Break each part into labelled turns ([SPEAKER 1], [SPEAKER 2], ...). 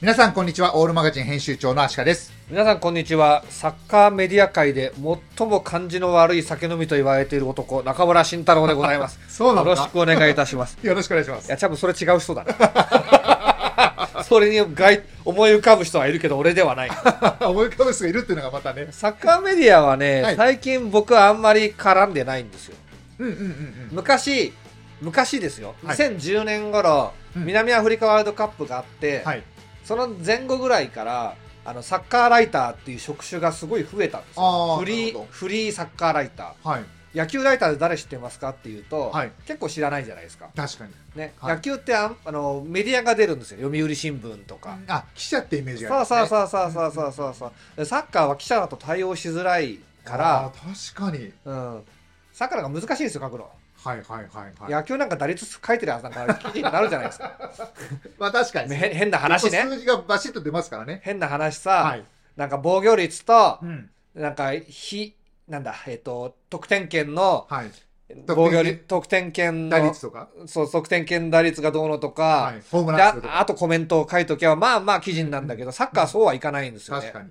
[SPEAKER 1] 皆さんこんにちはオールマガジン編集長のアシカです
[SPEAKER 2] 皆さんこんにちはサッカーメディア界で最も感じの悪い酒飲みと言われている男中村慎太郎でございます
[SPEAKER 1] そうな
[SPEAKER 2] よ
[SPEAKER 1] のか
[SPEAKER 2] ろしくお願いいたします
[SPEAKER 1] よろしくお願いしま
[SPEAKER 2] い
[SPEAKER 1] す
[SPEAKER 2] や多分それ違う人だな それに該思い浮かぶ人はいるけど俺ではない
[SPEAKER 1] 思い浮かぶ人がいるっていうのがまたね
[SPEAKER 2] サッカーメディアはね、
[SPEAKER 1] はい
[SPEAKER 2] 最近僕はあんまり絡んでないんですよ
[SPEAKER 1] うんうんうんうん
[SPEAKER 2] 昔昔ですよ、
[SPEAKER 1] はい
[SPEAKER 2] 2010年頃、
[SPEAKER 1] うん
[SPEAKER 2] 南アフリカワールドカップがあって、
[SPEAKER 1] はい
[SPEAKER 2] その前後ぐらいからあのサッカーライターっていう職種がすごい増えたんですよ
[SPEAKER 1] あー
[SPEAKER 2] フリ
[SPEAKER 1] なる
[SPEAKER 2] ー
[SPEAKER 1] ほ
[SPEAKER 2] フリーサッカーライタ
[SPEAKER 1] どはい
[SPEAKER 2] ー野球ライターで誰知ってますかっていうと、
[SPEAKER 1] はい
[SPEAKER 2] 結構知らないじゃないですか、
[SPEAKER 1] 確かに
[SPEAKER 2] ね
[SPEAKER 1] はい
[SPEAKER 2] 野球ってあんあのメディアが出るんですよ読売新聞とか、
[SPEAKER 1] あ記者ってイメージが
[SPEAKER 2] さ
[SPEAKER 1] あ
[SPEAKER 2] あ
[SPEAKER 1] る
[SPEAKER 2] さあ
[SPEAKER 1] あ
[SPEAKER 2] さあさあさあさあさあさあサッカーは記者だと対応しづらいから、
[SPEAKER 1] ー確かに
[SPEAKER 2] うん、サッカーなんか難しいんですよ書くの、
[SPEAKER 1] はいはいはいはい
[SPEAKER 2] 野球なんか打率書いてるはずなんか記事になるじゃな いですか
[SPEAKER 1] まあ確かに
[SPEAKER 2] ねへ変な話ね
[SPEAKER 1] 数字がバシッと出ますからね
[SPEAKER 2] 変な話さ、
[SPEAKER 1] はい
[SPEAKER 2] なんか防御率と
[SPEAKER 1] うん
[SPEAKER 2] なんか非なんだえっ、と得点圏の
[SPEAKER 1] はい
[SPEAKER 2] 防御率得点圏
[SPEAKER 1] 打
[SPEAKER 2] の
[SPEAKER 1] 率とか
[SPEAKER 2] そう得点圏打率がどうのとか、
[SPEAKER 1] はいホーム
[SPEAKER 2] で
[SPEAKER 1] ラン数と
[SPEAKER 2] あ
[SPEAKER 1] か
[SPEAKER 2] あとコメントを書いときはまあまあ記事になるんだけど、サッカーはそうはいかないんですよね
[SPEAKER 1] 確かに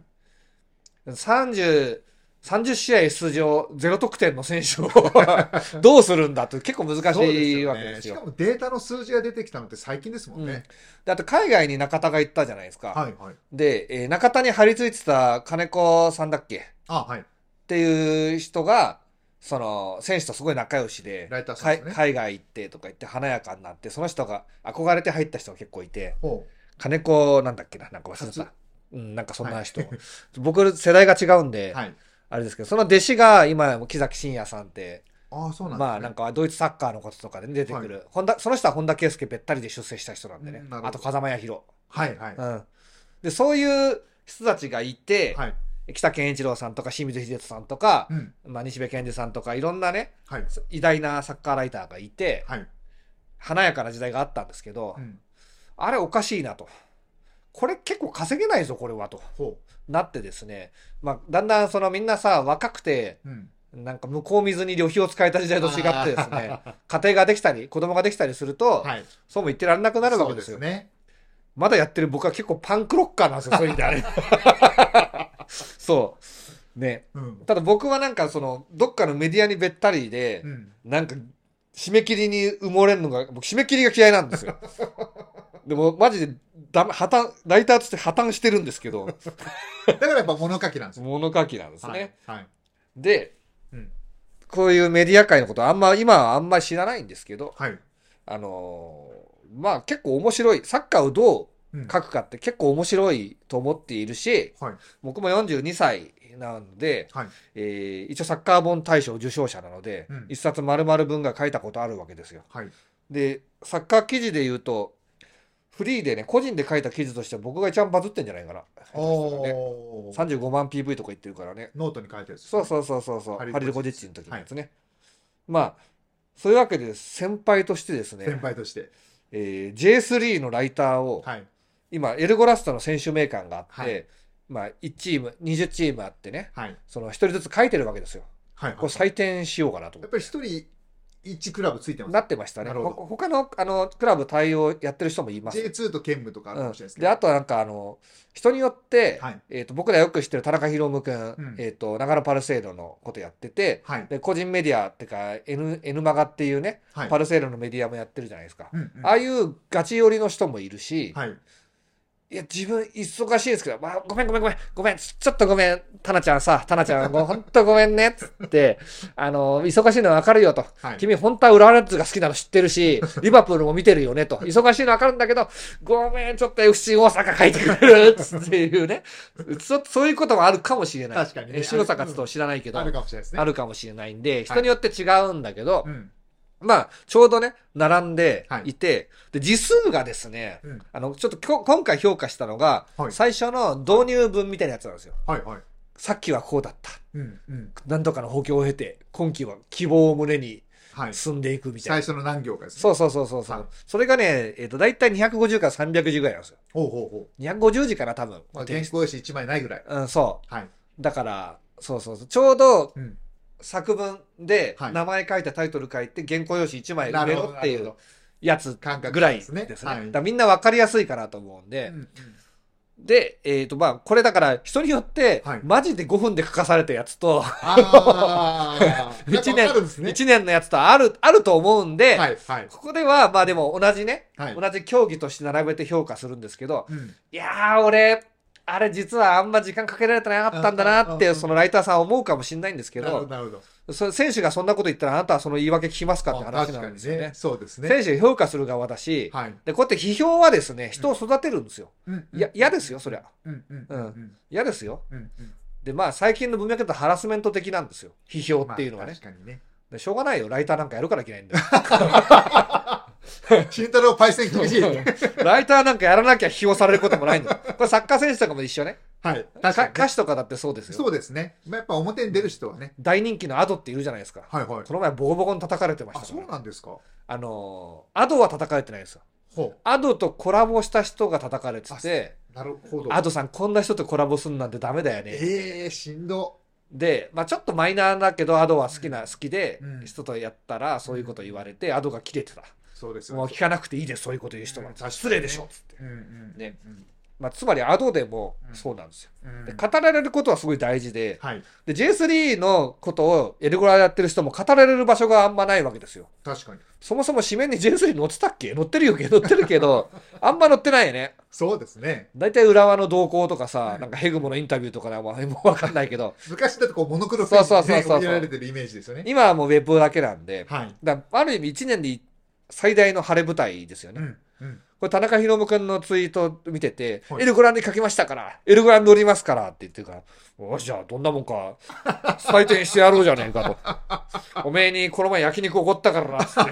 [SPEAKER 2] 30 30試合出場0得点の選手を どうするんだって結構難
[SPEAKER 1] そう
[SPEAKER 2] しいわけ
[SPEAKER 1] ね
[SPEAKER 2] です
[SPEAKER 1] し
[SPEAKER 2] よ。
[SPEAKER 1] かもデータの数字が出てきたのって最近ですもん
[SPEAKER 2] うん
[SPEAKER 1] ね、
[SPEAKER 2] であと海外に中田が行ったじゃないですか。
[SPEAKER 1] はいはい
[SPEAKER 2] で、えー中田に張り付いてた金子さんだっけっ
[SPEAKER 1] あはい
[SPEAKER 2] ていう人がその選手とすごい仲良しで
[SPEAKER 1] ライターさんですね
[SPEAKER 2] かい海外行ってとか言って華やかになってその人が憧れて入った人が結構いて。
[SPEAKER 1] ほ
[SPEAKER 2] 金子なんだっけななんか忘れ
[SPEAKER 1] 勝
[SPEAKER 2] た。うん、なんかそんな人。
[SPEAKER 1] はい
[SPEAKER 2] 僕、世代が違うんで、
[SPEAKER 1] うはい
[SPEAKER 2] あれですけど、その弟子が今、木崎真也さんって、
[SPEAKER 1] ああそうなんですね
[SPEAKER 2] まあなんかドイツサッカーのこととかで出てくる、本田その人は本田圭佑べったりで出世した人なんでね
[SPEAKER 1] うん、なるほど
[SPEAKER 2] あと風間彌弘、
[SPEAKER 1] はいはい、
[SPEAKER 2] うんで。そういう人たちがいて、
[SPEAKER 1] はい
[SPEAKER 2] 北健一郎さんとか清水秀人さんとか
[SPEAKER 1] う、ん
[SPEAKER 2] まあ、西部健二さんとか、いろんなね、
[SPEAKER 1] はい
[SPEAKER 2] 偉大なサッカーライターがいて、
[SPEAKER 1] はい、
[SPEAKER 2] 華やかな時代があったんですけど、
[SPEAKER 1] うん、
[SPEAKER 2] あれおかしいなと。これ結構稼げないぞ、これはと。
[SPEAKER 1] ほ
[SPEAKER 2] なってですね、まあ、だんだんそのみんなさ若くて
[SPEAKER 1] う、うん、
[SPEAKER 2] なんか向こう水に旅費を使えた時代と違ってで すね家庭ができたり子供ができたりすると、
[SPEAKER 1] はい
[SPEAKER 2] そうも言ってられなくなるわけです
[SPEAKER 1] そ
[SPEAKER 2] よ
[SPEAKER 1] うね
[SPEAKER 2] まだやってる僕は結構パンクロッカーなんです よそういう意味であれそうね
[SPEAKER 1] うん
[SPEAKER 2] ただ僕はなんかそのどっかのメディアにべったりで
[SPEAKER 1] う、ん
[SPEAKER 2] なんか締め切りに埋もれるのが僕締め切りが嫌いなんで すよでもマジでダメ破綻ライターとして破綻してるんですけど
[SPEAKER 1] だからやっぱ物書きなんですよ
[SPEAKER 2] 物書きなんですね、
[SPEAKER 1] はい、はい
[SPEAKER 2] で、
[SPEAKER 1] うん
[SPEAKER 2] こういうメディア界のことあんま今はあんまり知らないんですけど、
[SPEAKER 1] はい
[SPEAKER 2] あのーまあ結構面白いサッカーをど
[SPEAKER 1] う
[SPEAKER 2] うん書くかって結構面白いと思っているし
[SPEAKER 1] はい
[SPEAKER 2] 僕も42歳なので、
[SPEAKER 1] はい
[SPEAKER 2] えー一応サッカー本大賞受賞者なので、
[SPEAKER 1] うん
[SPEAKER 2] 一冊丸々文が書いたことあるわけですよ。
[SPEAKER 1] はい
[SPEAKER 2] でサッカー記事で言うとフリーでね個人で書いた記事としては僕が一番バズってんじゃないかな。
[SPEAKER 1] お
[SPEAKER 2] ね
[SPEAKER 1] おー、
[SPEAKER 2] 35万 PV とか言ってるからね
[SPEAKER 1] ノートに書いてるやつ
[SPEAKER 2] そうそうそうそうそう
[SPEAKER 1] ハ
[SPEAKER 2] ハ
[SPEAKER 1] リ
[SPEAKER 2] リ
[SPEAKER 1] ル
[SPEAKER 2] ル・
[SPEAKER 1] ゴ
[SPEAKER 2] ゴ
[SPEAKER 1] ジ
[SPEAKER 2] ジ
[SPEAKER 1] ッチ
[SPEAKER 2] ッチの時のやつね、まあそういうわけで先輩としてです
[SPEAKER 1] 先
[SPEAKER 2] ね、
[SPEAKER 1] 輩として
[SPEAKER 2] えー、J3 のライターを、
[SPEAKER 1] はい
[SPEAKER 2] 今エルゴラスタの選手名鑑があって、
[SPEAKER 1] はい
[SPEAKER 2] まあ1チーム20チームあってね
[SPEAKER 1] はい
[SPEAKER 2] その1人ずつ書いてるわけですよ
[SPEAKER 1] はい
[SPEAKER 2] こ
[SPEAKER 1] は
[SPEAKER 2] れ
[SPEAKER 1] い
[SPEAKER 2] 採点しようかなと
[SPEAKER 1] や
[SPEAKER 2] 思
[SPEAKER 1] っ
[SPEAKER 2] っ
[SPEAKER 1] ぱり一人一クラブついて
[SPEAKER 2] て
[SPEAKER 1] ます
[SPEAKER 2] なってましたね
[SPEAKER 1] なるほど
[SPEAKER 2] ほ他のあのクラブ対応やってる人もいます、
[SPEAKER 1] J2 と兼務とかあるか
[SPEAKER 2] う
[SPEAKER 1] も
[SPEAKER 2] ん
[SPEAKER 1] しれないです、け
[SPEAKER 2] で
[SPEAKER 1] ど、
[SPEAKER 2] あとはなんかあの人によって、
[SPEAKER 1] はい
[SPEAKER 2] えー、と僕らよく知ってる田中宏夢君、
[SPEAKER 1] うん
[SPEAKER 2] えー、と長野パルセイドのことやってて、
[SPEAKER 1] はい
[SPEAKER 2] で個人メディアってか N, N マガっていうね、
[SPEAKER 1] はい
[SPEAKER 2] パルセールのメディアもやってるじゃないですか、
[SPEAKER 1] うんうん
[SPEAKER 2] ああいうガチ寄りの人もいるし、
[SPEAKER 1] はい
[SPEAKER 2] い、や自分忙しいですけど、まあ、ごめんごめんごめんごめんちょっとごめんタナちゃんさタナちゃんごほんとごめんねっつってあの忙しいのわかるよと、
[SPEAKER 1] はい
[SPEAKER 2] 君本当は浦和レッズが好きなの知って るしリバプールも見てるよねと忙しいのわかるんだけどごめんちょっと FC 大阪書いてくれるっていうねそそういうこともあるかもしれない
[SPEAKER 1] 確かにね
[SPEAKER 2] FC 大阪ちょっと知らないけど
[SPEAKER 1] あるかもしれないですね
[SPEAKER 2] あるかもしれないんで、人によって違うんだけど、
[SPEAKER 1] うん
[SPEAKER 2] まあ、ちょうどね、並んで
[SPEAKER 1] はい
[SPEAKER 2] いて、で、字数がですね、
[SPEAKER 1] うん
[SPEAKER 2] あの、ちょっときょ今回評価したのが、
[SPEAKER 1] はい
[SPEAKER 2] 最初の導入文みたいなやつなんですよ。
[SPEAKER 1] はいはい
[SPEAKER 2] さっきはこうだった。
[SPEAKER 1] うんうん
[SPEAKER 2] 何度かの補強を経て、今期は希望を胸に
[SPEAKER 1] はい
[SPEAKER 2] 進んでいくみたいな。
[SPEAKER 1] 最初の何行かですね
[SPEAKER 2] そうそうそうそう。
[SPEAKER 1] は
[SPEAKER 2] そ
[SPEAKER 1] いう
[SPEAKER 2] それがね、えっ、と、だいたい250から300字ぐらいなんですよ。
[SPEAKER 1] ほうほうほう
[SPEAKER 2] 250字かな、多分。
[SPEAKER 1] まあ、原稿用紙一枚ないぐらい。
[SPEAKER 2] うん、そ
[SPEAKER 1] はい。
[SPEAKER 2] う。だから、そうそうそう。ちょうど
[SPEAKER 1] うん。
[SPEAKER 2] 作文で
[SPEAKER 1] はい
[SPEAKER 2] 名前書いてタイトル書いて原稿用紙1枚
[SPEAKER 1] な
[SPEAKER 2] 埋め
[SPEAKER 1] るほ
[SPEAKER 2] ろ
[SPEAKER 1] ど
[SPEAKER 2] ってい
[SPEAKER 1] なる
[SPEAKER 2] う
[SPEAKER 1] ほ
[SPEAKER 2] やつ
[SPEAKER 1] 感覚
[SPEAKER 2] ぐら
[SPEAKER 1] で
[SPEAKER 2] いですす
[SPEAKER 1] ね
[SPEAKER 2] ね。
[SPEAKER 1] はい
[SPEAKER 2] だからみんな分かりやすいかなと思うん
[SPEAKER 1] う
[SPEAKER 2] で、
[SPEAKER 1] んうん
[SPEAKER 2] で、えっ、と、まあ、これだから、人によって
[SPEAKER 1] はい、
[SPEAKER 2] マジで5分で書かされたやつと、
[SPEAKER 1] ああ。
[SPEAKER 2] 一
[SPEAKER 1] な
[SPEAKER 2] 年
[SPEAKER 1] んかわかるんですね。
[SPEAKER 2] 1年のやつとある、あると思うんで、
[SPEAKER 1] はい、はい、
[SPEAKER 2] ここでは、まあでも同じね、
[SPEAKER 1] はい。
[SPEAKER 2] 同じ競技として並べて評価するんですけど、
[SPEAKER 1] うん。
[SPEAKER 2] いやー、俺、あれ実はあんま時間かけられてなかったんだなっ
[SPEAKER 1] うんうんうんう
[SPEAKER 2] て、
[SPEAKER 1] ん
[SPEAKER 2] そのライターさんは思うかもしれないんですけ
[SPEAKER 1] なるほど、
[SPEAKER 2] ど、
[SPEAKER 1] なるほど。
[SPEAKER 2] そ選手がそんなこと言ったらあなたはその言い訳聞きますかって
[SPEAKER 1] あ
[SPEAKER 2] 話
[SPEAKER 1] 確
[SPEAKER 2] な
[SPEAKER 1] か
[SPEAKER 2] んで
[SPEAKER 1] に
[SPEAKER 2] すよね
[SPEAKER 1] ね。。そうですね。
[SPEAKER 2] 選手評価する側だし、
[SPEAKER 1] はい。
[SPEAKER 2] で、こうやって批評はですね、人を育てるんですよ。
[SPEAKER 1] うん
[SPEAKER 2] いや、嫌ですよ、そりゃ。
[SPEAKER 1] うん、うん、
[SPEAKER 2] う
[SPEAKER 1] うんん、うん
[SPEAKER 2] 嫌ですよ。
[SPEAKER 1] うん
[SPEAKER 2] で、まあ最近の文脈だとハラスメント的なんですよ。批
[SPEAKER 1] うん。
[SPEAKER 2] 評っていうのはね
[SPEAKER 1] まあ。確かにね。
[SPEAKER 2] でしょうがないよ、ライターなんかやるからいけないんだよ。
[SPEAKER 1] 慎太郎パイセン厳しい。はい。
[SPEAKER 2] ライターなんかやらなきゃ批評されることもないんだよ。これサッカー選手とかも一緒ね。
[SPEAKER 1] 確かにね。
[SPEAKER 2] 歌手とかだってそうですよ
[SPEAKER 1] そ。うですね。まあ、やっぱ表に出る人はね。
[SPEAKER 2] 大人気のアドっているじゃないですか。
[SPEAKER 1] はいはい
[SPEAKER 2] こ。の前ボコボコに叩かれてまし
[SPEAKER 1] あ、
[SPEAKER 2] たか
[SPEAKER 1] そ
[SPEAKER 2] ら、
[SPEAKER 1] うなんですか。
[SPEAKER 2] あのーアドは叩かれてないですよ。
[SPEAKER 1] ほ
[SPEAKER 2] アドとコラボした人が叩かれてて、
[SPEAKER 1] う。なるほど。
[SPEAKER 2] アドさんこんな人とコラボすんなんてダメだよね。
[SPEAKER 1] ええー、しんど。
[SPEAKER 2] で、まあちょっとマイナーだけど、アドは好きな、好きで
[SPEAKER 1] う、ん
[SPEAKER 2] 人とやったらそういうこと言われて、アドが切れてた。
[SPEAKER 1] そうですよ
[SPEAKER 2] もう聞かなくていいです、そういうこと言う人は
[SPEAKER 1] うん。確かにね
[SPEAKER 2] 失礼でしょ、つって。
[SPEAKER 1] うんうんうん。
[SPEAKER 2] ね
[SPEAKER 1] うん。
[SPEAKER 2] まあ、つまりアドでもそうなんですよ。
[SPEAKER 1] うん
[SPEAKER 2] で語られることはすごい大事で、
[SPEAKER 1] はい。
[SPEAKER 2] で J3 のことをエルゴラやってる人も語られる場所があんまないわけですよ。
[SPEAKER 1] 確かに。
[SPEAKER 2] そもそも紙面に J3 載ってたっけ載ってるよけど、載ってるけど、あんま載ってないよね。
[SPEAKER 1] そうですね。
[SPEAKER 2] 大体浦和の動向とかさ、なんかヘグモのインタビューとかではもうわかんないけど、
[SPEAKER 1] 昔だとこう、モノクロペン
[SPEAKER 2] そうそうそうそう
[SPEAKER 1] 見られてるイメージですよね。
[SPEAKER 2] 今はもうウェブだけなんで、
[SPEAKER 1] はい。
[SPEAKER 2] だからある意味1年で最大の晴れ舞台ですよね。
[SPEAKER 1] うん。うん。
[SPEAKER 2] これ田中博夢君のツイート見てて、
[SPEAKER 1] はい
[SPEAKER 2] エルゴランに書きましたから、エルゴランに乗りますからって言ってるから、おっしゃ、どんなもんか、採点してやろうじゃねえかと。おめえにこの前焼肉おごったからな、つって。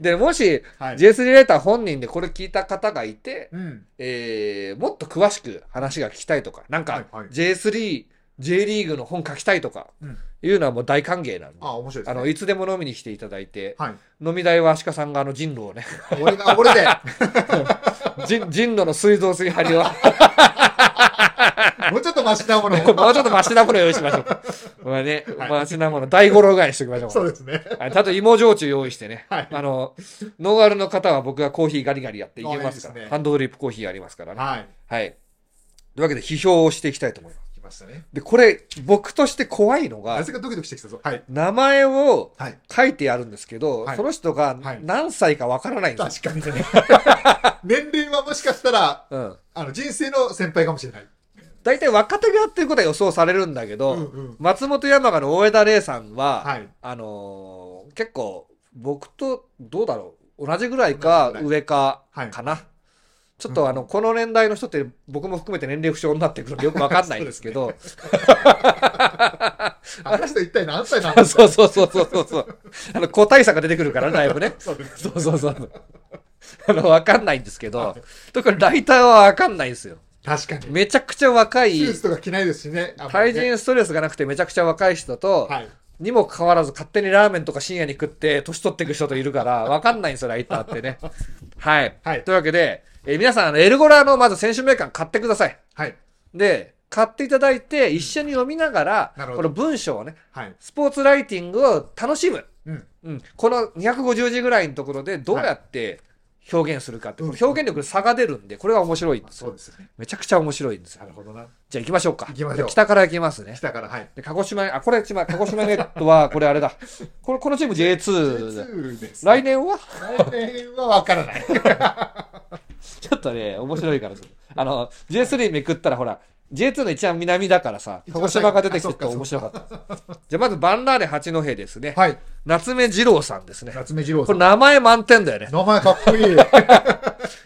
[SPEAKER 2] で、もし、
[SPEAKER 1] はい。
[SPEAKER 2] J3 レーター本人でこれ聞いた方がいて、
[SPEAKER 1] うん。
[SPEAKER 2] えー、もっと詳しく話が聞きたいとか、なん
[SPEAKER 1] は
[SPEAKER 2] か
[SPEAKER 1] いはい
[SPEAKER 2] J3、J リーグの本書きたいとか
[SPEAKER 1] うん、
[SPEAKER 2] いうのはもう大歓迎なんで、
[SPEAKER 1] あ、面白いで
[SPEAKER 2] あ
[SPEAKER 1] す
[SPEAKER 2] の、
[SPEAKER 1] ね。
[SPEAKER 2] いつでも飲みに来ていただいて、
[SPEAKER 1] はい。
[SPEAKER 2] 飲み代はアシカさんがあの人狼をね、
[SPEAKER 1] 俺が、俺で、
[SPEAKER 2] 人人路の水道水張りを、
[SPEAKER 1] もうちょっとマシなものを。
[SPEAKER 2] もうちょっとマシなもの用意 しましょう。まあね、
[SPEAKER 1] はい
[SPEAKER 2] マシなもの、大五郎ぐらいにしておきましょう。
[SPEAKER 1] そうですね。
[SPEAKER 2] はいたと芋焼酎用意してね、
[SPEAKER 1] はい
[SPEAKER 2] あの、ノンアルの方は僕がコーヒーガリガリやっていけますか
[SPEAKER 1] あいい
[SPEAKER 2] ら、
[SPEAKER 1] ですね
[SPEAKER 2] ハンドドリップコーヒーありますからね。
[SPEAKER 1] はい。
[SPEAKER 2] はい。というわけで、批評をしていきたいと思います。
[SPEAKER 1] 来ましたね。
[SPEAKER 2] で、これ、僕として怖いの
[SPEAKER 1] な
[SPEAKER 2] が、
[SPEAKER 1] ぜかドキドキしてきたぞ。はい。
[SPEAKER 2] 名前を
[SPEAKER 1] はい。
[SPEAKER 2] 書いてあるんですけど、
[SPEAKER 1] はい
[SPEAKER 2] その人が
[SPEAKER 1] はい
[SPEAKER 2] 何歳かわからないんですよ。
[SPEAKER 1] 確かにね。 年齢はもしかしたら、
[SPEAKER 2] うん。
[SPEAKER 1] あの、人生の先輩かもしれない。
[SPEAKER 2] 大体若手がやってることは予想されるんだけ
[SPEAKER 1] う
[SPEAKER 2] ど、
[SPEAKER 1] んうん。
[SPEAKER 2] 松本山雅の大枝玲さんは、
[SPEAKER 1] はい。
[SPEAKER 2] あのー結構僕とどうだろう同じぐらいか
[SPEAKER 1] 同じぐ
[SPEAKER 2] 上か
[SPEAKER 1] はい
[SPEAKER 2] かな、ちょっ
[SPEAKER 1] う
[SPEAKER 2] と
[SPEAKER 1] ん
[SPEAKER 2] あの、この年代の人って僕も含めて年齢不詳になってくるんでよくわかんないんですけど
[SPEAKER 1] あの人一体何 歳なん
[SPEAKER 2] そ
[SPEAKER 1] だ
[SPEAKER 2] うそうそうそうそうそうあの個体差が出てくるからねだいぶね
[SPEAKER 1] そうです。
[SPEAKER 2] そうそうそうあのわかんないんですけど特にライターはわかんないんですよ
[SPEAKER 1] 確かに。
[SPEAKER 2] めちゃくちゃ若い
[SPEAKER 1] シューズとか着ないですしね。あんま
[SPEAKER 2] 対
[SPEAKER 1] りね
[SPEAKER 2] 人ストレスがなくてめちゃくちゃ若い人と、
[SPEAKER 1] はい。
[SPEAKER 2] にもかかわらず勝手にラーメンとか深夜に食って年取っていく人といるから分かんないんですよ、ライターってね。はい。
[SPEAKER 1] はい
[SPEAKER 2] というわけで、えー皆さん、あのエルゴラのまず選手名鑑買ってください。
[SPEAKER 1] はい。
[SPEAKER 2] で、買っていただいて一緒に読みながら、
[SPEAKER 1] なるほ
[SPEAKER 2] こ
[SPEAKER 1] ど
[SPEAKER 2] の文章をね、
[SPEAKER 1] はい。
[SPEAKER 2] スポーツライティングを楽しむ。
[SPEAKER 1] うん。
[SPEAKER 2] うん、この250字ぐらいのところでどうやって表現するかって、
[SPEAKER 1] うん
[SPEAKER 2] これ表現力の差が出るんで、これが面白いんです
[SPEAKER 1] そう
[SPEAKER 2] よ。
[SPEAKER 1] ですよね。
[SPEAKER 2] めちゃくちゃ面白いんですよ
[SPEAKER 1] な。るほどな。
[SPEAKER 2] じゃあ行きましょうか。
[SPEAKER 1] 行きましょう
[SPEAKER 2] じゃあ北から行きますね
[SPEAKER 1] 来。たから、はい。
[SPEAKER 2] で鹿児島、あ、これ、ちま、鹿児島ネットは、これあれだ。 これ、このチーム J2 だ。
[SPEAKER 1] J2 です。来
[SPEAKER 2] 来年は
[SPEAKER 1] 年はわからない。
[SPEAKER 2] ちょっとね、面白いからちょっとあの、J3 めくったらほら、J2 の一番南だからさ、鹿児島が出てきてちょっと面白かった。じゃあまずバンラーレ八戸ですね。
[SPEAKER 1] はい。
[SPEAKER 2] 夏目二郎さんですね。
[SPEAKER 1] 夏目二郎
[SPEAKER 2] こ
[SPEAKER 1] さ
[SPEAKER 2] れ
[SPEAKER 1] ん。
[SPEAKER 2] 名前満点だよね。
[SPEAKER 1] 名前かっこい い。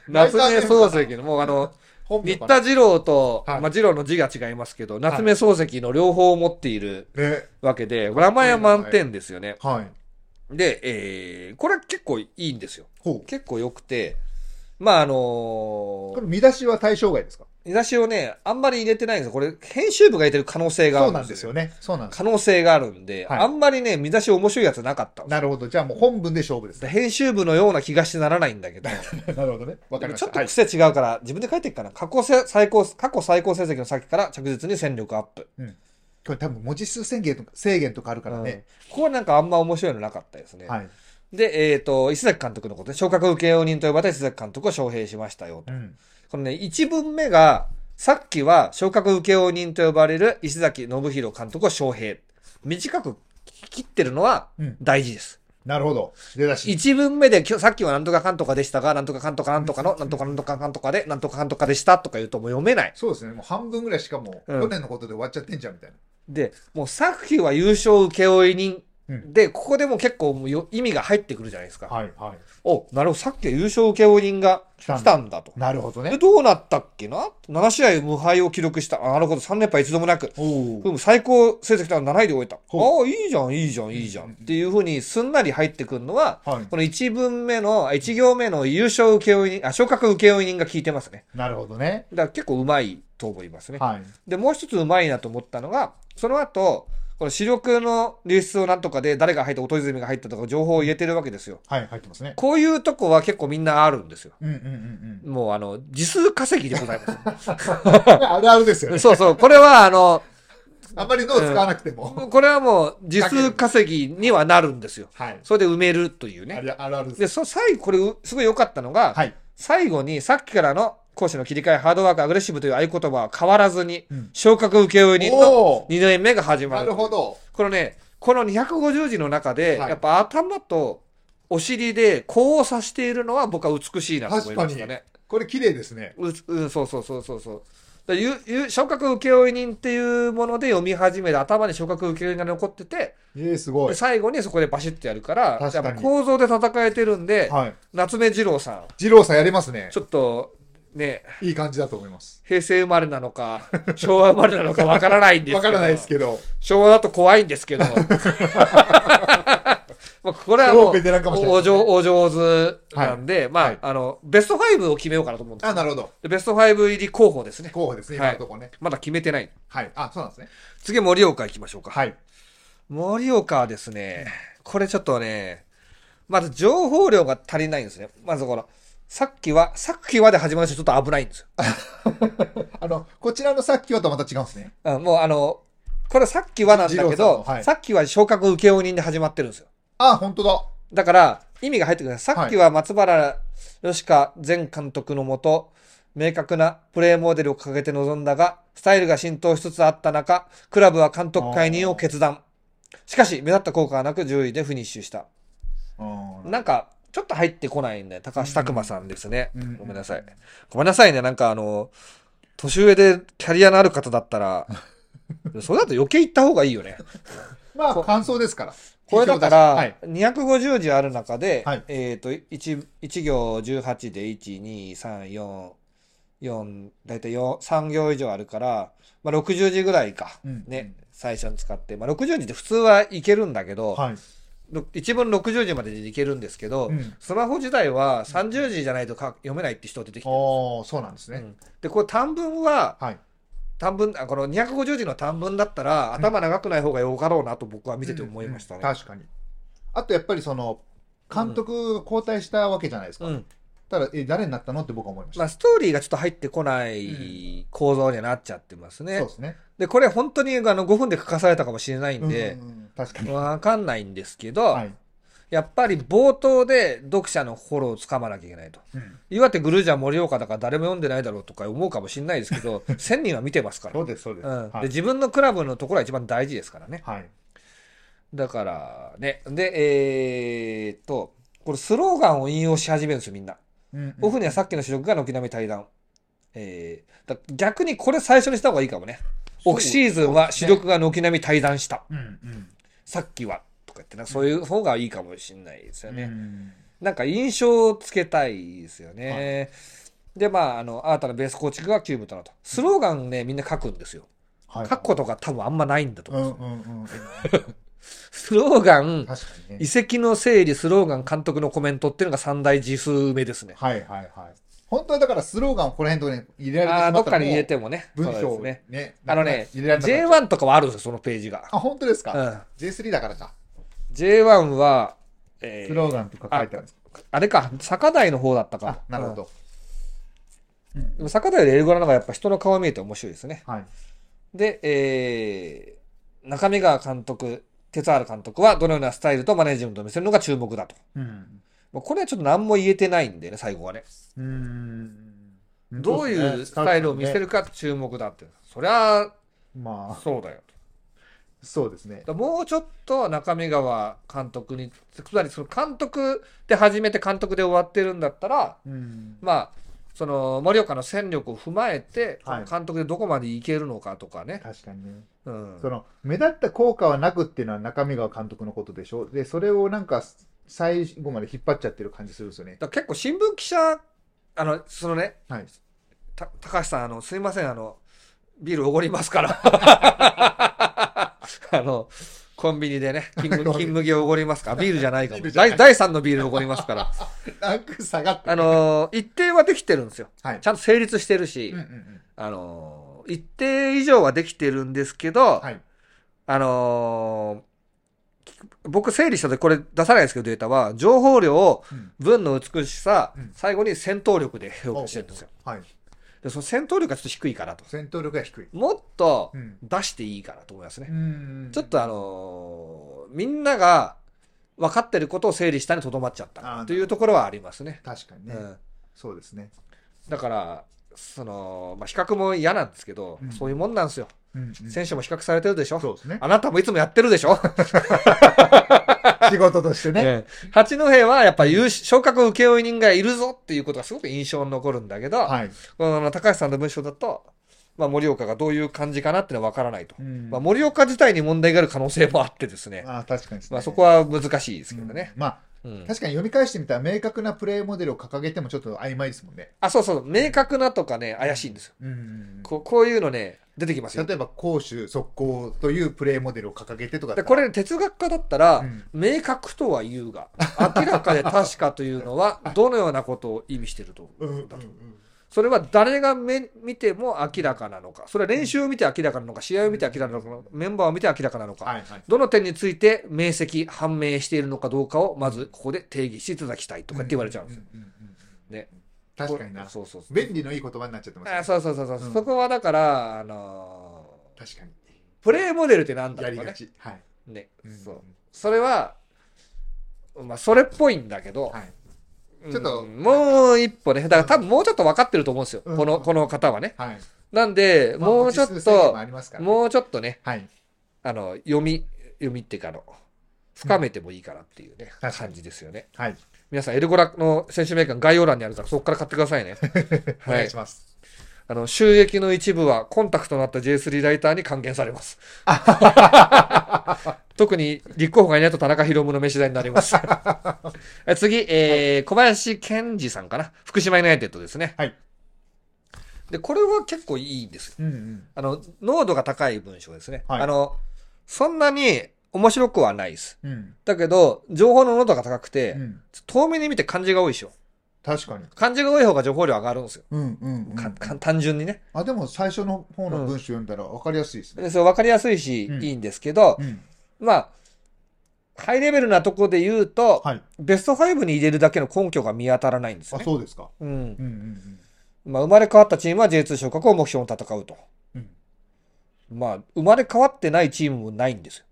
[SPEAKER 2] 夏目漱石の、もうあの、
[SPEAKER 1] 本名
[SPEAKER 2] 新
[SPEAKER 1] かな
[SPEAKER 2] 田二郎と、
[SPEAKER 1] はい
[SPEAKER 2] まあ二郎の字が違いますけど、夏目漱石の両方を持っている
[SPEAKER 1] ね。
[SPEAKER 2] わけで、名前は満点ですよね。
[SPEAKER 1] はい。
[SPEAKER 2] で、えー、これは結構いいんですよ。
[SPEAKER 1] ほう。
[SPEAKER 2] 結構良くて、まああの
[SPEAKER 1] これ見出しは対象外ですか
[SPEAKER 2] 見出しをね、あんまり入れてないんですよ。これ、編集部が入れてる可能性があ
[SPEAKER 1] そ
[SPEAKER 2] る
[SPEAKER 1] うなんですよ
[SPEAKER 2] ね。
[SPEAKER 1] ね。そうなんです。
[SPEAKER 2] 可能性があるんで、
[SPEAKER 1] はい
[SPEAKER 2] あんまりね、見出し面白いやつなかったんです
[SPEAKER 1] なるほど。じゃあもう本文で勝負ですね。
[SPEAKER 2] 編集部のような気がしてならないんだけ ど、
[SPEAKER 1] なるほどね。わかり
[SPEAKER 2] でも
[SPEAKER 1] まし
[SPEAKER 2] ち
[SPEAKER 1] た。
[SPEAKER 2] ょっと
[SPEAKER 1] はい。
[SPEAKER 2] 癖違うから、自分で書いていくかな。過去せ最高、過去最高成績の先から着実に戦力アップ。
[SPEAKER 1] これ多分文字数制限とか制限とかあるから
[SPEAKER 2] うん
[SPEAKER 1] ね。
[SPEAKER 2] ここはなんかあんま面白いのなかったですね。
[SPEAKER 1] はい。
[SPEAKER 2] で、えっ、と、石崎監督のことね、昇格請負人と呼ばれた石崎監督を招聘しましたよと。
[SPEAKER 1] うん。
[SPEAKER 2] このね、1文目が、さっきは昇格請負人と呼ばれる石崎信弘監督を招聘。短く切ってるのは
[SPEAKER 1] うん
[SPEAKER 2] 大事です。
[SPEAKER 1] なるほど。出だし。
[SPEAKER 2] 一文目で、今日さっきはなんとかかんとかでしたが、なんとかかんとかなんとかの、なんとかなんとかかんとかで、なんとかかんとかでしたとか言うともう読めない。
[SPEAKER 1] そうですね。もう半分ぐらいしかもう、
[SPEAKER 2] うん
[SPEAKER 1] 去年のことで終わっちゃってんじゃんみたいな。
[SPEAKER 2] で、もうさっきは優勝請負
[SPEAKER 1] う
[SPEAKER 2] 人。
[SPEAKER 1] ん
[SPEAKER 2] で、ここでもう結構もうよ意味が入ってくるじゃないですか。
[SPEAKER 1] はいはい。
[SPEAKER 2] お、なるほど、さっきは優勝請負人が
[SPEAKER 1] 来たんだ
[SPEAKER 2] 来たんだと。
[SPEAKER 1] なるほど
[SPEAKER 2] で、
[SPEAKER 1] ね。
[SPEAKER 2] どうなったっけな ?7 試合無敗を記録した。あなるほど、3連覇一度もなく。
[SPEAKER 1] おお
[SPEAKER 2] ふ。む最高成績では7位で終えた。
[SPEAKER 1] ほ
[SPEAKER 2] ああ、いいじゃん、いいじゃん、いいじゃ
[SPEAKER 1] うん
[SPEAKER 2] ん。
[SPEAKER 1] うん
[SPEAKER 2] っ
[SPEAKER 1] うん
[SPEAKER 2] ていうふうにすんなり入ってくるのは、
[SPEAKER 1] はい。
[SPEAKER 2] この1文目の、1行目の優勝請負人、あ、昇格請負人が効いてますね。
[SPEAKER 1] なるほどね。
[SPEAKER 2] だから結構うまいと思いますね。
[SPEAKER 1] はい。
[SPEAKER 2] で、もう一つうまいなと思ったのが、その後、この主力の流出をなんとかで誰が入った、音泉が入ったとか情報を入れてるわけですよ。
[SPEAKER 1] はい、入ってますね。
[SPEAKER 2] こういうとこは結構みんなあるんですよ。
[SPEAKER 1] うんうんうん
[SPEAKER 2] もうあの、時数稼ぎでござい
[SPEAKER 1] う
[SPEAKER 2] ま
[SPEAKER 1] ん。 あるあるですよね
[SPEAKER 2] す。。 そうそう、これはあの、
[SPEAKER 1] あんまり脳使わなくても。
[SPEAKER 2] これはもう時数稼ぎにはなるんですよ。
[SPEAKER 1] はい。
[SPEAKER 2] それで埋めるという
[SPEAKER 1] あ
[SPEAKER 2] ね。
[SPEAKER 1] るあるあるです。
[SPEAKER 2] で、そ最後、これうすごい良かったのが、
[SPEAKER 1] はい。
[SPEAKER 2] 最後にさっきからの講師の切り替え、ハードワーク、アグレッシブという合言葉は変わらずに、
[SPEAKER 1] うん
[SPEAKER 2] 昇格請負人の
[SPEAKER 1] おお
[SPEAKER 2] 2年目が始ま
[SPEAKER 1] な
[SPEAKER 2] る。
[SPEAKER 1] るほど。
[SPEAKER 2] このね、この250字の中で、
[SPEAKER 1] はい
[SPEAKER 2] やっぱ頭とお尻で交差しているのは僕は美しいなと思いましたね。
[SPEAKER 1] これ綺麗ですね。
[SPEAKER 2] うつうん、そうそうそうそうそう。だゆゆ昇格請負人っていうもので読み始めて頭に昇格請負人が残ってて
[SPEAKER 1] ええ、すご
[SPEAKER 2] で
[SPEAKER 1] い。
[SPEAKER 2] 最後にそこでバシッてやるから
[SPEAKER 1] 確かに
[SPEAKER 2] やっぱ構造で戦えてるんで、
[SPEAKER 1] はい。
[SPEAKER 2] 夏目二郎さ
[SPEAKER 1] 二郎さんやりますね
[SPEAKER 2] ん。ちょっとね
[SPEAKER 1] いい感じだと思います。
[SPEAKER 2] 平成生まれなのか 昭和生まれなのかわからないんですけど
[SPEAKER 1] わからないですけど、
[SPEAKER 2] 昭和だと怖いんですけ どまあこれは
[SPEAKER 1] 超
[SPEAKER 2] もう
[SPEAKER 1] ベテランかもしれない
[SPEAKER 2] お
[SPEAKER 1] ですね
[SPEAKER 2] 上お上手なんで、まあ,、
[SPEAKER 1] はい
[SPEAKER 2] あのベスト5を決めようかなと思うんです
[SPEAKER 1] あ、なるほど。
[SPEAKER 2] でベスト5入り候補ですね
[SPEAKER 1] 候補ですね、
[SPEAKER 2] はい
[SPEAKER 1] 今のところね。
[SPEAKER 2] まだ決めてない。
[SPEAKER 1] はい。あ、そうなんですね。
[SPEAKER 2] 次、盛岡行きましょうか。
[SPEAKER 1] はい。
[SPEAKER 2] 盛岡はですね、これちょっとね、まず情報量が足りないんですね。まずこの、さっきは、さっきはで始まる人ちょっと危ないんですよ。
[SPEAKER 1] あの、こちらのさっきはとはまた違うんですね。
[SPEAKER 2] あもうあの、これさっきはなんだ
[SPEAKER 1] 二郎
[SPEAKER 2] け
[SPEAKER 1] さんの
[SPEAKER 2] ど、
[SPEAKER 1] はい
[SPEAKER 2] さっきは昇格請負人で始まってるんですよ。
[SPEAKER 1] あ、本当だ。
[SPEAKER 2] だから、意味が入ってくるんです。さっきは松原吉香前監督のもと、明確なプレーモデルを掲げて臨んだが、スタイルが浸透しつつあった中、クラブは監督解任を決断。しかし、目立った効果はなく10位でフィニッシュした。
[SPEAKER 1] うん。
[SPEAKER 2] なんか、ちょっと入ってこないんで、高橋拓磨さんですね
[SPEAKER 1] うんうん。
[SPEAKER 2] ごめんなさい。ごめんなさいね、なんかあの、年上でキャリアのある方だっ たら、それだと余計行った方がいいよね。
[SPEAKER 1] まあ、感想ですから。
[SPEAKER 2] これだか
[SPEAKER 1] は
[SPEAKER 2] ら
[SPEAKER 1] い。、
[SPEAKER 2] 250字ある中で、
[SPEAKER 1] はい
[SPEAKER 2] えっ、と、1, 一行18で、1、2、3、4、4、だいたい4 3行以上あるから、まあ、60字ぐらいか。
[SPEAKER 1] うん
[SPEAKER 2] ね。最初に使って。まあ、60字って普通はいけるんだけど、
[SPEAKER 1] はい。
[SPEAKER 2] ろ一文60字まででいけるんですけど、
[SPEAKER 1] うん
[SPEAKER 2] スマホ時代は30字じゃないとか読めないって人出てきてる、
[SPEAKER 1] おー、そうなんです
[SPEAKER 2] う
[SPEAKER 1] ね。
[SPEAKER 2] んで、これ短文は、
[SPEAKER 1] はい。
[SPEAKER 2] 短文、あこの250字の短文だったら、頭長くない方がよかろうなと僕は見てて思いましたね。
[SPEAKER 1] うんうん確かに。あと、やっぱりその、監督交代したわけじゃないですか。
[SPEAKER 2] うん
[SPEAKER 1] ただ、え、誰になったのって僕は思いまし
[SPEAKER 2] ま
[SPEAKER 1] た。
[SPEAKER 2] あ、ストーリーがちょっと入ってこない構造にはなっちゃってますね。
[SPEAKER 1] そうですね。
[SPEAKER 2] で、これ本当にあの5分で書かされたかもしれないん
[SPEAKER 1] う
[SPEAKER 2] で
[SPEAKER 1] ん、うんうん確かに。
[SPEAKER 2] わかんないんですけど、
[SPEAKER 1] はい。
[SPEAKER 2] やっぱり冒頭で読者の心をつかまなきゃいけないと。
[SPEAKER 1] うん
[SPEAKER 2] 岩手グルージャー盛岡だから誰も読んでないだろうとか思うかもしれないですけ ど、1000人は見てますから。
[SPEAKER 1] そうです、そうです。
[SPEAKER 2] うん、で
[SPEAKER 1] はい。
[SPEAKER 2] 自分のクラブのところは一番大事ですからね。
[SPEAKER 1] はい。
[SPEAKER 2] だからね。で、えーっと、これスローガンを引用し始めるんですよ、みんな。
[SPEAKER 1] うん
[SPEAKER 2] オフにはさっきの主力が軒並み対談。えー、だ逆にこれ最初にした方がいいかもね。オフシーズンは主力が軒並み対談した。
[SPEAKER 1] うんうん。
[SPEAKER 2] さっきは。とか言ってな、そういう方がいいかもしれないですよね。
[SPEAKER 1] うん
[SPEAKER 2] なんか印象をつけたいですよね。で、まあ、あの、新たなベース構築がキューブとなと。スローガンね、みんな書くんですよ。
[SPEAKER 1] はい
[SPEAKER 2] 書くことが多分あんまないんだと
[SPEAKER 1] う
[SPEAKER 2] 思うん
[SPEAKER 1] ん
[SPEAKER 2] ですよ。
[SPEAKER 1] うんうん。
[SPEAKER 2] スローガン、
[SPEAKER 1] 確かにね
[SPEAKER 2] 遺。跡の整理、スローガン、監督のコメントっていうのが三大字数目ですね。
[SPEAKER 1] はいはいはい。本当はだからスローガンをこの辺とかに入れられてし
[SPEAKER 2] あ
[SPEAKER 1] まっ
[SPEAKER 2] あ、
[SPEAKER 1] た
[SPEAKER 2] ど
[SPEAKER 1] ら
[SPEAKER 2] っかに入れ
[SPEAKER 1] も
[SPEAKER 2] てもね。
[SPEAKER 1] う文
[SPEAKER 2] そう
[SPEAKER 1] 章
[SPEAKER 2] で
[SPEAKER 1] を
[SPEAKER 2] すね。
[SPEAKER 1] ね。
[SPEAKER 2] あのね、
[SPEAKER 1] 入れられなくなっちゃう
[SPEAKER 2] J1 とかはあるんですよ、そのページが。
[SPEAKER 1] あ、本当ですか。
[SPEAKER 2] うん、
[SPEAKER 1] J3 だからか。
[SPEAKER 2] J1 は、え
[SPEAKER 1] ス
[SPEAKER 2] ー、
[SPEAKER 1] ローガンとか書いてあるんです
[SPEAKER 2] あれか、坂台の方だった
[SPEAKER 1] か
[SPEAKER 2] か。。
[SPEAKER 1] あ、なるほど。
[SPEAKER 2] うん。でも坂台よりエルゴラの方がやっぱ人の顔見えて面白いですね。
[SPEAKER 1] はい。
[SPEAKER 2] で、えー、中見川監督、哲原監督はどのようなスタイルとマネジメントを見せるのが注目だと。
[SPEAKER 1] うん。
[SPEAKER 2] まあこれはちょっと何も言えてないんでね、最後はね。
[SPEAKER 1] うーん。
[SPEAKER 2] どういうスタイルを見せるか注目だって。そりゃ、
[SPEAKER 1] まあ、
[SPEAKER 2] そうだよ。
[SPEAKER 1] そうですね。
[SPEAKER 2] だからもうちょっと中見川監督に、つまりその監督で始めて監督で終わってるんだったら、
[SPEAKER 1] うん。
[SPEAKER 2] まあ、その盛岡の戦力を踏まえて、
[SPEAKER 1] はい
[SPEAKER 2] 監督でどこまでいけるのかとかね。
[SPEAKER 1] 確かにね。
[SPEAKER 2] うん
[SPEAKER 1] その、目立った効果はなくっていうのは中身川監督のことでしょ。で、それをなんか、最後まで引っ張っちゃってる感じするんですよね。
[SPEAKER 2] だから結構新聞記者、あの、そのね、
[SPEAKER 1] はい。
[SPEAKER 2] た高橋さん、あの、すいません、あの、ビールおごりますから。あの、コンビニでね、金麦金麦をおごりますから。ビールじゃないか
[SPEAKER 1] ビー
[SPEAKER 2] も。
[SPEAKER 1] ルじゃな
[SPEAKER 2] 第
[SPEAKER 1] い
[SPEAKER 2] 第3のビールおごりますから。
[SPEAKER 1] ランク下がって。
[SPEAKER 2] あの、一定はできてるんですよ。
[SPEAKER 1] はい
[SPEAKER 2] ち。ゃんと成立してるし、
[SPEAKER 1] うんうんうん。
[SPEAKER 2] あの、一定以上はできてるんですけど、
[SPEAKER 1] はい。
[SPEAKER 2] あのー僕整理したときこれ出さないですけどデータは、情報量、
[SPEAKER 1] うん
[SPEAKER 2] 文の美しさ、
[SPEAKER 1] うん
[SPEAKER 2] 最後に戦闘力で表記してるんですよ。
[SPEAKER 1] はい。
[SPEAKER 2] で、その戦闘力がちょっと低いかなと。
[SPEAKER 1] 戦闘力が低い。
[SPEAKER 2] もっと
[SPEAKER 1] うん。
[SPEAKER 2] 出していいかなと思いますね。
[SPEAKER 1] うん
[SPEAKER 2] ちょっとあのーみんなが分かってることを整理したにとどまっちゃったなというところはありますね。
[SPEAKER 1] 確かに
[SPEAKER 2] う
[SPEAKER 1] ね、
[SPEAKER 2] ん、
[SPEAKER 1] そうですね。
[SPEAKER 2] だから、その、まあ、比較も嫌なんですけど、
[SPEAKER 1] うん
[SPEAKER 2] そういうもんなんですよ。
[SPEAKER 1] うんうん
[SPEAKER 2] 選手も比較されてるでしょ。
[SPEAKER 1] そうですね。
[SPEAKER 2] あなたもいつもやってるでしょ
[SPEAKER 1] 仕事としてね。
[SPEAKER 2] ええ八戸はやっぱ優勝昇格請負人がいるぞっていうことがすごく印象に残るんだけど、
[SPEAKER 1] はい。
[SPEAKER 2] この高橋さんの文章だと、まあ、盛岡がどういう感じかなっていうのは分からないと、
[SPEAKER 1] うん
[SPEAKER 2] まあ、盛岡自体に問題がある可能性もあってですね、
[SPEAKER 1] ああ、確かにですね。
[SPEAKER 2] まあ、そこは難しいですけどね、
[SPEAKER 1] うんまあ、
[SPEAKER 2] うん
[SPEAKER 1] 確かに読み返してみたら明確なプレイモデルを掲げてもちょっと曖昧ですもんね。
[SPEAKER 2] あそうそう明確なとかね怪しいんですよ
[SPEAKER 1] うん
[SPEAKER 2] ここういうのね出てきますよ
[SPEAKER 1] 例えば、攻守速攻というプレイモデルを掲げてとか
[SPEAKER 2] でこれ哲学家だったら、
[SPEAKER 1] うん
[SPEAKER 2] 明確とは言うが明らかで確かというのはどのようなことを意味してると
[SPEAKER 1] うんうんうん
[SPEAKER 2] それは誰が目見ても明らかなのか、それは練習を見て明らかなのか、試合を見て明らかなのか、メンバーを見て明らかなのか、
[SPEAKER 1] いはい。
[SPEAKER 2] どの点について明晰、判明しているのかどうかを、まずここで定義していただきたいとかって言われちゃうんですよ。
[SPEAKER 1] ううんうん
[SPEAKER 2] ね。
[SPEAKER 1] 確かにな。
[SPEAKER 2] そうそうそう。
[SPEAKER 1] 便利のいい言葉になっちゃってますね
[SPEAKER 2] あそうそうそうそう、
[SPEAKER 1] うん
[SPEAKER 2] そこはだから、あの
[SPEAKER 1] 確かに。
[SPEAKER 2] ープレーモデルってなんだ
[SPEAKER 1] や
[SPEAKER 2] ろう
[SPEAKER 1] りが
[SPEAKER 2] ね。
[SPEAKER 1] ち。はい。
[SPEAKER 2] ね、
[SPEAKER 1] うん
[SPEAKER 2] そう。それは、まあ、それっぽいんだけど、
[SPEAKER 1] はい。
[SPEAKER 2] うん
[SPEAKER 1] ちょっと
[SPEAKER 2] もう一歩ね、だから多分もうちょっと分かってると思うんですよ、
[SPEAKER 1] うん
[SPEAKER 2] この、この方はね。
[SPEAKER 1] はい。
[SPEAKER 2] なんで、
[SPEAKER 1] まあ
[SPEAKER 2] もうちょっ
[SPEAKER 1] 実数制限
[SPEAKER 2] と
[SPEAKER 1] も、ありますからね
[SPEAKER 2] もうちょっとね、
[SPEAKER 1] はい。
[SPEAKER 2] あの、読み、読みっていうか、あの、深めてもいいかなっていうね、
[SPEAKER 1] かに
[SPEAKER 2] 感じですよね。
[SPEAKER 1] はい。
[SPEAKER 2] 皆さん、エルゴラの選手名鑑概要欄にあるから、そこから買ってください ね。
[SPEAKER 1] お
[SPEAKER 2] は
[SPEAKER 1] 願い
[SPEAKER 2] い
[SPEAKER 1] し。ます。
[SPEAKER 2] あの、収益の一部は、コンタクトのあった J3 ライターに還元さ れます。特に、立候補がいないと田中博文の飯代にな ります。え次、えー、小林健二さんかな。福島ユナイテッドですね。
[SPEAKER 1] はい。
[SPEAKER 2] で、これは結構いいですよ
[SPEAKER 1] うんうん。
[SPEAKER 2] あの、濃度が高い文章ですね。
[SPEAKER 1] はい
[SPEAKER 2] あの、そんなに面白くはないです。
[SPEAKER 1] うん。
[SPEAKER 2] だけど、情報の濃度が高くて、
[SPEAKER 1] うん。
[SPEAKER 2] 遠目に見て漢字が多いでしょ。
[SPEAKER 1] 確かに。
[SPEAKER 2] 漢字が多い方が情報量上がるんですよ。
[SPEAKER 1] うんうんうん
[SPEAKER 2] かか単純にね。
[SPEAKER 1] あ、でも最初の方の文章読んだら分かりやすいですね。
[SPEAKER 2] でそれ分かりやすいし、
[SPEAKER 1] うん
[SPEAKER 2] いいんですけど、
[SPEAKER 1] うん。
[SPEAKER 2] まあ、ハイレベルなとこで言うと、
[SPEAKER 1] はい。
[SPEAKER 2] ベスト5に入れるだけの根拠が見当たらないんです
[SPEAKER 1] あ、
[SPEAKER 2] よね。
[SPEAKER 1] そうですか。
[SPEAKER 2] うん
[SPEAKER 1] う。んうん
[SPEAKER 2] まあ、生まれ変わったチームは J2 昇格を目標に戦うと。
[SPEAKER 1] うん。
[SPEAKER 2] まあ、生まれ変わってないチームもないんですよ。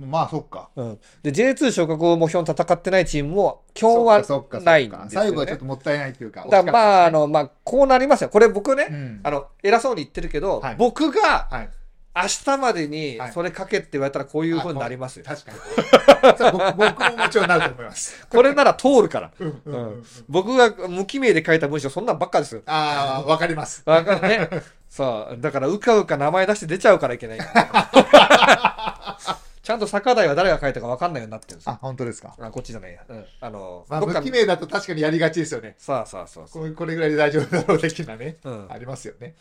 [SPEAKER 1] うん。まあ、そっか。
[SPEAKER 2] うん。で、J2 昇格を目標に戦ってないチームも、
[SPEAKER 1] そ
[SPEAKER 2] 今日
[SPEAKER 1] っかそっかそ
[SPEAKER 2] は
[SPEAKER 1] っか
[SPEAKER 2] ないんですよ、ね。
[SPEAKER 1] 最後はちょっともったいないというか。
[SPEAKER 2] だからまあ、あ
[SPEAKER 1] 惜しか
[SPEAKER 2] の、まあ、こうなりますよ。これ僕ね、
[SPEAKER 1] ったですね、うん
[SPEAKER 2] あの、偉そうに言ってるけど、
[SPEAKER 1] はい
[SPEAKER 2] 僕が
[SPEAKER 1] はい。
[SPEAKER 2] 明日までに
[SPEAKER 1] はい
[SPEAKER 2] それかけって言われたらこういう風になりますよ。
[SPEAKER 1] 確かに。 それ僕僕ももちろんなると思います。
[SPEAKER 2] これなら通るから。
[SPEAKER 1] うんうんうん
[SPEAKER 2] う
[SPEAKER 1] うんん。
[SPEAKER 2] 僕が無記名で書いた文章、そんなんばっかですよ。
[SPEAKER 1] ああ、わかります。
[SPEAKER 2] わかる ね。そう。だから、うかうか名前出して出ちゃうからいけない。ちゃんと坂台は誰が書いたかわかんないようになってるんですよ。
[SPEAKER 1] あ、本当ですか。
[SPEAKER 2] あ、こっちじゃないや。うん。あの、
[SPEAKER 1] まあ、
[SPEAKER 2] どっか
[SPEAKER 1] 無記名だと確かにやりがちですよね。
[SPEAKER 2] さあさあそうそう。
[SPEAKER 1] これこれぐらいで大丈夫だろう的なね。
[SPEAKER 2] うん
[SPEAKER 1] ありますよね。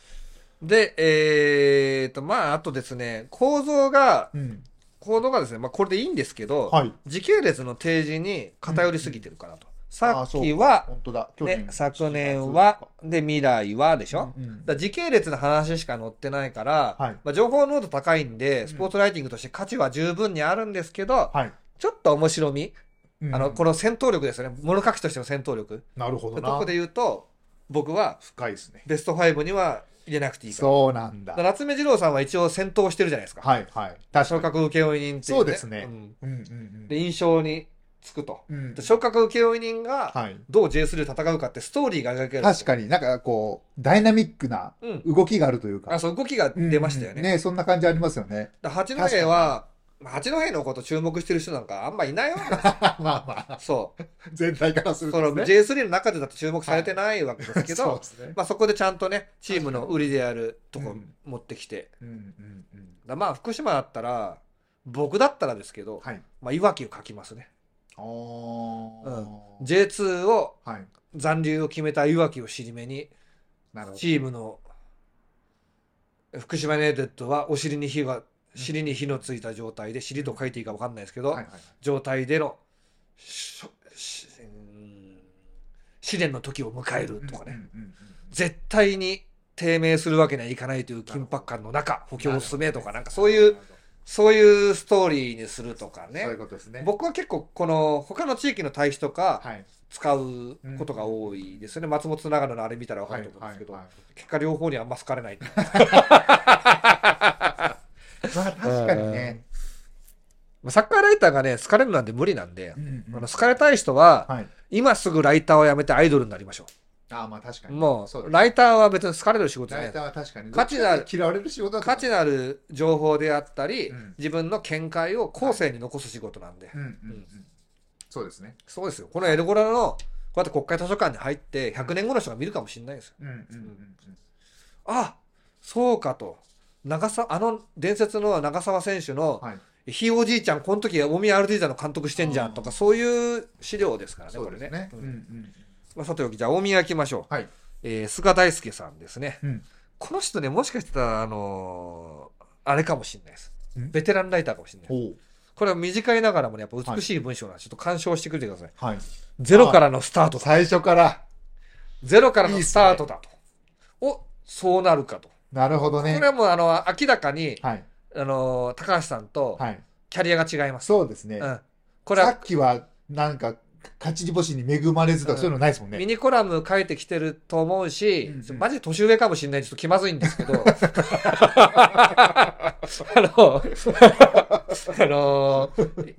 [SPEAKER 2] で、えーと、まあ、あとですね、構造が、
[SPEAKER 1] うん。
[SPEAKER 2] 構造がですね、まあ、これでいいんですけど、
[SPEAKER 1] はい。
[SPEAKER 2] 時系列の提示に偏りすぎてるかなと。さ
[SPEAKER 1] あ
[SPEAKER 2] っ
[SPEAKER 1] そう
[SPEAKER 2] きは、
[SPEAKER 1] 本当だ。去
[SPEAKER 2] ね
[SPEAKER 1] 年、。
[SPEAKER 2] 昨年は、で、未来はでしょ、
[SPEAKER 1] うんうん
[SPEAKER 2] だから時系列の話しか載ってないから、
[SPEAKER 1] はい
[SPEAKER 2] まあ、情報濃度高いんで、
[SPEAKER 1] ん
[SPEAKER 2] スポーツライティングとして価値は十分にあるんですけど、
[SPEAKER 1] はい。
[SPEAKER 2] ちょっと面白み、
[SPEAKER 1] うん
[SPEAKER 2] あの、この戦闘力ですよね。物書きとしての戦闘力。
[SPEAKER 1] なるほど
[SPEAKER 2] で
[SPEAKER 1] な。
[SPEAKER 2] ここで言うと、僕は
[SPEAKER 1] 深いですね。
[SPEAKER 2] ベスト5には入れなくていいから。
[SPEAKER 1] そうなん
[SPEAKER 2] だ
[SPEAKER 1] だ
[SPEAKER 2] か。ら夏目二郎さんは一応戦闘してるじゃないですか。
[SPEAKER 1] はいはい。確
[SPEAKER 2] 昇
[SPEAKER 1] か
[SPEAKER 2] 格請負人っていう、
[SPEAKER 1] そうですね
[SPEAKER 2] ん
[SPEAKER 1] に。うんうんうん
[SPEAKER 2] で、印象につくと。
[SPEAKER 1] うん
[SPEAKER 2] で昇格請負人が
[SPEAKER 1] はい。
[SPEAKER 2] どう J3 で戦うかってストーリーが描ける。
[SPEAKER 1] 確かになんかこう、ダイナミックな
[SPEAKER 2] うん。
[SPEAKER 1] 動きがあるというか
[SPEAKER 2] あ、。そう、動きが出ましたよ
[SPEAKER 1] う
[SPEAKER 2] ね。
[SPEAKER 1] んね、そんな感じありますよね。
[SPEAKER 2] だから八戸は、まあ八戸のこと注目してる人なんかあんまいないわけですよ。
[SPEAKER 1] まあま あ、
[SPEAKER 2] そう。
[SPEAKER 1] 全体からす
[SPEAKER 2] そ
[SPEAKER 1] る
[SPEAKER 2] の
[SPEAKER 1] と、ね。
[SPEAKER 2] J3 の中でだと注目されてないわけです け
[SPEAKER 1] そう
[SPEAKER 2] ど
[SPEAKER 1] で、すね。
[SPEAKER 2] まあそこでちゃんとね、チームの売りであるとこ持ってきて。
[SPEAKER 1] うんうんうん。
[SPEAKER 2] だからまあ福島だったら、僕だったらですけど、
[SPEAKER 1] はい。
[SPEAKER 2] まあいわきを書きますね。
[SPEAKER 1] あー
[SPEAKER 2] J2 を、
[SPEAKER 1] はい。
[SPEAKER 2] 残留を決めたいわきを尻目に、
[SPEAKER 1] なるほど。
[SPEAKER 2] チームの福島ユナイテッドはお尻に火が尻に火のついた状態で尻と書いていいか分かんないですけど、
[SPEAKER 1] はいはいはい。
[SPEAKER 2] 状態でのしょしうーん試練の時を迎えるとか
[SPEAKER 1] うん
[SPEAKER 2] ね、
[SPEAKER 1] うんうん
[SPEAKER 2] 絶対に低迷するわけにはいかないという緊迫感の中補強を進めとかなんかそういう
[SPEAKER 1] なるほど
[SPEAKER 2] そういうストーリーにするとか
[SPEAKER 1] そうい
[SPEAKER 2] ね
[SPEAKER 1] うことですね。
[SPEAKER 2] 僕は結構この他の地域の大使とか
[SPEAKER 1] はい。
[SPEAKER 2] 使うことが多いですよね、松本長野のあれ見たら分かると思うんですけど、
[SPEAKER 1] はいはい
[SPEAKER 2] 結果両方にあんま好かれない
[SPEAKER 1] まあ確かにね。
[SPEAKER 2] サッカーライターがね好かれるなんて無理なんで、
[SPEAKER 1] うんうん
[SPEAKER 2] あの好かれたい人は、
[SPEAKER 1] はい。
[SPEAKER 2] 今すぐライターを辞めてアイドルになりましょ
[SPEAKER 1] ああ、まあ確か
[SPEAKER 2] う。
[SPEAKER 1] に。
[SPEAKER 2] も
[SPEAKER 1] そう
[SPEAKER 2] う、
[SPEAKER 1] だね
[SPEAKER 2] ライターは別に好かれる仕事じゃ
[SPEAKER 1] ラ
[SPEAKER 2] な
[SPEAKER 1] イ
[SPEAKER 2] い
[SPEAKER 1] ター。は確かに。
[SPEAKER 2] 価値のある
[SPEAKER 1] どっちかって嫌われる仕事だと
[SPEAKER 2] 価値のある情報であったり、
[SPEAKER 1] うん
[SPEAKER 2] 自分の見解を後世に残す仕事なんで。
[SPEAKER 1] うんうんうん。そうですね。
[SPEAKER 2] そうですよ。このエルゴラの、こうやって国会図書館に入って、100年後の人が見るかもしれないですよ。
[SPEAKER 1] うんうんうん
[SPEAKER 2] あそうかと。長沢、あの伝説の長澤選手
[SPEAKER 1] うん。
[SPEAKER 2] の、
[SPEAKER 1] はい。
[SPEAKER 2] ひいおじいちゃん、この時、大宮アルディーザの監督してんじゃんとか、そういう資料ですからね、
[SPEAKER 1] そ
[SPEAKER 2] こ
[SPEAKER 1] う
[SPEAKER 2] れ
[SPEAKER 1] です
[SPEAKER 2] ね
[SPEAKER 1] ね。。うん
[SPEAKER 2] う
[SPEAKER 1] うんん。
[SPEAKER 2] まあ、さておき、じゃあ大宮行きましょう。
[SPEAKER 1] はい
[SPEAKER 2] えー菅大輔さんですね。
[SPEAKER 1] うん
[SPEAKER 2] この人ね、もしかしたら、あのーあれかもしれないです。
[SPEAKER 1] ん
[SPEAKER 2] ベテランライターかもしれない。
[SPEAKER 1] ほう。
[SPEAKER 2] これは短いながらもね、やっぱ美しい文章なんで、ちょっと鑑賞してくれてください。
[SPEAKER 1] はい。
[SPEAKER 2] ゼロからのスタートだ。
[SPEAKER 1] 最初から。
[SPEAKER 2] ゼロからのスタートだと。お、そうなるかと。こ
[SPEAKER 1] なるほどね
[SPEAKER 2] れ。はもう、あの、明らかに、
[SPEAKER 1] はい。
[SPEAKER 2] あのー高橋さんと
[SPEAKER 1] はい。
[SPEAKER 2] キャリアが違います。
[SPEAKER 1] そうですね。
[SPEAKER 2] うん。これ
[SPEAKER 1] さ
[SPEAKER 2] は、
[SPEAKER 1] っきは、なんか、勝ち星に恵まれずとか、そういうのないですもん
[SPEAKER 2] ミ
[SPEAKER 1] ね。
[SPEAKER 2] ニコラム書いてきてると思うし、
[SPEAKER 1] うんうん
[SPEAKER 2] マジで年上かもしれないちょっと気まずいんですけ ど、あの、 あの、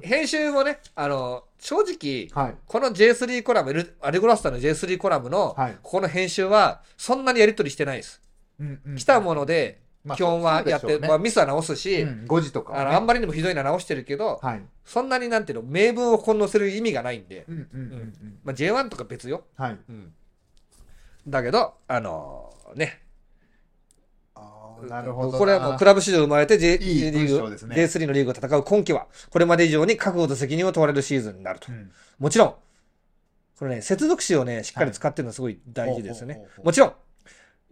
[SPEAKER 2] 編集もね、あの、正直、
[SPEAKER 1] はい。
[SPEAKER 2] この J3 コラム、ルアレゴラスタの J3 コラムの、
[SPEAKER 1] はい
[SPEAKER 2] ここの編集は、そんなにやり取りしてないです。
[SPEAKER 1] うんうん
[SPEAKER 2] 来たもので、
[SPEAKER 1] まあ
[SPEAKER 2] 基本はやって、
[SPEAKER 1] そうでしょうね
[SPEAKER 2] まあ、ミスは直すし、
[SPEAKER 1] うん、5時とかは
[SPEAKER 2] あ
[SPEAKER 1] ね、
[SPEAKER 2] のあんまりにもひどいのは直してるけど、
[SPEAKER 1] はい。
[SPEAKER 2] そんなになんていうの、名文をここに載せる意味がないんで、
[SPEAKER 1] うんうんうん
[SPEAKER 2] う
[SPEAKER 1] うん。
[SPEAKER 2] まあ、J1 とか別よ。
[SPEAKER 1] はい。
[SPEAKER 2] うん、だけど、あのね、
[SPEAKER 1] あーなるほどな。
[SPEAKER 2] これはもうクラブ史上生まれて
[SPEAKER 1] い
[SPEAKER 2] J
[SPEAKER 1] い
[SPEAKER 2] J リ
[SPEAKER 1] 文
[SPEAKER 2] ー
[SPEAKER 1] 章
[SPEAKER 2] グ、
[SPEAKER 1] ですね
[SPEAKER 2] J3 のリーグを戦う今季は、これまで以上に覚悟と責任を問われるシーズンになると。
[SPEAKER 1] うん
[SPEAKER 2] もちろん、これね、接続詞をね、しっかり使ってるのはすごい大事ですよ
[SPEAKER 1] ほう
[SPEAKER 2] ね
[SPEAKER 1] ほうほう。ほう
[SPEAKER 2] もちろん、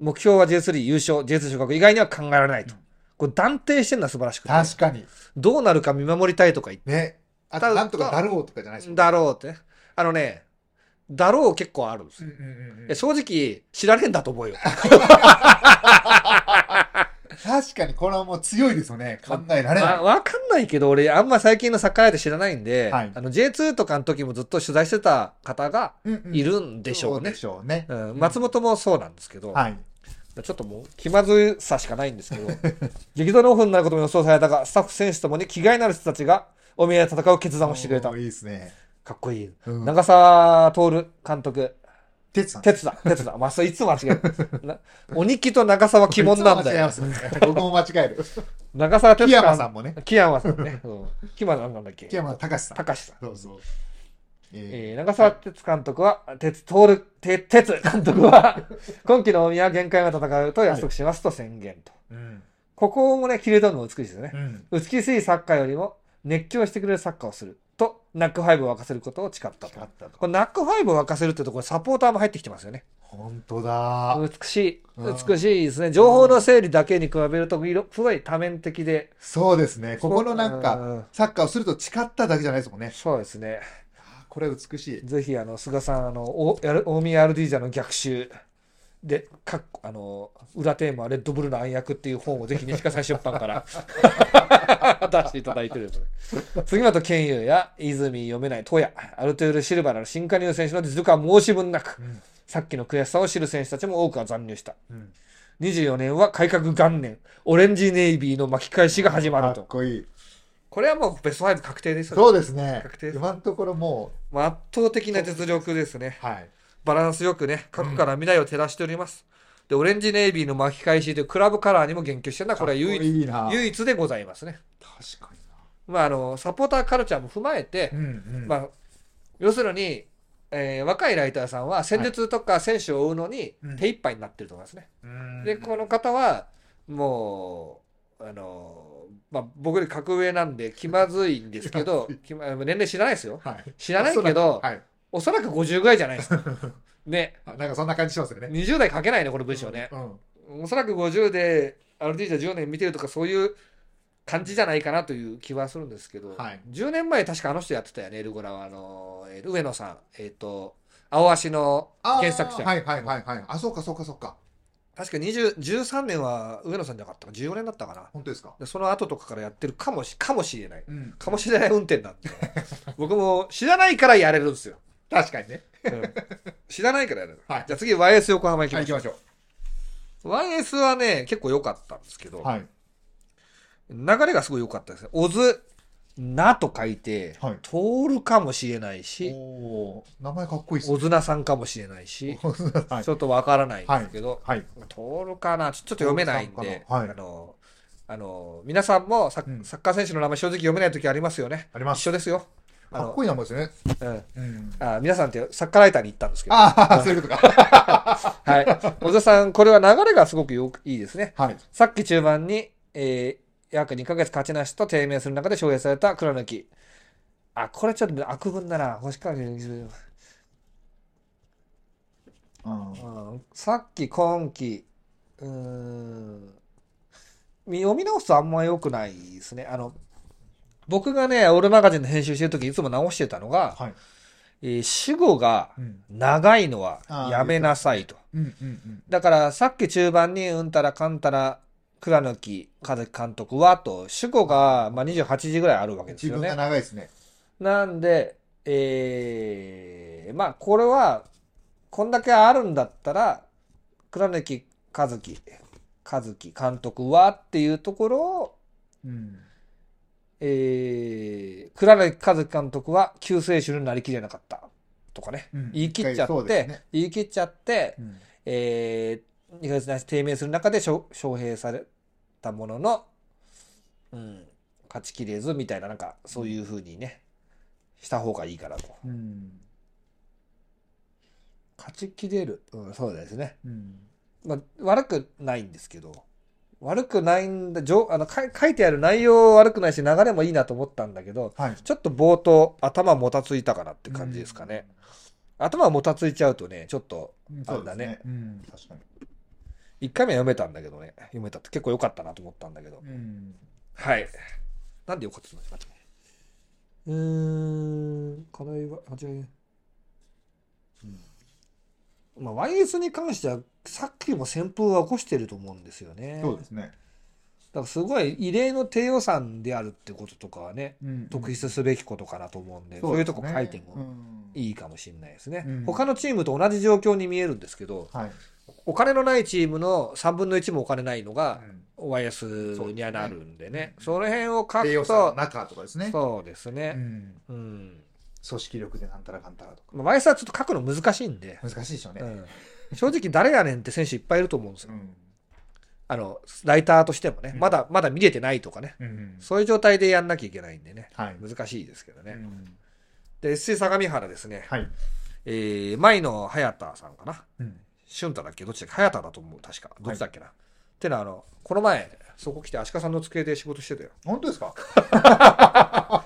[SPEAKER 2] 目標は J3 優勝、J2 昇格以外には考えられないと。
[SPEAKER 1] うん
[SPEAKER 2] これ断定してるのは素晴らしくて、
[SPEAKER 1] 確かに。
[SPEAKER 2] どうなるか見守りたいとか言っ
[SPEAKER 1] ね。あ
[SPEAKER 2] た
[SPEAKER 1] と、
[SPEAKER 2] だ
[SPEAKER 1] なんとかだろうとかじゃないです
[SPEAKER 2] て、
[SPEAKER 1] もんね
[SPEAKER 2] だろうってね。あのね、だろう結構あるんです
[SPEAKER 1] う
[SPEAKER 2] よ
[SPEAKER 1] んうんうん
[SPEAKER 2] いや正直、知らねえんだと思うよ。
[SPEAKER 1] 確かに、これはもう強いですよね。考えられ
[SPEAKER 2] ま
[SPEAKER 1] な
[SPEAKER 2] あ
[SPEAKER 1] い。
[SPEAKER 2] わかんないけど、俺、あんま最近のサッカーライター知らないんで、
[SPEAKER 1] はい
[SPEAKER 2] あの J2 とかの時もずっと取材してた方がいるんでしょう
[SPEAKER 1] そ
[SPEAKER 2] ね
[SPEAKER 1] で。しょうね。
[SPEAKER 2] うん松本もそうなんですけど、
[SPEAKER 1] はい。
[SPEAKER 2] ちょっともう気まずさしかないんですけ ど、激動のオフになることも予想されたが、スタッフ、選手ともに気概のある人たちがお見合いで戦う決断をしてくれた。
[SPEAKER 1] お
[SPEAKER 2] か
[SPEAKER 1] ーいいですね。
[SPEAKER 2] っこいい。
[SPEAKER 1] うん
[SPEAKER 2] 長澤徹監督、
[SPEAKER 1] てつさん。
[SPEAKER 2] 哲だ、哲だ。まあ、それいつも間違える。な鬼木と長澤鬼門なんだ よ
[SPEAKER 1] い。つも間違えますね僕も間違 える。
[SPEAKER 2] 長澤
[SPEAKER 1] 木
[SPEAKER 2] 哲
[SPEAKER 1] 山さん
[SPEAKER 2] 監
[SPEAKER 1] もね。
[SPEAKER 2] 督。木山さんね。うん木山さんなんだっけ
[SPEAKER 1] 木山隆さん。
[SPEAKER 2] 高橋さん。
[SPEAKER 1] そうそう。え
[SPEAKER 2] えー長澤哲監督は、哲徹、て哲監督は、今季の大宮は限界まで戦うと約束しますと宣言と。
[SPEAKER 1] ーうん
[SPEAKER 2] ここもね、切り取るのも美しいですよね
[SPEAKER 1] う。ん
[SPEAKER 2] 美しいサッカーよりも熱狂してくれるサッカーをすると、ナックファイブを沸かせることを誓ったと。
[SPEAKER 1] 誓ったと
[SPEAKER 2] これナックファイブを沸かせるってところ、サポーターも入ってきてますよね。
[SPEAKER 1] 本当だ。
[SPEAKER 2] 美しい。
[SPEAKER 1] うん
[SPEAKER 2] 美しいですね。情報の整理だけに比べると、いろすごい多面的で。
[SPEAKER 1] そうですね。ここのなん
[SPEAKER 2] う
[SPEAKER 1] か、
[SPEAKER 2] ん
[SPEAKER 1] サッカーをすると誓っただけじゃないですもんね。
[SPEAKER 2] そうですね。
[SPEAKER 1] あーこれ美しい。
[SPEAKER 2] ぜひあの菅さんあのおやる大宮アルディージャの逆襲でかっこあの裏テーマはレッドブルの暗躍っていう本をぜひ西葛西出版から 出していただいてですね杉本健佑や泉読めない戸谷アルトゥール・シルバーの新加入選手の実力は申し分なく、
[SPEAKER 1] うん
[SPEAKER 2] さっきの悔しさを知る選手たちも多くは残留した
[SPEAKER 1] うん
[SPEAKER 2] 24年は改革元年オレンジネイビーの巻き返しが始ま
[SPEAKER 1] か
[SPEAKER 2] る
[SPEAKER 1] っ
[SPEAKER 2] と
[SPEAKER 1] こいい。
[SPEAKER 2] ここれはもうベスト5確定ですよね
[SPEAKER 1] そうですね
[SPEAKER 2] 確定です
[SPEAKER 1] 今のところも
[SPEAKER 2] まあ圧倒的な実力ですね。
[SPEAKER 1] うはい
[SPEAKER 2] バランスよくね、過去から未来を照らしております。で、オレンジネイビーの巻き返しというクラブカラーにも言及してるのは、これは唯
[SPEAKER 1] かっこ
[SPEAKER 2] 一
[SPEAKER 1] いいな
[SPEAKER 2] 唯一でございますね。
[SPEAKER 1] 確か
[SPEAKER 2] まあ、あの、サポーターカルチャーも踏まえて、
[SPEAKER 1] になうんうん
[SPEAKER 2] まあ、要するに、えー若いライターさんは戦術とか選手を追うのに
[SPEAKER 1] うん
[SPEAKER 2] 手一杯になってると思いますね。
[SPEAKER 1] うん
[SPEAKER 2] で、この方は、もう、あの、まあ、僕より格上なんで気まずいんですけど、気ま年齢知らないですよ。
[SPEAKER 1] はい
[SPEAKER 2] 知らないけど、
[SPEAKER 1] はい
[SPEAKER 2] おそらく50ぐらいじゃな いですか。ね。
[SPEAKER 1] あなんかそんな感じしますよね
[SPEAKER 2] 20代書けないね、この文章ね。
[SPEAKER 1] うん
[SPEAKER 2] おそらく50で、アルディージャ10年見てるとか、そういう感じじゃないかなという気はするんですけど、
[SPEAKER 1] はい
[SPEAKER 2] 10年前、確かあの人やってたよね、エルゴラは。あの、えー上野さん、えっ、と、青足の
[SPEAKER 1] あー
[SPEAKER 2] 原作者。
[SPEAKER 1] はいはいはいはいあそうかそうかそうか
[SPEAKER 2] 確か20 13年は上野さんじゃなかったか、14年だったかな
[SPEAKER 1] 本当ですか
[SPEAKER 2] で。その後とかからやってるかもしかもしれない。
[SPEAKER 1] うん
[SPEAKER 2] かもしれない運転だ って。僕も知らないからやれるんですよ。
[SPEAKER 1] 確かにね
[SPEAKER 2] うん知らないからやれる。
[SPEAKER 1] はい
[SPEAKER 2] じゃあ次、YS 横浜行き
[SPEAKER 1] はい
[SPEAKER 2] ま
[SPEAKER 1] 行
[SPEAKER 2] し
[SPEAKER 1] き
[SPEAKER 2] ょう。
[SPEAKER 1] ましょ
[SPEAKER 2] YS はね、結構良かったんですけど、
[SPEAKER 1] うはい
[SPEAKER 2] 流れがすごい良かったですね。小津、なと書いて、
[SPEAKER 1] はい
[SPEAKER 2] 通るかもしれないし、
[SPEAKER 1] おー名前かっこいいっすね
[SPEAKER 2] 小津なさんかもしれないし、
[SPEAKER 1] はい
[SPEAKER 2] ちょっとわからないんですけど、
[SPEAKER 1] はい
[SPEAKER 2] 通るかなちょちょっと読めないん
[SPEAKER 1] 徹
[SPEAKER 2] で、
[SPEAKER 1] さんかなはい
[SPEAKER 2] あの、あの、皆さんもサ,、
[SPEAKER 1] うん
[SPEAKER 2] サッカー選手の名前正直読めない時ありますよね。
[SPEAKER 1] ありま
[SPEAKER 2] 一
[SPEAKER 1] す
[SPEAKER 2] 緒ですよ。あ
[SPEAKER 1] かっ
[SPEAKER 2] の、
[SPEAKER 1] こいい名前ですね
[SPEAKER 2] うん、
[SPEAKER 1] うん
[SPEAKER 2] あ皆さんってサッカーライターに行ったんですけど、
[SPEAKER 1] ああそういうこと か
[SPEAKER 2] はい。小津さん、これは流れがすごくよくいいですね。
[SPEAKER 1] はい
[SPEAKER 2] さっき中盤に、えー約2ヶ月勝ちなしと低迷する中で招聘された倉貫。あ、これちょっと悪軍だな。星川君
[SPEAKER 1] うん
[SPEAKER 2] うんさっき今季、うーん、み読み直すとあんま良くないですね。あの、僕がね、オールマガジンの編集してるときいつも直してたのが、
[SPEAKER 1] はい
[SPEAKER 2] えー主語が
[SPEAKER 1] うん
[SPEAKER 2] 長いのはやめなさいと。
[SPEAKER 1] うんうん
[SPEAKER 2] だからさっき中盤にうんたらかんたら倉貫和樹監督はと主語が、まあ、28時ぐらいあるわ
[SPEAKER 1] う
[SPEAKER 2] け
[SPEAKER 1] ん
[SPEAKER 2] です
[SPEAKER 1] 自
[SPEAKER 2] よ
[SPEAKER 1] 分が
[SPEAKER 2] ね。
[SPEAKER 1] 長いですね
[SPEAKER 2] なんで、えー、まあこれはこんだけあるんだったら倉貫和樹和樹監督はっていうところを、
[SPEAKER 1] うん
[SPEAKER 2] えー、倉貫和樹監督は救世主になりきれなかったとかね。
[SPEAKER 1] うん
[SPEAKER 2] 言い切っちゃ
[SPEAKER 1] そ
[SPEAKER 2] っ
[SPEAKER 1] うで
[SPEAKER 2] て、
[SPEAKER 1] すね
[SPEAKER 2] 言い切っちゃって
[SPEAKER 1] う、ん
[SPEAKER 2] えー、2ヶ月なし低迷する中でしょ招聘されたものの、うん、勝ちきれずみたいな、なんかそういうふうにね、した方がいいからと。
[SPEAKER 1] うん
[SPEAKER 2] 勝ちきれる。うん、そうですね。
[SPEAKER 1] うん
[SPEAKER 2] まあ、悪くないんですけど、悪くないんだ、じょあのか書いてある内容は悪くないし、流れもいいなと思ったんだけど、
[SPEAKER 1] はい
[SPEAKER 2] ちょっと冒頭、頭もたついたかなって感じですかね。頭もたついちゃうとね、ちょっと、
[SPEAKER 1] うん
[SPEAKER 2] あ
[SPEAKER 1] そ
[SPEAKER 2] れ
[SPEAKER 1] うで
[SPEAKER 2] だ
[SPEAKER 1] す
[SPEAKER 2] ね
[SPEAKER 1] ねうん確かに
[SPEAKER 2] 1回目は読めたんだけどね、読めたって結構良かったなと思ったんだけど、
[SPEAKER 1] うん
[SPEAKER 2] はい。なんでよかったの待ってうーん、課題は、間違いない。うん、まあ、YS に関しては、さっきも旋風は起こしてると思うんですよね。
[SPEAKER 1] そうですね
[SPEAKER 2] だからすごい異例の低予算であるってこととかはね、特筆すべきことかなと思うんで、そういうとこ書いても
[SPEAKER 1] い
[SPEAKER 2] いいかもしれないですね。
[SPEAKER 1] うん
[SPEAKER 2] 他のチームと同じ状況に見えるんですけど、
[SPEAKER 1] はい
[SPEAKER 2] お金のないチームの3分の1もお金ないのが、
[SPEAKER 1] そう
[SPEAKER 2] YS
[SPEAKER 1] です
[SPEAKER 2] に
[SPEAKER 1] ね
[SPEAKER 2] はなるんでね、
[SPEAKER 1] うん
[SPEAKER 2] その辺を書
[SPEAKER 1] 栄養
[SPEAKER 2] く
[SPEAKER 1] 素の
[SPEAKER 2] と、
[SPEAKER 1] 中とかですね
[SPEAKER 2] そうです
[SPEAKER 1] う
[SPEAKER 2] ね。
[SPEAKER 1] ん
[SPEAKER 2] うん。
[SPEAKER 1] 組織力でなんたらかんたらとか
[SPEAKER 2] まあ、ワイスはちょっと書くの難しいんで、
[SPEAKER 1] 難しいでしょうね
[SPEAKER 2] うん、正直誰やねんって選手いっぱいいると思うんですよ。
[SPEAKER 1] ん
[SPEAKER 2] あの、ライターとしてもね、
[SPEAKER 1] うん
[SPEAKER 2] まだまだ見れてないとかね、
[SPEAKER 1] うん
[SPEAKER 2] そういう状態でやんなきゃいけないんでね、
[SPEAKER 1] はい
[SPEAKER 2] 難しいですけど
[SPEAKER 1] う
[SPEAKER 2] ね。
[SPEAKER 1] ん
[SPEAKER 2] で、SC 相模原ですね、
[SPEAKER 1] はい
[SPEAKER 2] えー、前の早田さんかな、
[SPEAKER 1] うん
[SPEAKER 2] 俊太だっけ、どっちだっけ、早田だと思う、確か、どっちだっけな。ってのは、あの、この前、そこ来て、足利さんの机で仕事し てたよ。
[SPEAKER 1] 本当ですか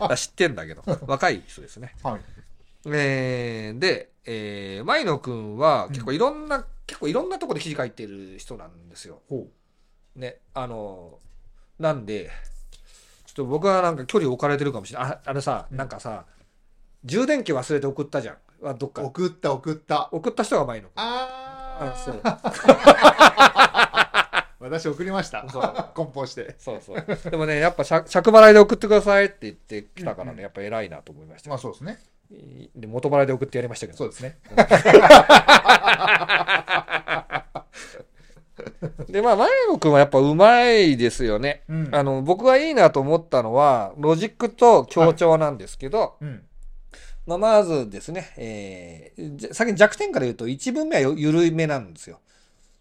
[SPEAKER 2] あ知ってんだけど、若い人ですね。
[SPEAKER 1] はい
[SPEAKER 2] えーで、えー、前野くんは結構いろんな、結構いろんなとこで記事書いてる人なんですよ。
[SPEAKER 1] ほ
[SPEAKER 2] ね、あのーなんで、ちょっと僕はなんか距離置かれてるかもしれない。ああれさ、
[SPEAKER 1] うん
[SPEAKER 2] なんかさ、充電器忘れて送ったじゃん。あどっ
[SPEAKER 1] う
[SPEAKER 2] か。
[SPEAKER 1] 送った送った
[SPEAKER 2] 送った人が前野くん。
[SPEAKER 1] あ
[SPEAKER 2] あ
[SPEAKER 1] ー
[SPEAKER 2] そう
[SPEAKER 1] 私送りました
[SPEAKER 2] そう
[SPEAKER 1] 梱包して
[SPEAKER 2] そうそう。でもね、やっぱ着着払いで送ってくださいって言ってきたからね、やっぱ偉いなと思いました。
[SPEAKER 1] まあそうですね
[SPEAKER 2] で元払いで送ってやりましたけど。
[SPEAKER 1] そうですね
[SPEAKER 2] で、まあ、前野くんはやっぱうまいですよね。
[SPEAKER 1] うん。
[SPEAKER 2] あの、僕がいいなと思ったのは、ロジックと協調なんですけど、
[SPEAKER 1] うん。
[SPEAKER 2] まあ、まずですね、えーじゃ先に弱点から言うと、1分目はよ緩いめなんですよ。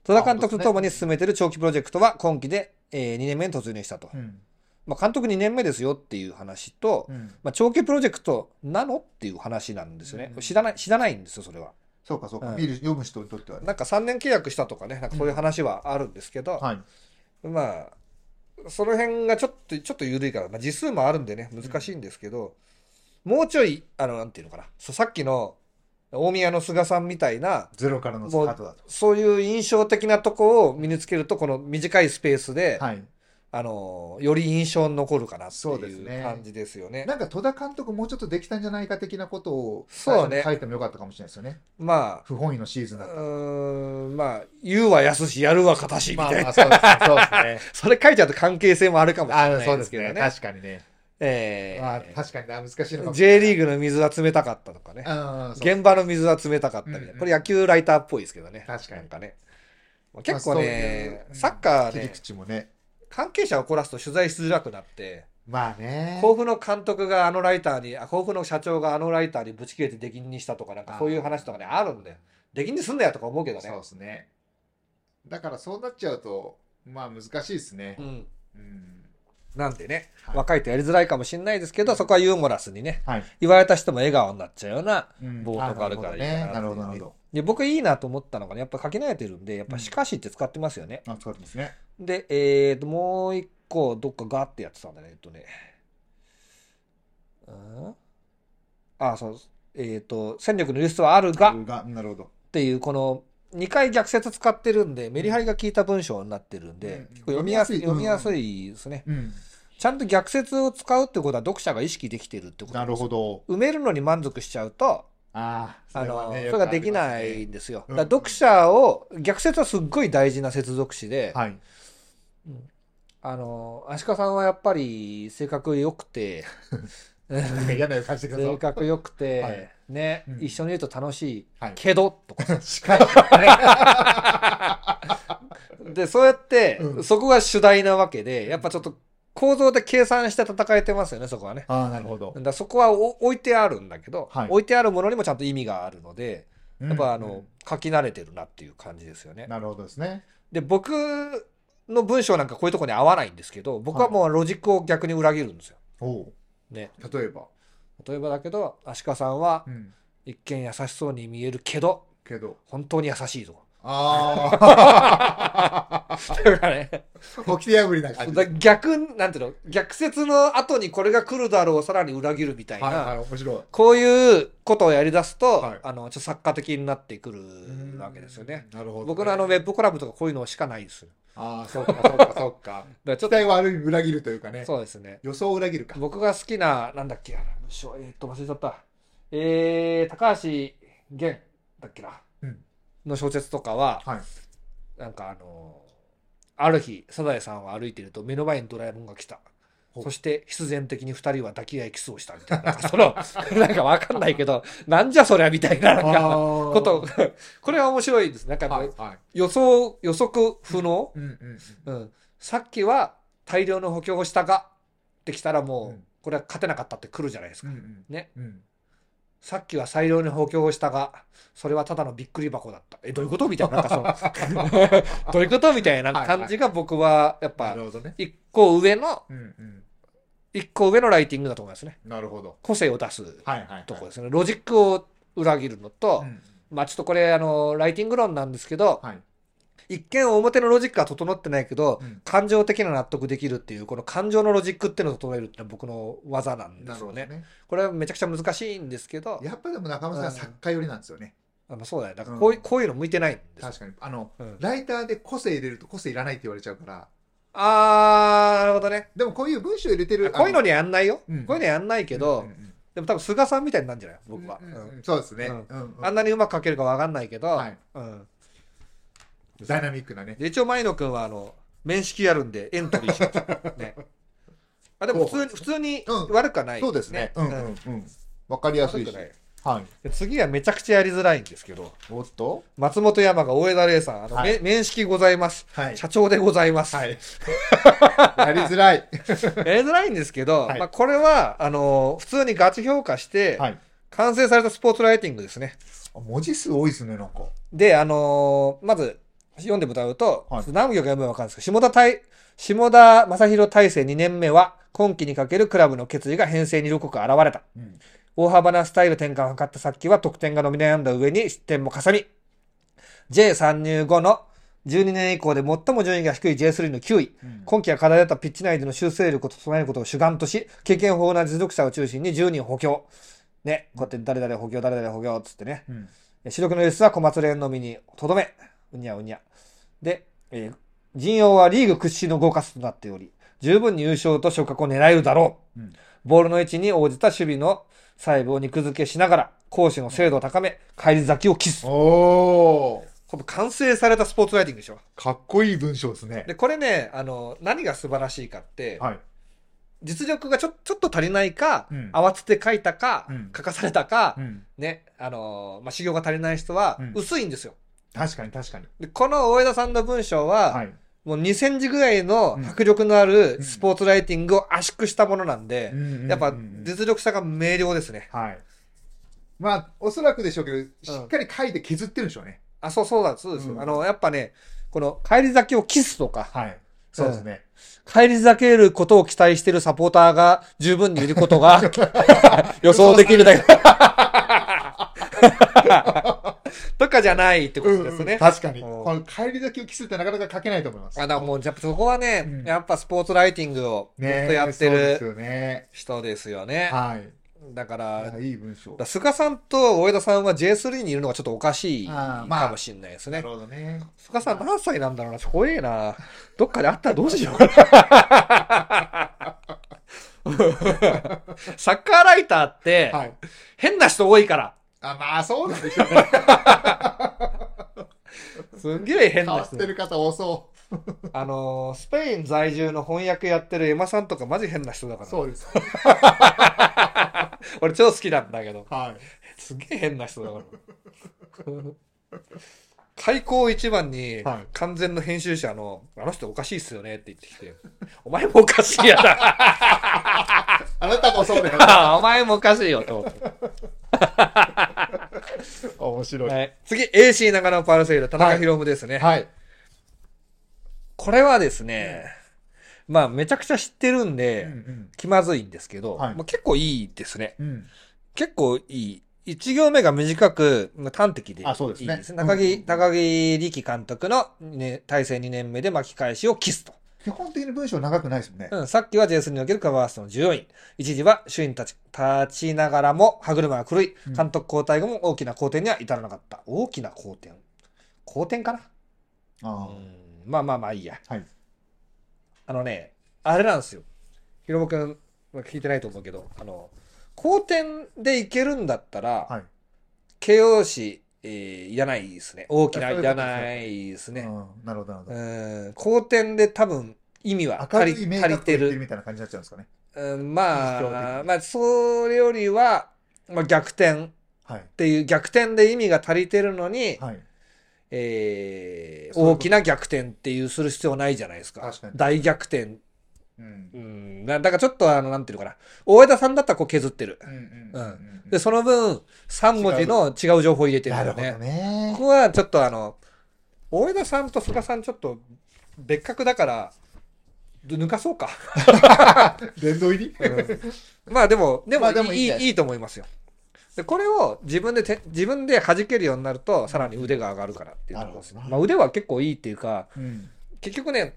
[SPEAKER 2] 戸田監督と共に進めている長期プロジェクトは今期で、え2年目に突入したと。
[SPEAKER 1] うん。
[SPEAKER 2] まあ、監督2年目ですよっていう話と、
[SPEAKER 1] うん。
[SPEAKER 2] まあ、長期プロジェクトなのっていう話なんですよね
[SPEAKER 1] う。ん
[SPEAKER 2] 知らない、知らないんですよ、それは。
[SPEAKER 1] そうか、そうか。
[SPEAKER 2] うん
[SPEAKER 1] 見る、読む人にとってはね。
[SPEAKER 2] なんか3年契約したとかね、なんかそういう話はあるんですけど、
[SPEAKER 1] はい。
[SPEAKER 2] まあ、その辺がちょっと、ちょっと緩いから、まあ、時数もあるんでね、難しいんですけど、もうちょい、あの、なんていうのかな、そうさっきの大宮の菅さんみたいな、
[SPEAKER 1] ゼロからのスタートだと。
[SPEAKER 2] そういう印象的なとこを身につけると、この短いスペースで、
[SPEAKER 1] はい。
[SPEAKER 2] あの、より印象に残るかなって
[SPEAKER 1] そうです
[SPEAKER 2] いう
[SPEAKER 1] ね
[SPEAKER 2] 感じですよね。
[SPEAKER 1] なんか戸田監督もうちょっとできたんじゃないか的なことを
[SPEAKER 2] そう
[SPEAKER 1] 最初
[SPEAKER 2] ね
[SPEAKER 1] に書いてもよかったかもしれないですよね。
[SPEAKER 2] ま
[SPEAKER 1] 不本意のシーズン
[SPEAKER 2] あ、
[SPEAKER 1] だっ
[SPEAKER 2] う
[SPEAKER 1] た。
[SPEAKER 2] ーん、まあ、言うは安し、やるは堅し、み
[SPEAKER 1] まあ
[SPEAKER 2] た
[SPEAKER 1] ま
[SPEAKER 2] いな。
[SPEAKER 1] あそうですね。 そうですね。
[SPEAKER 2] それ書いちゃうと関係性もあるかもしれ
[SPEAKER 1] あ
[SPEAKER 2] ない
[SPEAKER 1] そう
[SPEAKER 2] で
[SPEAKER 1] ですす
[SPEAKER 2] けど
[SPEAKER 1] ね。
[SPEAKER 2] ね。
[SPEAKER 1] 確かにね。
[SPEAKER 2] え
[SPEAKER 1] まあ
[SPEAKER 2] ー
[SPEAKER 1] 確かにな難しいのかもし
[SPEAKER 2] J リーグの水は冷たかったとかね
[SPEAKER 1] れ。ない。うん、そう
[SPEAKER 2] 現場の水は冷たかったみたい
[SPEAKER 1] うんう
[SPEAKER 2] な。
[SPEAKER 1] ん
[SPEAKER 2] これ野球ライターっぽいですけどね。
[SPEAKER 1] 確かに
[SPEAKER 2] なんかね。まあ結構
[SPEAKER 1] ま
[SPEAKER 2] ね、
[SPEAKER 1] あそういう
[SPEAKER 2] サッカー
[SPEAKER 1] 切り
[SPEAKER 2] ね、
[SPEAKER 1] 口もね。
[SPEAKER 2] 関係者を怒らすと取材しづらくなって、
[SPEAKER 1] まあね。
[SPEAKER 2] 甲府の監督があのライターに、あ甲府の社長があのライターにぶち切れて出禁にしたとか、なんかそういう話とかね、あるんだよ。出禁にすんなよとか思うけど
[SPEAKER 1] そう
[SPEAKER 2] ね
[SPEAKER 1] で。すね。だからそうなっちゃうと、まあ難しいですね
[SPEAKER 2] う。ん。
[SPEAKER 1] うん。
[SPEAKER 2] なんでね、
[SPEAKER 1] はい
[SPEAKER 2] 若いとやりづらいかもしれないですけど、そこはユーモラスにね、
[SPEAKER 1] はい。
[SPEAKER 2] 言われた人も笑顔になっちゃうような、
[SPEAKER 1] うん
[SPEAKER 2] ボートがあるからいいかな
[SPEAKER 1] なるほどね。なるほど、なるほど。
[SPEAKER 2] で、僕いいなと思ったのがね、やっぱ書き慣れてるんで、やっぱしかしって使ってますよね。
[SPEAKER 1] あ、使ってますね。
[SPEAKER 2] で、えーと、もう一個、どっかガーってやってたんだね。えっとね。うんあ、そう、えっと、戦力の流出はあるがっ
[SPEAKER 1] が、なるほど。
[SPEAKER 2] ていう、この、2回逆説使ってるんで、メリハリが効いた文章になってるん
[SPEAKER 1] うん
[SPEAKER 2] で
[SPEAKER 1] うん、
[SPEAKER 2] 結構読みやすい、
[SPEAKER 1] 読
[SPEAKER 2] 読み
[SPEAKER 1] み
[SPEAKER 2] や
[SPEAKER 1] や
[SPEAKER 2] す
[SPEAKER 1] す
[SPEAKER 2] いですね。
[SPEAKER 1] うん。
[SPEAKER 2] ちゃんと逆説を使うってことは、読者が意識できてるってこと
[SPEAKER 1] なるほど。
[SPEAKER 2] 埋めるのに満足しちゃうと、
[SPEAKER 1] ああ、
[SPEAKER 2] あの、
[SPEAKER 1] は
[SPEAKER 2] そ
[SPEAKER 1] ね
[SPEAKER 2] れができな。
[SPEAKER 1] よくあり
[SPEAKER 2] いんですよ。
[SPEAKER 1] う
[SPEAKER 2] だ
[SPEAKER 1] ん
[SPEAKER 2] から読者を、逆説はすっごい大事な接続詞で、
[SPEAKER 1] ますねはい。
[SPEAKER 2] あの、足利さんはやっぱり性格良くて、
[SPEAKER 1] なんか嫌な予感してくだ
[SPEAKER 2] 性
[SPEAKER 1] さ
[SPEAKER 2] 格良くて、
[SPEAKER 1] はい
[SPEAKER 2] ね、
[SPEAKER 1] うん
[SPEAKER 2] 一緒にいると楽しい、
[SPEAKER 1] はい
[SPEAKER 2] けど、とか。
[SPEAKER 1] い。近い
[SPEAKER 2] で、そうやって、
[SPEAKER 1] うん
[SPEAKER 2] そこが主題なわけで、やっぱちょっと構造で計算して戦えてますよね、そこはね。
[SPEAKER 1] ああ、なるほど
[SPEAKER 2] だか。らそこはお置いてあるんだけど、
[SPEAKER 1] はい
[SPEAKER 2] 置いてあるものにもちゃんと意味があるので、やっぱあの、
[SPEAKER 1] うん
[SPEAKER 2] 書き慣れてるなっていう感じですよね。
[SPEAKER 1] なるほどですね。
[SPEAKER 2] で、僕の文章なんかこういうとこに合わないんですけど、僕はもうロジックを逆に裏切るんですよ。
[SPEAKER 1] おう
[SPEAKER 2] ね。
[SPEAKER 1] 例えば。
[SPEAKER 2] 例えばだけど、足利さんは
[SPEAKER 1] うん。
[SPEAKER 2] 一見優しそうに見えるけど、
[SPEAKER 1] けど。
[SPEAKER 2] 本当に優しいぞ。
[SPEAKER 1] あ あ。
[SPEAKER 2] だから ね、
[SPEAKER 1] 起きて破りな感じ。
[SPEAKER 2] だ逆、なんていうの、逆説の後にこれが来るだろうをさらに裏切るみたいな、
[SPEAKER 1] はいはい、面白い。
[SPEAKER 2] こういうことをやり出すと、
[SPEAKER 1] はい
[SPEAKER 2] あの、ちょっと作家的になってくるわけですよね。
[SPEAKER 1] うん。なるほどね。
[SPEAKER 2] 僕のあのウェブコラムとかこういうのしかないです。だか
[SPEAKER 1] ああ、そうか、そうか、そうか。
[SPEAKER 2] ら ちょ
[SPEAKER 1] 期
[SPEAKER 2] っと、
[SPEAKER 1] 待を裏裏切るというかね。
[SPEAKER 2] そうですね。
[SPEAKER 1] 予想を裏切るか。
[SPEAKER 2] 僕が好きな、なんだっけ、あのしょえーっと、忘れちゃった。えー、高橋源だっけな、
[SPEAKER 1] うん
[SPEAKER 2] の小説とかは、
[SPEAKER 1] はい。
[SPEAKER 2] なんかあのある日、サザエさんは歩いていると目の前にドラえもんが来た。
[SPEAKER 1] ほう
[SPEAKER 2] そして必然的に二人は抱き合いキスをしたみたいな。 その、なんかわかんないけど、なんじゃそりゃみたいな、なんか、こ。
[SPEAKER 1] こと
[SPEAKER 2] これは面白いです。なんかも
[SPEAKER 1] はいうはい。
[SPEAKER 2] 予想、予測不能。
[SPEAKER 1] うんうん
[SPEAKER 2] うん。さっきは大量の補強をしたが、ってきたら
[SPEAKER 1] う、
[SPEAKER 2] もうんこれは勝てなかったって来るじゃないです
[SPEAKER 1] う
[SPEAKER 2] か。
[SPEAKER 1] ん。
[SPEAKER 2] ね。
[SPEAKER 1] うん。
[SPEAKER 2] さっきは大量に補強をしたが、それはただのびっくり箱だった。え、どういうことみたいな、なん かその、 どういうことみたいな感じが僕は、やっ
[SPEAKER 1] な
[SPEAKER 2] ぱ
[SPEAKER 1] る、ほどね。
[SPEAKER 2] 一個上の、
[SPEAKER 1] うんうん。
[SPEAKER 2] 一個上のライティングだと思いますね。
[SPEAKER 1] なるほど。
[SPEAKER 2] 個性を出す
[SPEAKER 1] はいはいはい。
[SPEAKER 2] とこですね。ロジックを裏切るのと
[SPEAKER 1] う、ん
[SPEAKER 2] まあちょっとこれ、あの、ライティング論なんですけど、
[SPEAKER 1] はい。
[SPEAKER 2] 一見表のロジックは整ってないけど
[SPEAKER 1] う、ん
[SPEAKER 2] 感情的な納得できるっていう、この感情のロジックっていうのを整えるっていうのは僕の技なんで
[SPEAKER 1] なる
[SPEAKER 2] す
[SPEAKER 1] ほど
[SPEAKER 2] よね。
[SPEAKER 1] ね。
[SPEAKER 2] これはめちゃくちゃ難しいんですけど、
[SPEAKER 1] やっぱでも中村さんは作家寄りなんですよね。
[SPEAKER 2] あのそうだよ。だからこういう、
[SPEAKER 1] うん
[SPEAKER 2] こういうの向いてないんですよ。
[SPEAKER 1] 確かに。あの、
[SPEAKER 2] うん
[SPEAKER 1] ライターで個性入れると個性いらないって言われちゃうから。
[SPEAKER 2] あー、なるほどね。
[SPEAKER 1] でもこういう文章入れてる。
[SPEAKER 2] こういうの
[SPEAKER 1] に
[SPEAKER 2] にはやんないよ。
[SPEAKER 1] うん
[SPEAKER 2] こういうのはやんないけど、でも多分菅さんみたいになるんじゃない僕は。うん
[SPEAKER 1] そうですね。
[SPEAKER 2] う
[SPEAKER 1] うんんうん
[SPEAKER 2] あんなにうまく書けるかわかんないけど、
[SPEAKER 1] はい
[SPEAKER 2] うん
[SPEAKER 1] ダイナミックなね。
[SPEAKER 2] で一応、前野君は、あの、面識やるんで、エントリーし ました。ね。あ、でも普通に、普通に
[SPEAKER 1] うん
[SPEAKER 2] 悪くはない、
[SPEAKER 1] そうですね。うんうんうん。わかりやすいし。
[SPEAKER 2] 悪くない
[SPEAKER 1] はい。
[SPEAKER 2] で次がめちゃくちゃやりづらいんですけど、
[SPEAKER 1] おっと
[SPEAKER 2] 松本山が大枝玲さん、あの、
[SPEAKER 1] はい
[SPEAKER 2] め面識ございます。
[SPEAKER 1] はい。
[SPEAKER 2] 社長でございます。
[SPEAKER 1] はい。やりづらい。
[SPEAKER 2] やりづらいんですけど、
[SPEAKER 1] はい
[SPEAKER 2] まあ、これは、あの普通にガチ評価して、
[SPEAKER 1] はい。
[SPEAKER 2] 完成されたスポーツライティングですね。
[SPEAKER 1] あ文字数多いですね、なんか。
[SPEAKER 2] で、あのーまず、読んでもらうと、
[SPEAKER 1] はい
[SPEAKER 2] 何行か読めばわかるんですけど、下田大、下田正宏大成2年目は、今季にかけるクラブの決意が編成に色濃く現れた。
[SPEAKER 1] うん。
[SPEAKER 2] 大幅なスタイル転換を図ったさっきは得点が伸び悩んだ上に失点もかさみ、J 参入後の12年以降で最も順位が低い J3 の9位、
[SPEAKER 1] うん
[SPEAKER 2] 今季は課題だったピッチ内での修正力を整えることを主眼とし、経験豊富な実力者を中心に10人補強。ね、こうやって誰々補強、誰々補強っつってね。
[SPEAKER 1] うん。
[SPEAKER 2] 主力のエースは小松連のみにとどめ、うにゃうにゃ。で、えー陣容はリーグ屈指の豪華さとなっており、十分に優勝と昇格を狙えるだろう。
[SPEAKER 1] うん
[SPEAKER 2] ボールの位置に応じた守備の細部を肉付けしながら、攻守の精度を高め、返り咲きをキス。
[SPEAKER 1] おー。
[SPEAKER 2] この完成されたスポーツライティングでしょ。
[SPEAKER 1] かっこいい文章ですね。
[SPEAKER 2] で、これね、あの、何が素晴らしいかって、
[SPEAKER 1] はい。
[SPEAKER 2] 実力がちょ、ちょっと足りないか、
[SPEAKER 1] うん
[SPEAKER 2] 慌てて書いたか、
[SPEAKER 1] うん
[SPEAKER 2] 書かされたか、
[SPEAKER 1] うん。
[SPEAKER 2] ね、あのーまあ、修行が足りない人は
[SPEAKER 1] うん、
[SPEAKER 2] 薄いんですよ。
[SPEAKER 1] 確かに確かに。
[SPEAKER 2] でこの大江田さんの文章は、
[SPEAKER 1] はい。
[SPEAKER 2] もう2センチぐらいの迫力のある
[SPEAKER 1] ん
[SPEAKER 2] スポーツライティングを圧縮したものなんで、やっぱ
[SPEAKER 1] うんうんうん
[SPEAKER 2] 実力者が明瞭ですね。
[SPEAKER 1] はい。まあ、おそらくでしょうけど、しっかり書いて削ってるんでしょうね。
[SPEAKER 2] あ、そうそうだ、そうです。
[SPEAKER 1] うん
[SPEAKER 2] あの、やっぱね、この帰り咲きをキスとか、
[SPEAKER 1] はい。そうですね。
[SPEAKER 2] 帰り咲けることを期待しているサポーターが十分にいること が予想できるだけ。 とかじゃないってこ
[SPEAKER 1] うん
[SPEAKER 2] と
[SPEAKER 1] う
[SPEAKER 2] です
[SPEAKER 1] ん
[SPEAKER 2] ね。
[SPEAKER 1] 確かに。
[SPEAKER 2] うん
[SPEAKER 1] この帰り咲きをキスってなかなか書けないと思います。
[SPEAKER 2] あだからもう、やっぱそこはね、
[SPEAKER 1] うん
[SPEAKER 2] やっぱスポーツライティングをずっとやって
[SPEAKER 1] そうです
[SPEAKER 2] る
[SPEAKER 1] よね。
[SPEAKER 2] 人ですよね。
[SPEAKER 1] はい。
[SPEAKER 2] だか
[SPEAKER 1] なん
[SPEAKER 2] ら
[SPEAKER 1] か、いい文章
[SPEAKER 2] だか。ら菅さんと大江田さんは J3 にいるのがちょっとおかしい
[SPEAKER 1] あーまあ
[SPEAKER 2] かもしれないですね。
[SPEAKER 1] ほどね。
[SPEAKER 2] 菅さん何歳なんだろうな、怖え な。どっかで会ったらどうしようかな。 サッカーライターって、
[SPEAKER 1] はい。
[SPEAKER 2] 変な人多いから。
[SPEAKER 1] あ、まあ、そうなんでしょうね。
[SPEAKER 2] すんげえ変
[SPEAKER 1] 変わ
[SPEAKER 2] な
[SPEAKER 1] っ
[SPEAKER 2] 人。
[SPEAKER 1] てる方多そ
[SPEAKER 2] あのースペイン在住の翻訳やってるエマさんとかマジ変な人だ か
[SPEAKER 1] う。
[SPEAKER 2] ら。
[SPEAKER 1] そうです。
[SPEAKER 2] 俺超好きなんだけど。
[SPEAKER 1] はい。
[SPEAKER 2] すげえ変な人だから。開口一番に
[SPEAKER 1] はい
[SPEAKER 2] 完全の編集者の、あの人おかしいっすよねって言ってきて、お前もおかしいやな。
[SPEAKER 1] あなたもそうだよ。
[SPEAKER 2] お前もおかしいよと思って。
[SPEAKER 1] 面白い。はい。
[SPEAKER 2] はい、次、AC 長野パルセイド、田中博文ですね、これはですね、まあめちゃくちゃ知ってるんで、
[SPEAKER 1] うん
[SPEAKER 2] 気まずいんですけど、
[SPEAKER 1] はい
[SPEAKER 2] まあ、結構いいですね。
[SPEAKER 1] うん。うん。
[SPEAKER 2] 結構いい。一行目が短く、まあ、端的でいい
[SPEAKER 1] あそうですね
[SPEAKER 2] 中木、
[SPEAKER 1] うん
[SPEAKER 2] 高木力監督の、ね、体制2年目で巻き返しをキスと。
[SPEAKER 1] 基本的に文章長くないですもんね。
[SPEAKER 2] うん、さっきは J3 におけるカバースの14位。一時は首位に立ち立ちながらも歯車が狂い、
[SPEAKER 1] うん
[SPEAKER 2] 監督交代後も大きな好転には至らなかった。大きな好転。好転かな
[SPEAKER 1] あ
[SPEAKER 2] うん、まあまあまあいいや。
[SPEAKER 1] はい
[SPEAKER 2] あのね、あれなんですよ。ひろぼくんは聞いてないと思うけど、あの、好転でいけるんだったら、
[SPEAKER 1] あ。はい。
[SPEAKER 2] 形容詞、えーいらないですね。大きな
[SPEAKER 1] そういうこと
[SPEAKER 2] いらないです
[SPEAKER 1] う
[SPEAKER 2] ね。
[SPEAKER 1] んなるほど、なるほど。
[SPEAKER 2] うん、好転で多分意味は
[SPEAKER 1] 明
[SPEAKER 2] 足
[SPEAKER 1] る
[SPEAKER 2] り
[SPEAKER 1] い明
[SPEAKER 2] 足
[SPEAKER 1] 確
[SPEAKER 2] り
[SPEAKER 1] に言
[SPEAKER 2] て
[SPEAKER 1] って
[SPEAKER 2] る
[SPEAKER 1] る。みたいな感じになっちゃうんですかね。
[SPEAKER 2] うん
[SPEAKER 1] 印
[SPEAKER 2] ま
[SPEAKER 1] 象
[SPEAKER 2] あ、
[SPEAKER 1] 的
[SPEAKER 2] まあ、それよりは、まあ、逆転っ
[SPEAKER 1] はい。
[SPEAKER 2] ていう、逆転で意味が足りてるのに、
[SPEAKER 1] はい。
[SPEAKER 2] えー
[SPEAKER 1] そういうこと
[SPEAKER 2] 大きな逆転っていうする必要ないじゃないですか。
[SPEAKER 1] 確かに
[SPEAKER 2] 大逆転。
[SPEAKER 1] うん
[SPEAKER 2] う。ん、なだからちょっと、あの、なんていうのかな。大枝さんだったらこう削ってる
[SPEAKER 1] う。ん
[SPEAKER 2] う
[SPEAKER 1] うんん。
[SPEAKER 2] で、その分、3文字の違う情報を入れてる
[SPEAKER 1] なる
[SPEAKER 2] よ
[SPEAKER 1] ほど
[SPEAKER 2] ね。
[SPEAKER 1] ね
[SPEAKER 2] こ。こはちょっとあの、大枝さんと菅さんちょっと別格だから、抜かそうか。
[SPEAKER 1] 殿堂入り
[SPEAKER 2] まあでも、で
[SPEAKER 1] ま
[SPEAKER 2] も
[SPEAKER 1] あでも
[SPEAKER 2] いい、
[SPEAKER 1] いいね
[SPEAKER 2] いいと思いますよ。で、これを自分でて、自分で弾けるようになると、さらに腕が上がるからっていうところですね
[SPEAKER 1] なるほど
[SPEAKER 2] まあ腕は結構いいっていうか、
[SPEAKER 1] うん。
[SPEAKER 2] 結局ね、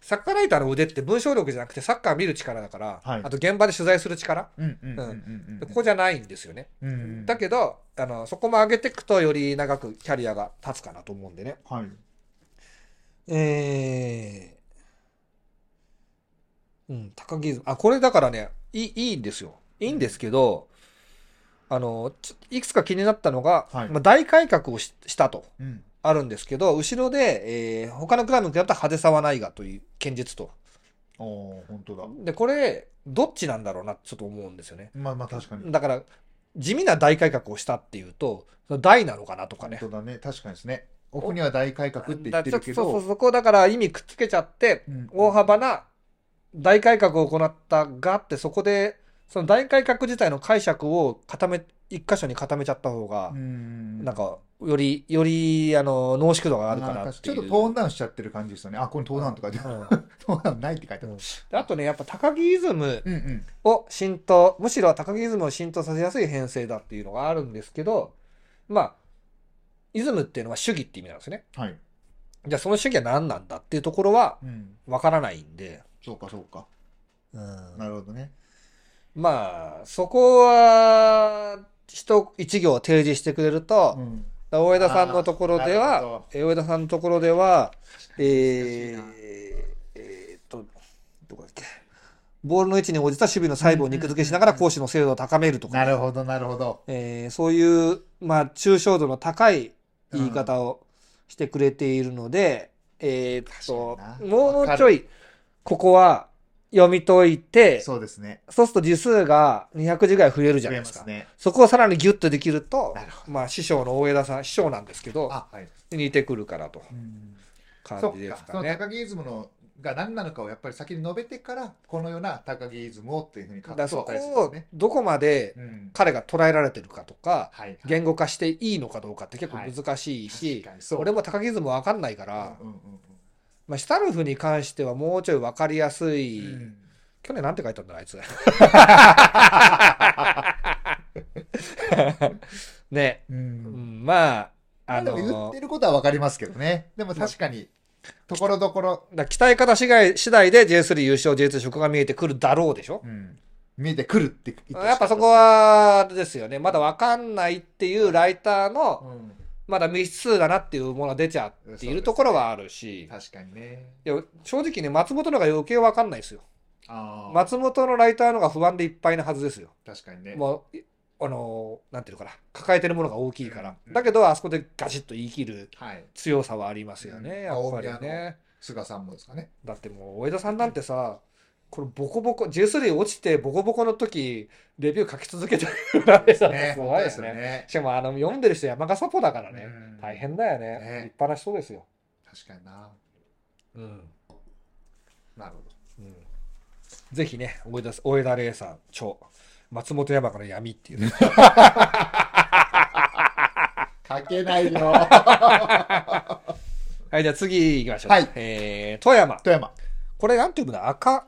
[SPEAKER 2] サッカーライターの腕って文章力じゃなくてサッカー見る力だから、
[SPEAKER 1] はい
[SPEAKER 2] あと現場で取材する力、
[SPEAKER 1] うんうんうんうん
[SPEAKER 2] ここじゃないんですよね。
[SPEAKER 1] うんうん。
[SPEAKER 2] だけど、あの、そこも上げていくとより長くキャリアが立つかなと思うんでね。
[SPEAKER 1] はい。
[SPEAKER 2] えー、うん、高木イズムあ、これだからね、いい、いいんですよ。いいんですけど、あの、ちょいくつか気になったのが、
[SPEAKER 1] はい
[SPEAKER 2] まあ、大改革をし、したと、
[SPEAKER 1] うん。
[SPEAKER 2] あるんですけど、後ろで、えー他のクラブに比べた派手さはないがという堅実と。
[SPEAKER 1] おー、本当だ。
[SPEAKER 2] で、これ、どっちなんだろうな、ちょっと思うんですよね。
[SPEAKER 1] まあまあ確かに。
[SPEAKER 2] だから、地味な大改革をしたっていうと、その大なのかなとかね。
[SPEAKER 1] 本当だね。確かにですね。オフには大改革って言ってるけ
[SPEAKER 2] だからちょっとそうそう
[SPEAKER 1] ど、
[SPEAKER 2] そこだから意味くっつけちゃって、
[SPEAKER 1] うん
[SPEAKER 2] 大幅な大改革を行ったがあって、そこで、その大改革自体の解釈を固め、一箇所に固めちゃった方が
[SPEAKER 1] う、ん
[SPEAKER 2] なんか、より、より、あの、濃縮度があるか
[SPEAKER 1] あ
[SPEAKER 2] な
[SPEAKER 1] ー
[SPEAKER 2] っていう。
[SPEAKER 1] ちょっとトーンダウンしちゃってる感じですよね。あ、これトーンダウンとかで、ト
[SPEAKER 2] うん
[SPEAKER 1] ーンダウンないって書いてある。
[SPEAKER 2] であとね、やっぱ高木イズム
[SPEAKER 1] うんうん。
[SPEAKER 2] を浸透、むしろ高木イズムを浸透させやすい編成だっていうのがあるんですけど、まあ、イズムっていうのは主義って意味なんですね。
[SPEAKER 1] はい。
[SPEAKER 2] じゃあその主義は何なんだっていうところは
[SPEAKER 1] うん。
[SPEAKER 2] わからないんで、
[SPEAKER 1] そうか、そうか。
[SPEAKER 2] うん
[SPEAKER 1] なるほどね。
[SPEAKER 2] まあ、そこは、一、一行提示してくれると、
[SPEAKER 1] うん。
[SPEAKER 2] だから大江田さんのところで
[SPEAKER 1] あーなるほ
[SPEAKER 2] は
[SPEAKER 1] ど、
[SPEAKER 2] えー大江田さんのところでは、えー
[SPEAKER 1] 難し
[SPEAKER 2] えーっと、どこだっけ、ボールの位置に応じた守備の細部を肉付けしながら攻守の精度を高めると
[SPEAKER 1] な
[SPEAKER 2] か、
[SPEAKER 1] るほど、なるほど。
[SPEAKER 2] えーそういう、まあ、抽象度の高い言い方をしてくれているので、えーっと
[SPEAKER 1] 確、かにな
[SPEAKER 2] も
[SPEAKER 1] わ
[SPEAKER 2] う
[SPEAKER 1] かる
[SPEAKER 2] ちょい、ここは読み解いて、
[SPEAKER 1] そうですね。
[SPEAKER 2] そうすると字数が200字ぐらい増えるじゃ
[SPEAKER 1] 増
[SPEAKER 2] な
[SPEAKER 1] えま
[SPEAKER 2] いです
[SPEAKER 1] す
[SPEAKER 2] か。
[SPEAKER 1] ね。
[SPEAKER 2] そこをさらにギュッとできると
[SPEAKER 1] なるほ、
[SPEAKER 2] まあ師匠の大江田さん、師匠なんですけど、
[SPEAKER 1] あ、はい。
[SPEAKER 2] 似てくるからと
[SPEAKER 1] うんそ
[SPEAKER 2] 感じ
[SPEAKER 1] っ
[SPEAKER 2] で
[SPEAKER 1] か
[SPEAKER 2] す、
[SPEAKER 1] そ
[SPEAKER 2] か
[SPEAKER 1] の
[SPEAKER 2] ね。
[SPEAKER 1] 高木イズムのが何なのかをやっぱり先に述べてから、このような高木イズムをっていうふうに書
[SPEAKER 2] だ
[SPEAKER 1] く
[SPEAKER 2] か
[SPEAKER 1] と
[SPEAKER 2] らそ
[SPEAKER 1] 分か
[SPEAKER 2] こ
[SPEAKER 1] りやすいです
[SPEAKER 2] を
[SPEAKER 1] ね。
[SPEAKER 2] どこまで
[SPEAKER 1] うん。
[SPEAKER 2] 彼が捉えられてるかとか、
[SPEAKER 1] はい。
[SPEAKER 2] 言語化していいのかどうかって結構難しいし
[SPEAKER 1] 確、かにそう
[SPEAKER 2] 俺も高木ズムわかんないか
[SPEAKER 1] うん
[SPEAKER 2] ら、
[SPEAKER 1] うんうん
[SPEAKER 2] まあ、シュタルフに関してはもうちょいわかりやす
[SPEAKER 1] う
[SPEAKER 2] い、
[SPEAKER 1] ん。
[SPEAKER 2] 去年なんて書いたんだろうあいつ。 ね、
[SPEAKER 1] う。
[SPEAKER 2] うんん、まあ、
[SPEAKER 1] ま
[SPEAKER 2] あ
[SPEAKER 1] あでも言
[SPEAKER 2] の
[SPEAKER 1] ってることは分かりますけどね。でも確かに、ところどころ、
[SPEAKER 2] だから鍛え方次第次第で J3 優勝、J2 職が見えてくるだろうでしょ、
[SPEAKER 1] うん、見えてくるって言って
[SPEAKER 2] やっぱそこ、は、あれですよね、まだ分かんないっていうライターの、
[SPEAKER 1] う
[SPEAKER 2] まだ未知数だなっていうものが出ちゃっているところはあるし
[SPEAKER 1] ん、、確かにね。
[SPEAKER 2] いや正直ね、松本のが余計分かんないですよ。
[SPEAKER 1] ああ、
[SPEAKER 2] 松本のライターのが不安でいっぱいなはずですよ。
[SPEAKER 1] 確かにね。
[SPEAKER 2] もういあのーなんていうのかな、抱えてるものが大きいから。
[SPEAKER 1] うん
[SPEAKER 2] だけど、あそこでガシッと言い切る
[SPEAKER 1] はい。
[SPEAKER 2] 強さはありますよ
[SPEAKER 1] うん
[SPEAKER 2] ね、やっぱり
[SPEAKER 1] 青宮
[SPEAKER 2] ね。
[SPEAKER 1] 菅さんもですかね。
[SPEAKER 2] だってもう、大江田さんなんてさ、これボコボコ、J3 落ちてボコボコの時、レビュー書き続けてるわけじゃない
[SPEAKER 1] ね、
[SPEAKER 2] す
[SPEAKER 1] 本
[SPEAKER 2] ご
[SPEAKER 1] 当
[SPEAKER 2] い
[SPEAKER 1] で
[SPEAKER 2] ですす
[SPEAKER 1] よ
[SPEAKER 2] ね。
[SPEAKER 1] ね。
[SPEAKER 2] しかもあの読んでる人山笠ポだからね、
[SPEAKER 1] うん
[SPEAKER 2] 大変だよね
[SPEAKER 1] ね
[SPEAKER 2] 立派な人ですよ、
[SPEAKER 1] 確かにな。
[SPEAKER 2] うん
[SPEAKER 1] なるほど。
[SPEAKER 2] うん、ぜひね大江田大江田玲さん超松本山から闇っていうね
[SPEAKER 1] 書け ないよ。
[SPEAKER 2] はいじゃあ次行きましょう、
[SPEAKER 1] はい
[SPEAKER 2] えー、富山
[SPEAKER 1] 富山。
[SPEAKER 2] これなんて読むんだ赤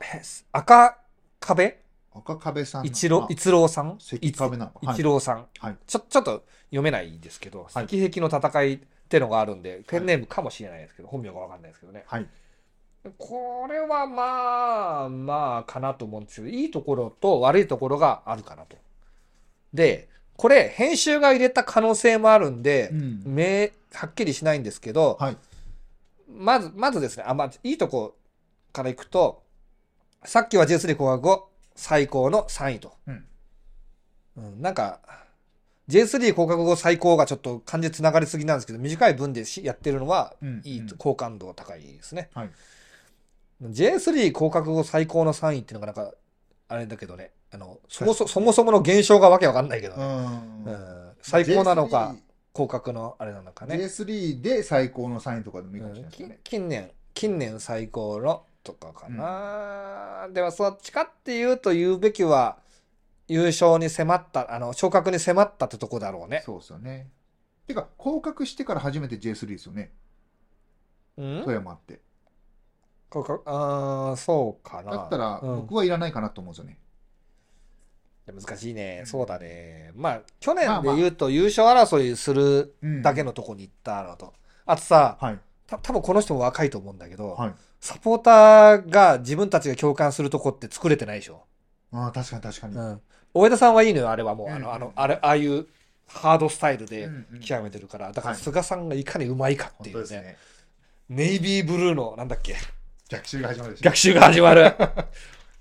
[SPEAKER 2] 赤壁
[SPEAKER 1] 赤壁さんなのか
[SPEAKER 2] 一郎
[SPEAKER 1] な。
[SPEAKER 2] 一郎さん
[SPEAKER 1] 赤壁なのか。
[SPEAKER 2] 一
[SPEAKER 1] 郎。
[SPEAKER 2] 郎さん、
[SPEAKER 1] はい
[SPEAKER 2] ちょちょっと読めないんですけど「
[SPEAKER 1] はい
[SPEAKER 2] 赤壁の戦い」ってのがあるんでペンネームかもしれないですけど、本名がわかんないですけどね
[SPEAKER 1] はい。
[SPEAKER 2] これはまあまあかなと思うんですけど、いいところと悪いところがあるかなと。で、これ編集が入れた可能性もあるんで、
[SPEAKER 1] うん
[SPEAKER 2] 明はっきりしないんですけど、
[SPEAKER 1] はい。
[SPEAKER 2] まず、まずですね、あ、まずいいとこからいくと、さっきは J3 工学後、最高の3位と。
[SPEAKER 1] うん
[SPEAKER 2] うんなんか、J3 降格後最高がちょっと漢字つながりすぎなんですけど、短い文でしやってるのは
[SPEAKER 1] うん
[SPEAKER 2] いい、
[SPEAKER 1] うん
[SPEAKER 2] 好感度高いですね。
[SPEAKER 1] はい
[SPEAKER 2] J3 降格後最高の3位っていうのがなんか、あれだけどね、あの、そもそそもそもの現象がわけわかんないけど
[SPEAKER 1] う。
[SPEAKER 2] ね、うんん最高なのか、降格のあれなのかね。
[SPEAKER 1] J3。J3 で最高の3位とかでもいいかもしれないです
[SPEAKER 2] 近
[SPEAKER 1] ね。
[SPEAKER 2] 近年近年最高のとかかな、ではそっちかっていうと言うべきは優勝に迫ったあの昇格に迫ったってとこだろうね
[SPEAKER 1] そうですよね。てか、降格してから初めて J3 ですよね。
[SPEAKER 2] うん
[SPEAKER 1] 富山って。
[SPEAKER 2] ここあーそうかな
[SPEAKER 1] だったら、
[SPEAKER 2] うん
[SPEAKER 1] 僕はいらないかなと思うんですよね。
[SPEAKER 2] 難しいね
[SPEAKER 1] うん
[SPEAKER 2] そうだねまあ去
[SPEAKER 1] まあ
[SPEAKER 2] 年
[SPEAKER 1] ま
[SPEAKER 2] で
[SPEAKER 1] あ
[SPEAKER 2] 言うと優勝争いする
[SPEAKER 1] うん
[SPEAKER 2] だけ。のとこに行ったのと、あとさ
[SPEAKER 1] はい。
[SPEAKER 2] た多分この人も若いと思うんだけど、
[SPEAKER 1] はい。
[SPEAKER 2] サポーターが自分たちが共感するとこって作れてないでしょ
[SPEAKER 1] ああ、確かに確かに。
[SPEAKER 2] うん、大江田さんはいいのよあれはもう、あ
[SPEAKER 1] うん
[SPEAKER 2] のあのあれああいうハードスタイルで
[SPEAKER 1] うんうん
[SPEAKER 2] 極めてるから、だから
[SPEAKER 1] はい
[SPEAKER 2] 菅さんがいかにうまいかっ
[SPEAKER 1] 本
[SPEAKER 2] てい
[SPEAKER 1] 当で
[SPEAKER 2] うね
[SPEAKER 1] すね。
[SPEAKER 2] ネイビーブルーのなんだっけ
[SPEAKER 1] 逆襲が始まるでしょ。
[SPEAKER 2] 学習が始まる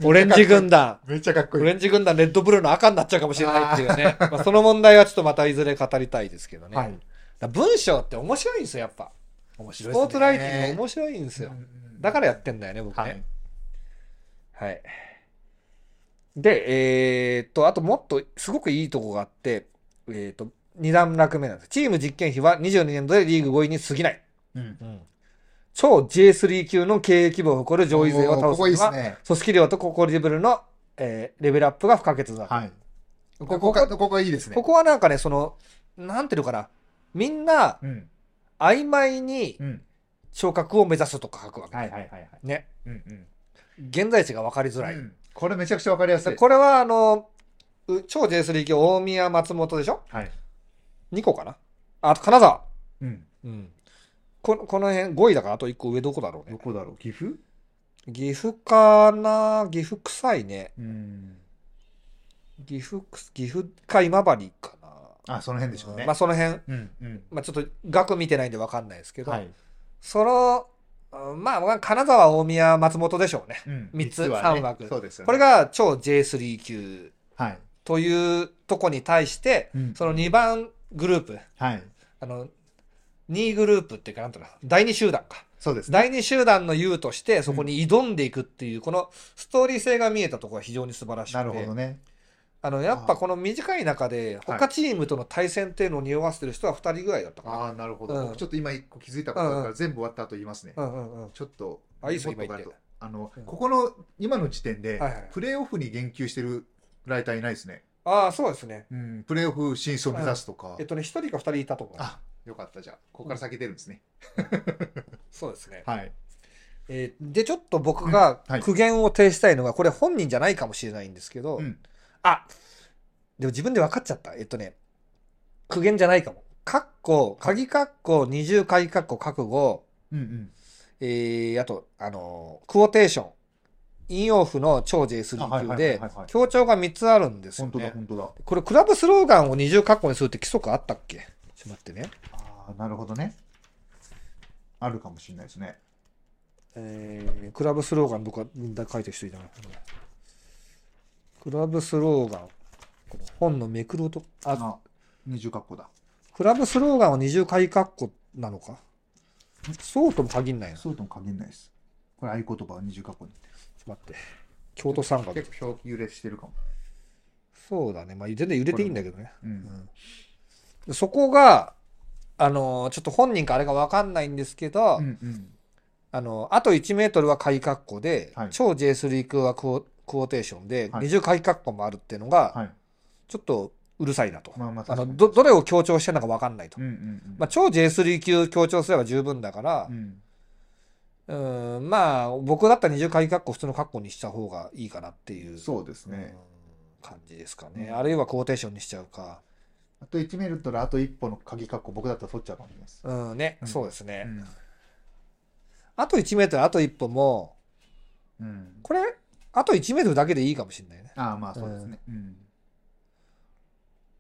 [SPEAKER 2] オレンジ軍団
[SPEAKER 1] めっちゃかっこ
[SPEAKER 2] オ
[SPEAKER 1] いい。
[SPEAKER 2] レンジ軍団レッドブルーの赤になっちゃうかもしれないってい うねまあ、その問題はちょっとまたいずれ語りたいですけどね、
[SPEAKER 1] はい。
[SPEAKER 2] だから文章って面白いんですよやっぱ
[SPEAKER 1] 面
[SPEAKER 2] スポーツライティング面白いんですよ、だからやってんだよね僕ね、
[SPEAKER 1] はい。
[SPEAKER 2] はい。で、えーっと、あともっとすごくいいとこがあって、えーっと、2段落目なんです。チーム実験費は22年度でリーグ5位に過ぎない。
[SPEAKER 1] うん。
[SPEAKER 2] 超 J3 級の経営規模を誇る上位勢を
[SPEAKER 1] おー
[SPEAKER 2] 倒
[SPEAKER 1] こ
[SPEAKER 2] す
[SPEAKER 1] こいい
[SPEAKER 2] に
[SPEAKER 1] っす
[SPEAKER 2] は、
[SPEAKER 1] ね。
[SPEAKER 2] 組織量とココリブルの、えーレベルアップが不可欠だと。
[SPEAKER 1] はい。こ
[SPEAKER 2] こ
[SPEAKER 1] こ
[SPEAKER 2] ここ
[SPEAKER 1] か、ここいいですね。
[SPEAKER 2] こはなんかね、その、なんていうのかな、みんな
[SPEAKER 1] うん。
[SPEAKER 2] 曖昧に
[SPEAKER 1] うん。
[SPEAKER 2] 昇格を目指すとか書くわけ。
[SPEAKER 1] はいはいはいはい。
[SPEAKER 2] ね。
[SPEAKER 1] うんうん。
[SPEAKER 2] 現在地が分かりづらい。
[SPEAKER 1] うんこれめちゃくちゃわかりやすい。
[SPEAKER 2] これはあの、う超 J3 級大宮松本でしょ
[SPEAKER 1] はい。
[SPEAKER 2] ?2 個かなあと金沢。
[SPEAKER 1] うん。
[SPEAKER 2] うん。ここの辺5位だからあと1個上どこだろう
[SPEAKER 1] ど
[SPEAKER 2] ね。
[SPEAKER 1] こだろう岐阜
[SPEAKER 2] 岐阜かな岐阜臭いね。
[SPEAKER 1] うん。
[SPEAKER 2] 岐阜く、岐阜か今治かな。
[SPEAKER 1] あ、その辺でしょうね
[SPEAKER 2] まあ。その辺、
[SPEAKER 1] うんうん。
[SPEAKER 2] まあちょっと額見てないんで分かんないですけど、
[SPEAKER 1] はい。
[SPEAKER 2] その、うんまあ金沢、大宮、松本でしょうね。
[SPEAKER 1] うん
[SPEAKER 2] 三つ
[SPEAKER 1] 実はね
[SPEAKER 2] 三枠
[SPEAKER 1] そうですよね。
[SPEAKER 2] これ、が超 J3 級
[SPEAKER 1] はい。
[SPEAKER 2] というとこに対して、
[SPEAKER 1] うん
[SPEAKER 2] その2番グループ、
[SPEAKER 1] はい。
[SPEAKER 2] あの、2位グループっていうか、なんていうのかな第2集団か。
[SPEAKER 1] そうですね。
[SPEAKER 2] 第2集団の優として、そこに挑んでいくっていう、このストーリー性が見えたところが非常に素晴らしくて。
[SPEAKER 1] なるほどね。
[SPEAKER 2] あの、やっぱこの短い中で、
[SPEAKER 1] はい
[SPEAKER 2] 他チームとの対戦っていうのを匂わせてる人は2人ぐらいだったかな。
[SPEAKER 1] ああ、なるほど。
[SPEAKER 2] うん
[SPEAKER 1] 僕ちょっと今一個気づいたことあるか
[SPEAKER 2] うんう
[SPEAKER 1] ら、全部終わった後言いますね
[SPEAKER 2] う。んうんうん。
[SPEAKER 1] ちょっと、
[SPEAKER 2] あいいっすよ
[SPEAKER 1] もっと
[SPEAKER 2] 今言って
[SPEAKER 1] ガードあの、
[SPEAKER 2] うん
[SPEAKER 1] ここの、今の時点で
[SPEAKER 2] はいはい、
[SPEAKER 1] プレーオフに言及してるライターいないですね。
[SPEAKER 2] ああ、そうですね。
[SPEAKER 1] うん、プレーオフ進出を目指すとか
[SPEAKER 2] えっ。とね、1人か2人いたと思う。
[SPEAKER 1] あ、よかった、じゃあ。ここから先出るんですね。
[SPEAKER 2] そうですね。
[SPEAKER 1] はい。
[SPEAKER 2] えーで、ちょっと僕が
[SPEAKER 1] うんはい
[SPEAKER 2] 苦言を呈したいのが、これ本人じゃないかもしれないんですけど、
[SPEAKER 1] うん。
[SPEAKER 2] あでも自分で分かっちゃった。えっとね、苦言じゃないかも。カッコ、鍵カッコ、二重鍵カッコ、覚悟、
[SPEAKER 1] うんうん。
[SPEAKER 2] えー、あと、あのークォーテーション、インオフの超 J3 級で
[SPEAKER 1] あはいはいはいはいはい、
[SPEAKER 2] 強調が3つあるんですよ
[SPEAKER 1] 本当だ、
[SPEAKER 2] ね。
[SPEAKER 1] 本当だ。
[SPEAKER 2] これ、クラブスローガンを二重カッコにするって規則あったっけちょっと待ってね。
[SPEAKER 1] ああ、なるほどね。あるかもしれないですね。
[SPEAKER 2] えークラブスローガン、僕は書いてる人いたな。クラブスローガン、この本のめくる音。あ、
[SPEAKER 1] あ、二重格好だ。
[SPEAKER 2] クラブスローガンは二重回括弧なのかそうとも限んないな。ちょ
[SPEAKER 1] そうとも限らないです。これ合言葉は二重格好になってる。
[SPEAKER 2] っと待って。京都三角。
[SPEAKER 1] 結構表記揺れしてるかも。
[SPEAKER 2] そうだね。まあ、全然揺れていいんだけどね。
[SPEAKER 1] う。
[SPEAKER 2] うんんでそこが、あのーちょっと本人かあれがわかんないんですけど、
[SPEAKER 1] うんうん。
[SPEAKER 2] あのーあと1メートルは回括弧で、
[SPEAKER 1] はい
[SPEAKER 2] 超 J3 級はクォクォーテーションで、
[SPEAKER 1] はい
[SPEAKER 2] 二重回括弧もあるっていうのが、
[SPEAKER 1] はい。
[SPEAKER 2] ちょっとうるさいなと。
[SPEAKER 1] まあまあ、確
[SPEAKER 2] あ
[SPEAKER 1] か
[SPEAKER 2] の
[SPEAKER 1] に
[SPEAKER 2] ど、どれを強調してるのかわかんないと。
[SPEAKER 1] うんうんうん。
[SPEAKER 2] まあ、超 J3 級強調すれば十分だから、
[SPEAKER 1] うん。
[SPEAKER 2] うーん、まあ、僕だったら二重鍵括弧普通の括弧にした方がいいかなっていう、
[SPEAKER 1] そうですね。
[SPEAKER 2] うん感じですか
[SPEAKER 1] う
[SPEAKER 2] ね。
[SPEAKER 1] ん
[SPEAKER 2] あるいはクォーテーションにしちゃうか。
[SPEAKER 1] あと1メートル、あと一歩の鍵格好、僕だったら取っちゃうかもしれないです。
[SPEAKER 2] うんね、
[SPEAKER 1] うん
[SPEAKER 2] そうですね。
[SPEAKER 1] うん
[SPEAKER 2] あと1メートル、あと1歩も、
[SPEAKER 1] うん。
[SPEAKER 2] これ、あと1メートルだけでいいかもしれないね。
[SPEAKER 1] ああ、まあそうですね。うん。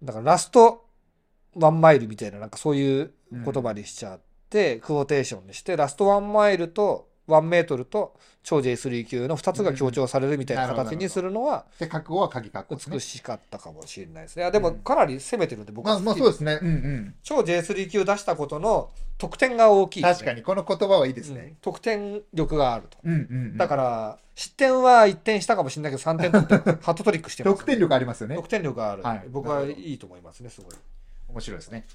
[SPEAKER 2] だからラストワンマイルみたいな、なんかそういう言葉にしちゃって、クォーテーションにして、ラストワンマイルと、1メートルと超 J3 級の2つが強調されるみたいな
[SPEAKER 1] うんなるほど
[SPEAKER 2] 形にするのは
[SPEAKER 1] で、覚悟は鍵格好ですね
[SPEAKER 2] 美。しかったかもしれないですね。あでもかなり攻めてるんで僕
[SPEAKER 1] ま
[SPEAKER 2] は
[SPEAKER 1] あ
[SPEAKER 2] 好き
[SPEAKER 1] まあそうですね。うんうん。
[SPEAKER 2] 超 J3 級出したことの得点が大きいです
[SPEAKER 1] 確
[SPEAKER 2] ね、
[SPEAKER 1] かに、この言葉はいいです
[SPEAKER 2] うん
[SPEAKER 1] ね。
[SPEAKER 2] 得点力があると。
[SPEAKER 1] うんうん。、
[SPEAKER 2] だからら、失点は1点したかもしれないけど、3点取ってるハットトリックしてます
[SPEAKER 1] 得
[SPEAKER 2] ね、
[SPEAKER 1] 点力ありますよね
[SPEAKER 2] 得。点力がある、
[SPEAKER 1] はい
[SPEAKER 2] 僕はいいと思いますね、すごい。
[SPEAKER 1] 面白いですね。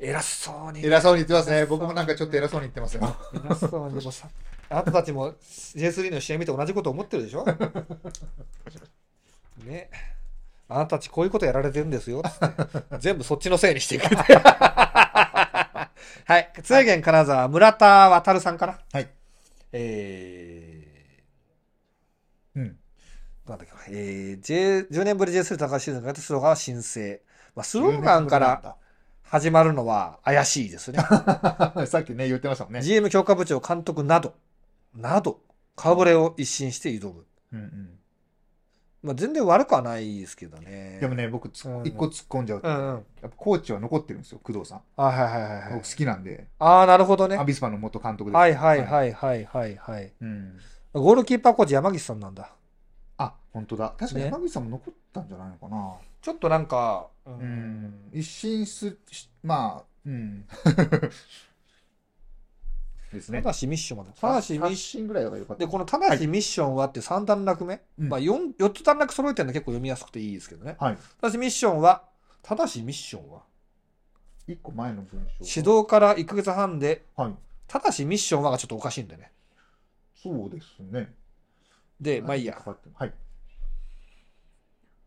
[SPEAKER 2] 偉そうに。
[SPEAKER 1] 偉そうに言ってますね。僕もなんかちょっと偉そうに言ってますよ。
[SPEAKER 2] 偉そうに。でもさあなたたちも J3 の試合見て同じこと思ってるで しょね。あなたたちこういうことやられてるんですよ。つ って全部そっちのせいにして いく。はい。津げん金沢、村田渉さんかな。
[SPEAKER 1] はい。
[SPEAKER 2] え
[SPEAKER 1] うん。
[SPEAKER 2] ー、なんだっけな、えー、J、10年ぶり J3 高橋シーズンがスローガンは申請。まあ、スローガンから始まるのは怪しいですね。
[SPEAKER 1] さっきね、言ってましたもんね。
[SPEAKER 2] GM 強化部長、監督など、など、顔ぶれを一新して挑む。
[SPEAKER 1] うんうん。
[SPEAKER 2] まあ、全然悪くはないですけどね。
[SPEAKER 1] でもね、僕つ、
[SPEAKER 2] うん
[SPEAKER 1] 一個突っ込んじゃうと、
[SPEAKER 2] う
[SPEAKER 1] や
[SPEAKER 2] んうん。
[SPEAKER 1] っぱコーチは残ってるんですよ、工藤さん。
[SPEAKER 2] あ、はいはいはいはい
[SPEAKER 1] 僕好。きなんで、
[SPEAKER 2] ああ、なるほどね
[SPEAKER 1] ア。ビスパの元監督です。
[SPEAKER 2] はいはいはいはいはいはい。
[SPEAKER 1] うん。
[SPEAKER 2] ゴールキーパーコーチ山岸さんなんだ。
[SPEAKER 1] あ、本当だ。確かに
[SPEAKER 2] ね
[SPEAKER 1] 山口さんも残ったんじゃないのかな。
[SPEAKER 2] ちょっとなんか、う
[SPEAKER 1] う。ん。一進す、しまあ、うん。です
[SPEAKER 2] た
[SPEAKER 1] ね。
[SPEAKER 2] だしミッショ ンまで。ただしミッ
[SPEAKER 1] 発
[SPEAKER 2] ション。
[SPEAKER 1] 信ぐらいが良かった。
[SPEAKER 2] で、このただしミッションはって3段落目。
[SPEAKER 1] うん
[SPEAKER 2] まあ 4, 4つ段落揃えてるの結構読みやすくていいですけどね。
[SPEAKER 1] はい。
[SPEAKER 2] ただしミッションは、ただしミッションは、
[SPEAKER 1] 一個前の文章。
[SPEAKER 2] 指。導から1ヶ月半で、
[SPEAKER 1] はい。
[SPEAKER 2] ただしミッションはがちょっとおかしいんだよね。
[SPEAKER 1] そうですね。
[SPEAKER 2] で、まあいいや。
[SPEAKER 1] はい。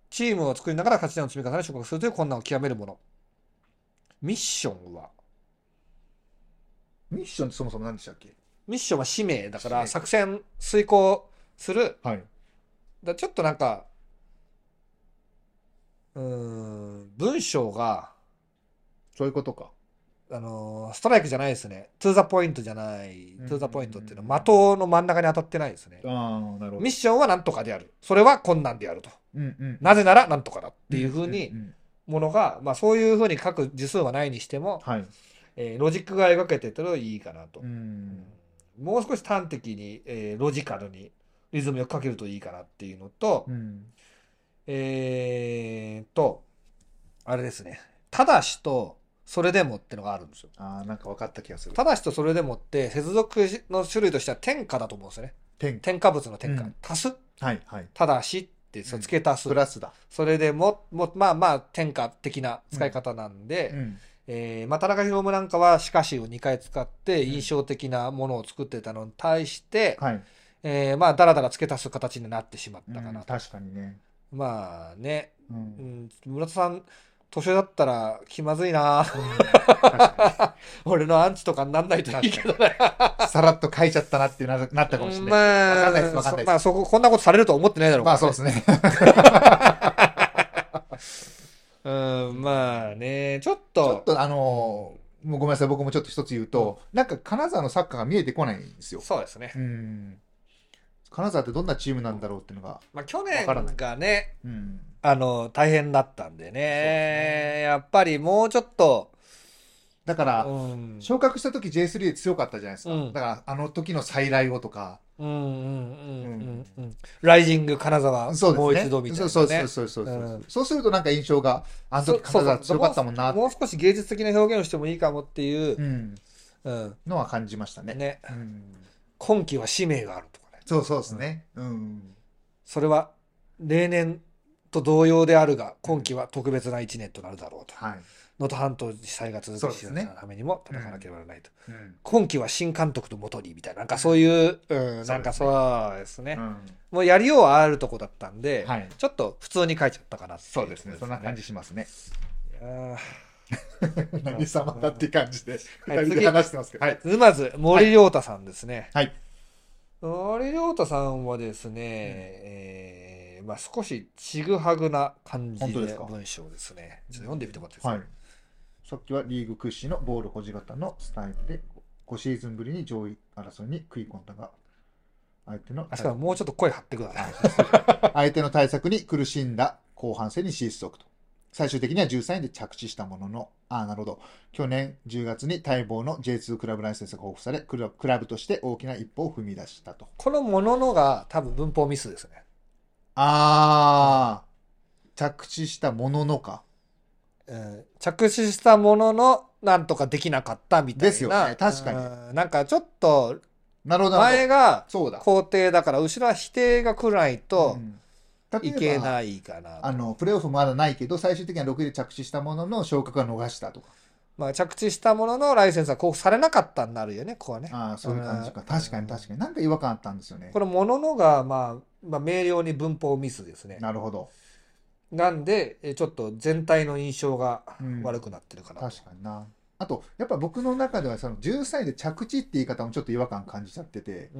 [SPEAKER 2] チームを作りながら勝ち点を積み重ね、昇格するという困難を極めるもの。ミッションは、
[SPEAKER 1] ミッションってそもそも何でしたっけ
[SPEAKER 2] ミッションは使命だか
[SPEAKER 1] 使
[SPEAKER 2] ら
[SPEAKER 1] 命
[SPEAKER 2] 作戦遂行する。
[SPEAKER 1] はい。
[SPEAKER 2] だちょっとなんか、うーん、文章が、
[SPEAKER 1] そういうことか。
[SPEAKER 2] あのーストライクじゃないですね。トゥーザポイントじゃない。
[SPEAKER 1] うん
[SPEAKER 2] トゥーザポイントっていうのは的の真ん中に当たってないですね。
[SPEAKER 1] ああ、なるほ
[SPEAKER 2] ミ
[SPEAKER 1] ど
[SPEAKER 2] ッ。ションはなんとかである。それは困難であると。
[SPEAKER 1] うんうん。っ
[SPEAKER 2] なぜならなんとかだっていうふうに
[SPEAKER 1] ん、ん
[SPEAKER 2] ものが、まあそういうふうに書く字数はないにしても、
[SPEAKER 1] はい。
[SPEAKER 2] えーロジックが描けてたらいいかなと。
[SPEAKER 1] うん。
[SPEAKER 2] もう少し端的に、えーロジカルにリズムよく書けるといいかなっていうのと、
[SPEAKER 1] うん。
[SPEAKER 2] えーっと、あれですね。ただしと、それでもってのがあるんですよ。
[SPEAKER 1] ああ、なんか分かった気がする。
[SPEAKER 2] ただしとそれでもって、接続の種類としては添加だと思うんですよね。
[SPEAKER 1] 点。
[SPEAKER 2] 添加物の添加。
[SPEAKER 1] うん
[SPEAKER 2] 足す
[SPEAKER 1] はいはい。
[SPEAKER 2] ただしって、そう付け足す。
[SPEAKER 1] プラスだ。
[SPEAKER 2] それでも、も、まあまあ、添加的な使い方なんで、
[SPEAKER 1] うん。
[SPEAKER 2] えーまあ、田中宏夢なんかは、しかしを2回使って、印象的なものを作ってたのに対して、
[SPEAKER 1] はい。
[SPEAKER 2] えーまあ、だらだら付け足す形になってしまったか
[SPEAKER 1] うん
[SPEAKER 2] なと。
[SPEAKER 1] 確かにね。
[SPEAKER 2] まあね、
[SPEAKER 1] う。
[SPEAKER 2] うん ん、村田さん、年上だったら気まずいな 俺のアンチとかになんないといいけどね。
[SPEAKER 1] さらっと書いちゃったなってななったかもしれない。
[SPEAKER 2] ま
[SPEAKER 1] わかんないですわかんないです
[SPEAKER 2] そまあ、そこ、こんなことされるとは思ってないだろう
[SPEAKER 1] まあ
[SPEAKER 2] か
[SPEAKER 1] そう
[SPEAKER 2] ら
[SPEAKER 1] で
[SPEAKER 2] ね
[SPEAKER 1] すね。
[SPEAKER 2] うん、まあね、ちょっ
[SPEAKER 1] ちょっ
[SPEAKER 2] と、
[SPEAKER 1] とあのーもうごめんなさい、僕もちょっと一つ言うと、なんか金沢のサッカーが見えてこないんですよ。
[SPEAKER 2] そうですね
[SPEAKER 1] う。ん。金沢ってどんなチームなんだろうっていうのが。
[SPEAKER 2] まあ、去
[SPEAKER 1] わから
[SPEAKER 2] 年
[SPEAKER 1] ない
[SPEAKER 2] がね、
[SPEAKER 1] うん。
[SPEAKER 2] あの、大変だったんでね、やっぱりもうちょっと、
[SPEAKER 1] だから、
[SPEAKER 2] うん、
[SPEAKER 1] 昇格した時 J3 で強かったじゃないですか。
[SPEAKER 2] うん
[SPEAKER 1] だから、あの時の再来をとか。
[SPEAKER 2] うんうんうんうんう。
[SPEAKER 1] うん
[SPEAKER 2] ライジング金沢、
[SPEAKER 1] そうですね。
[SPEAKER 2] もう一度みたいな、ね。
[SPEAKER 1] そうそうそうそうそううんそうするとなんか印象が、あの時金沢強かったもんなって
[SPEAKER 2] もう少し芸術的な表現をしてもいいかもっていう
[SPEAKER 1] う、ん、
[SPEAKER 2] うん、
[SPEAKER 1] のは感じましたね。
[SPEAKER 2] ね、
[SPEAKER 1] うん、
[SPEAKER 2] 今期は使命があるとかね。
[SPEAKER 1] そうそうですね。うん。
[SPEAKER 2] それは例年と同様であるが、今期は特別な一年となるだろうと。
[SPEAKER 1] はい。
[SPEAKER 2] 能登半島被災が続
[SPEAKER 1] そう
[SPEAKER 2] く
[SPEAKER 1] で
[SPEAKER 2] 人
[SPEAKER 1] す
[SPEAKER 2] た
[SPEAKER 1] ね
[SPEAKER 2] ちのためにも戦わなければならないと。
[SPEAKER 1] うん。
[SPEAKER 2] 今期は新監督と元にみたいな、なんかそういう、うん、なんかそうですね。もうやりようはあるとこだったんで、
[SPEAKER 1] はい。
[SPEAKER 2] ちょっと普通に書いちゃったかなってい
[SPEAKER 1] そうですね。そんな感
[SPEAKER 2] じ。
[SPEAKER 1] じしますね。
[SPEAKER 2] いやー
[SPEAKER 1] 何様だっていう感じで、
[SPEAKER 2] はい
[SPEAKER 1] 二人
[SPEAKER 2] 次
[SPEAKER 1] で話してますけど。はい。
[SPEAKER 2] 沼津、森亮太さんですね。
[SPEAKER 1] はい。
[SPEAKER 2] 森亮太さんはですね、えーまあ少しちぐはぐな感じ
[SPEAKER 1] 本当で
[SPEAKER 2] です
[SPEAKER 1] か
[SPEAKER 2] 文章ですね。ちょっと読んでみてもらっていいですか。
[SPEAKER 1] はい。さっきはリーグ屈指のボール保持型のスタイルで、5シーズンぶりに上位争いに食い込んだが、相手の
[SPEAKER 2] あ、しかももうちょっと声張ってください。
[SPEAKER 1] 相手の対策に苦しんだ後半戦に失速と。最終的には13位で着地したものの、ああ、なるほど。去年10月に待望の J2 クラブライセンスが交付され、クラクラブとして大きな一歩を踏み出したと。
[SPEAKER 2] このもののが多分文法ミスですね。
[SPEAKER 1] あー、着地したもののか。
[SPEAKER 2] うん、着手したものの、なんとかできなかったみたいな。
[SPEAKER 1] ですよね確かに
[SPEAKER 2] うんなんかちょっと、
[SPEAKER 1] なるほど、なるほ
[SPEAKER 2] 前が
[SPEAKER 1] ど。そうだ。
[SPEAKER 2] 肯定だから、後ろは否定が来ない
[SPEAKER 1] う
[SPEAKER 2] と
[SPEAKER 1] ん例
[SPEAKER 2] い
[SPEAKER 1] え
[SPEAKER 2] け
[SPEAKER 1] ば
[SPEAKER 2] ないかなと。
[SPEAKER 1] あのプレーオフまだないけど最終的には6位で着地したものの昇格は逃したとか
[SPEAKER 2] まあ、着地したもののライセンスは交付されなかったになるよね、ここはね。
[SPEAKER 1] ああそういう感じ
[SPEAKER 2] う
[SPEAKER 1] か
[SPEAKER 2] ん
[SPEAKER 1] 確かに確かになんか違和感あったんですよね
[SPEAKER 2] このもののが、まあ、まあ、明瞭に文法ミスですね。
[SPEAKER 1] なるほど
[SPEAKER 2] なんで、えちょっと全体の印象が
[SPEAKER 1] うん
[SPEAKER 2] 悪くなってるかなと。
[SPEAKER 1] 確かになあとやっぱ僕の中ではその13位で着地って言い方もちょっと違和感感じちゃってて
[SPEAKER 2] うー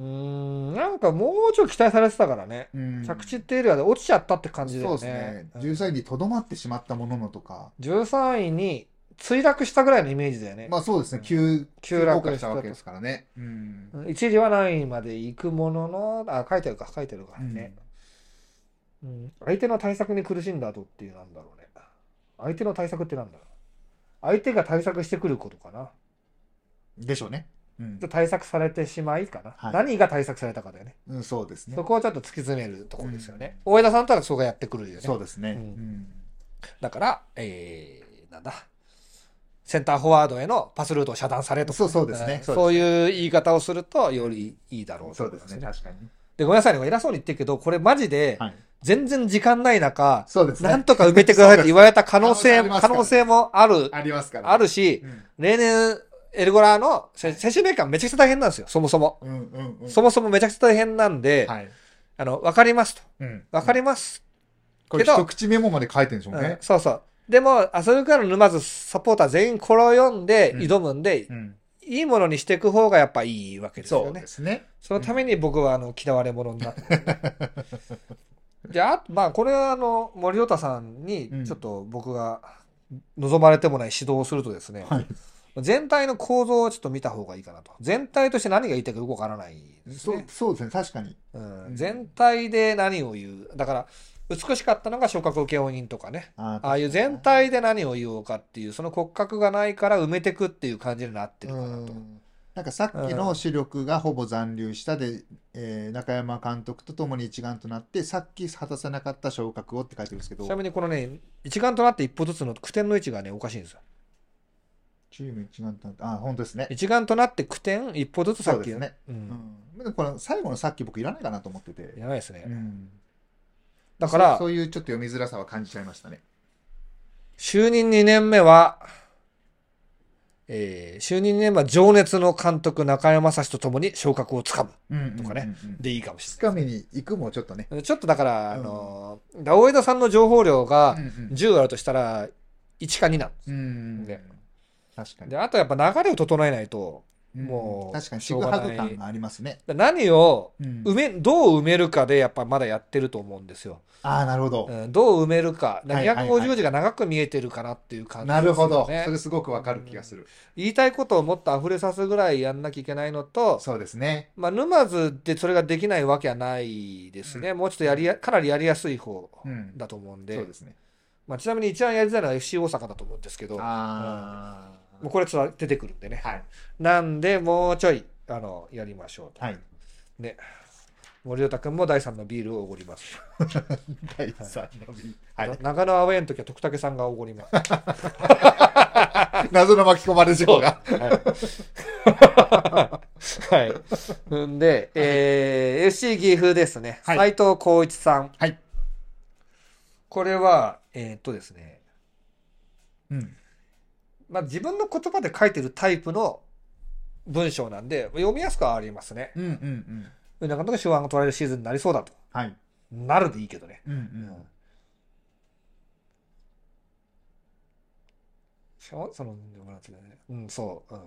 [SPEAKER 2] ん、なんかもうちょい期待されてたからね。
[SPEAKER 1] うん
[SPEAKER 2] 着地っていうよりは落ちちゃったって感じだよ
[SPEAKER 1] そう
[SPEAKER 2] ね。
[SPEAKER 1] ですね
[SPEAKER 2] うん
[SPEAKER 1] 13位にとどまってしまったもののとか
[SPEAKER 2] 13位に墜落したぐらいのイメージだよね。
[SPEAKER 1] まあそうですね
[SPEAKER 2] うん
[SPEAKER 1] 急
[SPEAKER 2] 急落
[SPEAKER 1] 降下したわけですからねうん
[SPEAKER 2] うん一時は何位まで行くものの、あ、書いてあるか、書いてあるかね、うん相手の対策に苦しんだ後っていうなんだろうね。相手の対策ってなんだろう。相手が対策してくることかな。
[SPEAKER 1] でしょうねうん
[SPEAKER 2] で対策されてしまいかな。
[SPEAKER 1] はい
[SPEAKER 2] 何が対策されたかだよね。
[SPEAKER 1] うんそうですね
[SPEAKER 2] そこをちょっと突き詰めるところですよね。大江田さんとはそこがやってくるよね。
[SPEAKER 1] そうですね
[SPEAKER 2] う
[SPEAKER 1] うんん
[SPEAKER 2] だから、えー、なんだ。センターフォワードへのパスルートを遮断されとか
[SPEAKER 1] そうそうですね
[SPEAKER 2] ん
[SPEAKER 1] そうですね
[SPEAKER 2] そういう言い方をすると、よりいいだろうと
[SPEAKER 1] そう
[SPEAKER 2] 思い
[SPEAKER 1] で
[SPEAKER 2] ます
[SPEAKER 1] ね、確かに。
[SPEAKER 2] で、ごめんなさいね、偉そうに言ってるけど、これマジで、
[SPEAKER 1] はい。
[SPEAKER 2] 全然時間ない中、
[SPEAKER 1] そうです
[SPEAKER 2] なん
[SPEAKER 1] ね。
[SPEAKER 2] とか埋めてくださいって言われた可能性、
[SPEAKER 1] そうです
[SPEAKER 2] 可能性もある、
[SPEAKER 1] ありますから。
[SPEAKER 2] あるし
[SPEAKER 1] う、ん。
[SPEAKER 2] 例年、エルゴラのせ選手名鑑めちゃくちゃ大変なんですよ、そもそも。
[SPEAKER 1] うんうんうん。
[SPEAKER 2] そもそもめちゃくちゃ大変なんで、
[SPEAKER 1] はい。
[SPEAKER 2] あの、わかりますと。
[SPEAKER 1] うん。
[SPEAKER 2] わかります。
[SPEAKER 1] これ
[SPEAKER 2] けど
[SPEAKER 1] 一口メモまで書いてるんでしょう
[SPEAKER 2] うん
[SPEAKER 1] ね。
[SPEAKER 2] そうそう。でも、遊びからの沼津サポーター全員これを読んで
[SPEAKER 1] うん
[SPEAKER 2] 挑むんで、
[SPEAKER 1] うん。
[SPEAKER 2] いいものにしていく方がやっぱいいわけです
[SPEAKER 1] そ
[SPEAKER 2] よ
[SPEAKER 1] う
[SPEAKER 2] ね
[SPEAKER 1] で。すね。
[SPEAKER 2] そのために僕はあの嫌われ者になった。じゃあ、まあ、これはあの森太さんに
[SPEAKER 1] うん
[SPEAKER 2] ちょっと僕が望まれてもない指導をするとですね、
[SPEAKER 1] はい。
[SPEAKER 2] 全体の構造をちょっと見た方がいいかなと。全体として何が言いたいかよくわからないです
[SPEAKER 1] そう
[SPEAKER 2] ね、
[SPEAKER 1] そうですね、確かに。
[SPEAKER 2] うん
[SPEAKER 1] うん
[SPEAKER 2] 全体で何を言う。だから、美しかったのが昇格請負人とかね。
[SPEAKER 1] あ
[SPEAKER 2] ああいう全体で何を言おうかっていう、その骨格がないから埋めてくっていう感じになってるかなと。
[SPEAKER 1] なんかさっきの主力がほぼ残留したで、えー中山監督と共に一丸となってさっき果たせなかった昇格をって書いてるんですけど
[SPEAKER 2] ちなみにこのね、一丸となって一歩ずつの句点の位置がね、おかしいんですよ。
[SPEAKER 1] チーム一丸となってあ本当ですね、
[SPEAKER 2] 一丸となって句点一歩ずつさ
[SPEAKER 1] そ
[SPEAKER 2] っ
[SPEAKER 1] う
[SPEAKER 2] き
[SPEAKER 1] ですね、
[SPEAKER 2] う、
[SPEAKER 1] うんん、でもこの最後のさっき僕いらないかなと思ってて、
[SPEAKER 2] やばいですね、
[SPEAKER 1] うん、
[SPEAKER 2] だから
[SPEAKER 1] そうそういうちょっと読みづらさは感じちゃいましたね
[SPEAKER 2] 就任2年目は、えー就任2年目は情熱の監督中山雅史とともに昇格をつかむ
[SPEAKER 1] と
[SPEAKER 2] とかねでいいかもし
[SPEAKER 1] つかみに行くもちょっとね、
[SPEAKER 2] れないちょっとだから、
[SPEAKER 1] うん
[SPEAKER 2] あのー大江田さんの情報量が
[SPEAKER 1] うんうん
[SPEAKER 2] 10あるとしたら1か2なんです、
[SPEAKER 1] うん
[SPEAKER 2] ね
[SPEAKER 1] 確かに
[SPEAKER 2] であとやっぱ流れを整えないと
[SPEAKER 1] ん
[SPEAKER 2] もう
[SPEAKER 1] 確かに
[SPEAKER 2] し
[SPEAKER 1] ち
[SPEAKER 2] ょう
[SPEAKER 1] ぐは
[SPEAKER 2] がない
[SPEAKER 1] ぐ感がありますね、
[SPEAKER 2] 何を
[SPEAKER 1] うん
[SPEAKER 2] 埋めどう埋めるかでやっぱまだやってると思うんですよ、
[SPEAKER 1] ああなるほど、
[SPEAKER 2] うん、どう埋めるかだ
[SPEAKER 1] はい
[SPEAKER 2] か
[SPEAKER 1] は
[SPEAKER 2] ら
[SPEAKER 1] いはい
[SPEAKER 2] 250字が長く見えてるかなっていう感じです
[SPEAKER 1] な
[SPEAKER 2] よね
[SPEAKER 1] るほど、それすごくわかる気がする、
[SPEAKER 2] 言いたいことをもっと溢れさすぐらいやんなきゃいけないのと、
[SPEAKER 1] そうですね
[SPEAKER 2] まあ、沼津でそれができないわけはないですね、
[SPEAKER 1] う
[SPEAKER 2] もうちょっとやりやかなりやりやすい方
[SPEAKER 1] うん
[SPEAKER 2] だと思うんで,、
[SPEAKER 1] そうですね
[SPEAKER 2] まあ、ちなみに一番やりづらいのは FC 大阪だと思うんですけど、も
[SPEAKER 1] ああ
[SPEAKER 2] うこれちょっと出てくるんでね、
[SPEAKER 1] はい
[SPEAKER 2] なんで、もうちょいあのやりましょうと。
[SPEAKER 1] はい
[SPEAKER 2] 森岡君も第3のビールをおごります、
[SPEAKER 1] 第3の B
[SPEAKER 2] な長野アウェイの時は徳武さんがおごります
[SPEAKER 1] 謎の巻き込まれ事故が
[SPEAKER 2] はい。んで、えー、FC 岐阜ですね。
[SPEAKER 1] はい
[SPEAKER 2] 斉藤浩一さん。
[SPEAKER 1] はい
[SPEAKER 2] これは、えーっとですね、
[SPEAKER 1] うん
[SPEAKER 2] まあ、自分の言葉で書いてるタイプの文章なんで、読みやすくはありますね。
[SPEAKER 1] うんうんうん
[SPEAKER 2] 上田監督が手腕が取られるシーズンになりそうだと。
[SPEAKER 1] はい
[SPEAKER 2] なるでいいけどね。
[SPEAKER 1] うんう
[SPEAKER 2] うん
[SPEAKER 1] ん
[SPEAKER 2] しょその、なんていうかねうん、そう、うん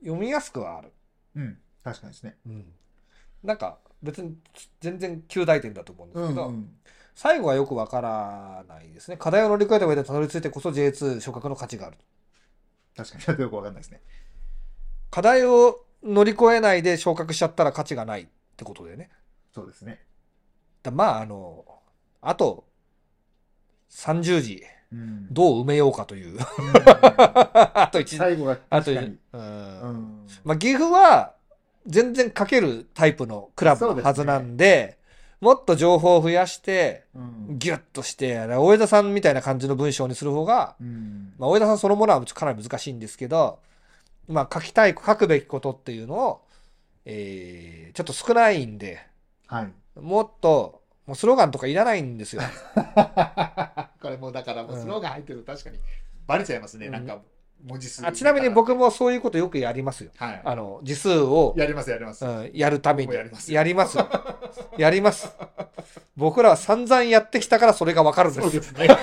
[SPEAKER 2] 読みやすくはある。
[SPEAKER 1] うん確かにですね
[SPEAKER 2] うん。なんか、別に全然旧大点だと思うんで
[SPEAKER 1] う
[SPEAKER 2] すけ
[SPEAKER 1] ん
[SPEAKER 2] ど、
[SPEAKER 1] うん
[SPEAKER 2] 最後はよくわからないですね。課題を乗り越えた上でたどり着いてこそ J2 昇格の価値がある。
[SPEAKER 1] 確かにちょっ とよくわかんないですね
[SPEAKER 2] 課題を乗り越えないで昇格しちゃったら価値がないってことだよね。
[SPEAKER 1] そうですね
[SPEAKER 2] だまあ、あの、あと30時、
[SPEAKER 1] うん
[SPEAKER 2] どう埋めようかという。
[SPEAKER 1] うん
[SPEAKER 2] あと1、
[SPEAKER 1] 最後が
[SPEAKER 2] あ
[SPEAKER 1] 確
[SPEAKER 2] と
[SPEAKER 1] か
[SPEAKER 2] 1
[SPEAKER 1] に。
[SPEAKER 2] う。
[SPEAKER 1] うんん
[SPEAKER 2] まあ、岐阜は全然かけるタイプのクラブのはずなんで、もっと情報を増やして、
[SPEAKER 1] うん
[SPEAKER 2] ギュッとして、大江田さんみたいな感じの文章にする方が、
[SPEAKER 1] うん
[SPEAKER 2] まあ、大江田さんそのものはかなり難しいんですけど、まあ、書きたい、書くべきことっていうのを、えー、ちょっと少ないんで、
[SPEAKER 1] はい
[SPEAKER 2] もっと、もうスローガンとかいらないんです よ。
[SPEAKER 1] これもうだからもう
[SPEAKER 2] うん
[SPEAKER 1] スローが入ってると確かにバレちゃいますね、
[SPEAKER 2] うん
[SPEAKER 1] なんか文字数
[SPEAKER 2] あちなみに
[SPEAKER 1] 見た
[SPEAKER 2] 僕もそういうことよくやりますよ。
[SPEAKER 1] らは
[SPEAKER 2] あの、字数を
[SPEAKER 1] い、やりますやります、
[SPEAKER 2] うん、やるために。
[SPEAKER 1] 僕もやりますよ
[SPEAKER 2] やりますよ。やります。僕らは散々やってきたからそれがわかるんで
[SPEAKER 1] そう
[SPEAKER 2] す
[SPEAKER 1] で
[SPEAKER 2] よ。
[SPEAKER 1] すね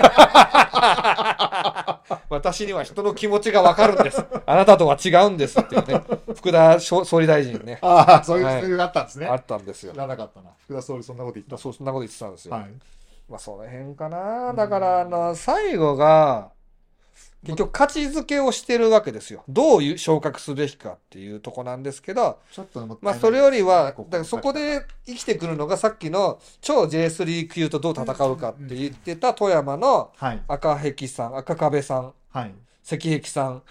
[SPEAKER 2] 私には人の気持ちがわかるんです。あなたとは違うんですっていうね。福田総総理大臣 ね。
[SPEAKER 1] ああそういう
[SPEAKER 2] はい
[SPEAKER 1] 理由があったんですね、
[SPEAKER 2] あったんですよ
[SPEAKER 1] 知。らなかったな福田総理そんなこと言った
[SPEAKER 2] だそうそんなこと言ってたんですよ。
[SPEAKER 1] はい
[SPEAKER 2] まあその辺かな。だから、あの、最後が、結局価値づけをしてるわけですよ。どういう昇格すべきかっていうとこなんですけど、
[SPEAKER 1] ちょっともったい
[SPEAKER 2] ま
[SPEAKER 1] ない
[SPEAKER 2] あそれよりは、だ
[SPEAKER 1] こ
[SPEAKER 2] からそこで生きてくるのがさっきの超 J3 級とどう戦うかって言ってた富山の
[SPEAKER 1] はい
[SPEAKER 2] 赤壁さん、赤壁さん、
[SPEAKER 1] はい
[SPEAKER 2] 赤壁さん、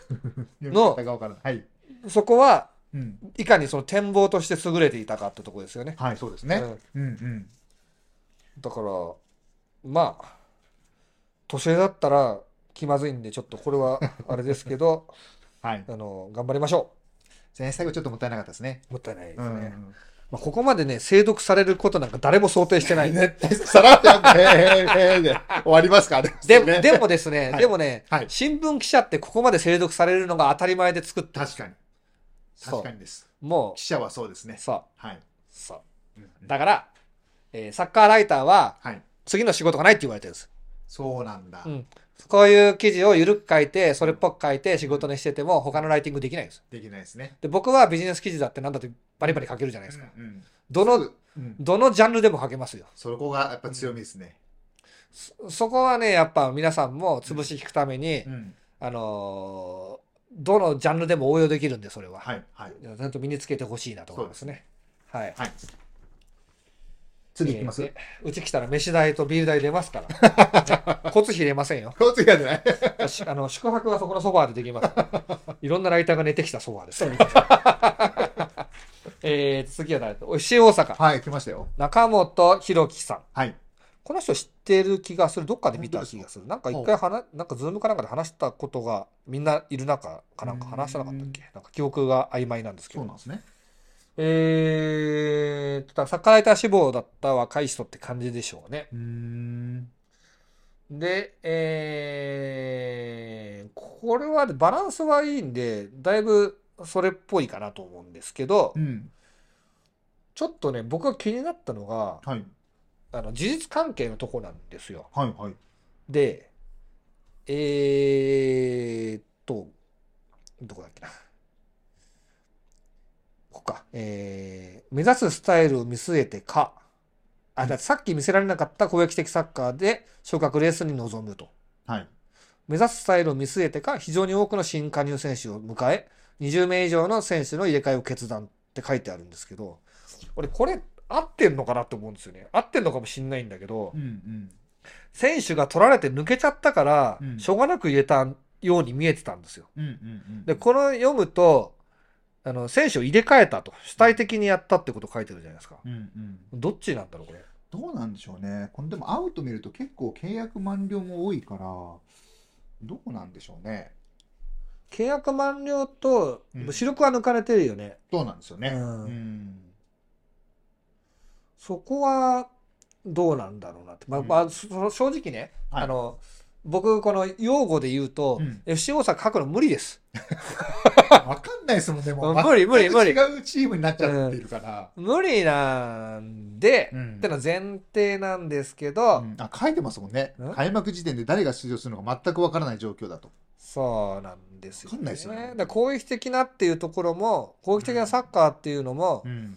[SPEAKER 1] の方が分からないはい、
[SPEAKER 2] そこは
[SPEAKER 1] うん、
[SPEAKER 2] いかにその展望として優れていたかってとこですよね。
[SPEAKER 1] はいそうですね、
[SPEAKER 2] う
[SPEAKER 1] う
[SPEAKER 2] ん
[SPEAKER 1] んうん
[SPEAKER 2] だから、まあ、年上だったら、気まずいんで、ちょっとこ れはあれですけど、
[SPEAKER 1] はい。
[SPEAKER 2] あの、頑張りましょ
[SPEAKER 1] 前最後ちょっともったいなかったですね。
[SPEAKER 2] う。もったいないです
[SPEAKER 1] う
[SPEAKER 2] ね。
[SPEAKER 1] ん。
[SPEAKER 2] まあ、ここまでね、精読されることなんか誰も想定してない。で、
[SPEAKER 1] さらってやって、えー、えー、で終わりますかね。ね
[SPEAKER 2] でもですね、
[SPEAKER 1] はい
[SPEAKER 2] でもね、
[SPEAKER 1] はい
[SPEAKER 2] 新聞記者ってここまで精読されるのが当たり前で作った。
[SPEAKER 1] 確かに。
[SPEAKER 2] そう
[SPEAKER 1] 確かにです。
[SPEAKER 2] も
[SPEAKER 1] 記者はそうです
[SPEAKER 2] う、
[SPEAKER 1] ね。
[SPEAKER 2] そう、
[SPEAKER 1] はい。
[SPEAKER 2] そう。だから、えーサッカーライターは
[SPEAKER 1] はい。
[SPEAKER 2] 次の仕事がないって言われてるんです。
[SPEAKER 1] そうなんだ。
[SPEAKER 2] うん。こういう記事を緩く書いて、それっぽく書いて仕事にしてても他のライティングできないんです。
[SPEAKER 1] できないですね。
[SPEAKER 2] で、僕はビジネス記事だってなんだってバリバリ書けるじゃないですか。
[SPEAKER 1] うんうん
[SPEAKER 2] どの、
[SPEAKER 1] うん
[SPEAKER 2] どのジャンルでも書けますよ。
[SPEAKER 1] そこがやっぱ強みですね。
[SPEAKER 2] そそこはね、やっぱ皆さんも潰し引くために、
[SPEAKER 1] うん。
[SPEAKER 2] あのーどのジャンルでも応用できるんで、それは。
[SPEAKER 1] はい。はい。
[SPEAKER 2] ちゃんと身につけてほしいなと思いますね。はい。
[SPEAKER 1] はい。次いきます
[SPEAKER 2] えーでうち来たら飯代とビール代出ます から。交通費入れませんよ。
[SPEAKER 1] こう次はじゃない
[SPEAKER 2] しあの宿泊はそこのソファーでできます。いろんなライターが寝てきたソファーです。 えー、次は誰だおいしい大阪。
[SPEAKER 1] はい、来ましたよ。
[SPEAKER 2] 中本博樹さん。
[SPEAKER 1] はい。
[SPEAKER 2] この人知ってる気がする。どっかで見た気がする。なんか一回話、なんかズームかなんかで話したことが、みんないる中かなんか話してなかったっけなんか記憶が曖昧なんですけ
[SPEAKER 1] そうな
[SPEAKER 2] ど
[SPEAKER 1] ん。ですね。
[SPEAKER 2] えーっと、サッカーライター志望だった若い人って感じでしょうね。
[SPEAKER 1] うーん。
[SPEAKER 2] で、えーこれはバランスはいいんで、だいぶそれっぽいかなと思うんですけど
[SPEAKER 1] う、ん。
[SPEAKER 2] ちょっとね、僕が気になったのが、
[SPEAKER 1] はい。
[SPEAKER 2] あの、事実関係のとこなんですよ。
[SPEAKER 1] はい、はい。
[SPEAKER 2] で、えーっと、どこだっけな。ここか。えー目指すスタイルを見据えてか。あ、だってさっき見せられなかった攻撃的サッカーで昇格レースに臨むと。
[SPEAKER 1] はい。
[SPEAKER 2] 目指すスタイルを見据えてか、非常に多くの新加入選手を迎え、20名以上の選手の入れ替えを決断って書いてあるんですけど、俺これ合ってんのかなって思うんですよね。合ってんのかもしんないんだけど
[SPEAKER 1] うん、うん。
[SPEAKER 2] 選手が取られて抜けちゃったから、
[SPEAKER 1] うん
[SPEAKER 2] しょうがなく入れたように見えてたんですよ。
[SPEAKER 1] うんうんうん。
[SPEAKER 2] で、この読むと、あの、選手を入れ替えたと、主体的にやったってこと書いてるじゃないですか。
[SPEAKER 1] うんうん。
[SPEAKER 2] どっちなんだろう、これ。
[SPEAKER 1] どうなんでしょうね。このでもアウト見ると結構契約満了も多いから、どうなんでしょうね。
[SPEAKER 2] 契約満了と
[SPEAKER 1] う、ん
[SPEAKER 2] 主力は抜かれてるよね。
[SPEAKER 1] どうなんですよね。
[SPEAKER 2] うん
[SPEAKER 1] うん。
[SPEAKER 2] そこはどうなんだろうなって、まあ
[SPEAKER 1] うん
[SPEAKER 2] まあ、そその正直ね、
[SPEAKER 1] はい
[SPEAKER 2] あの僕この用語で言うと、
[SPEAKER 1] うん
[SPEAKER 2] FC 大阪書くの無理です。
[SPEAKER 1] わかんないですもんね、もう。
[SPEAKER 2] 無理無理無理
[SPEAKER 1] 全く違うチームになっちゃってるから。
[SPEAKER 2] 無理なんで、
[SPEAKER 1] うん
[SPEAKER 2] ってのは前提なんですけど、
[SPEAKER 1] うんあ、書いてますもんね
[SPEAKER 2] うん。
[SPEAKER 1] 開幕時点で誰が出場するのか全くわからない状況だと。
[SPEAKER 2] そうなんですよ
[SPEAKER 1] わかんないですよね
[SPEAKER 2] だから攻撃的なっていうところも攻撃的なサッカーっていうのも、
[SPEAKER 1] うん。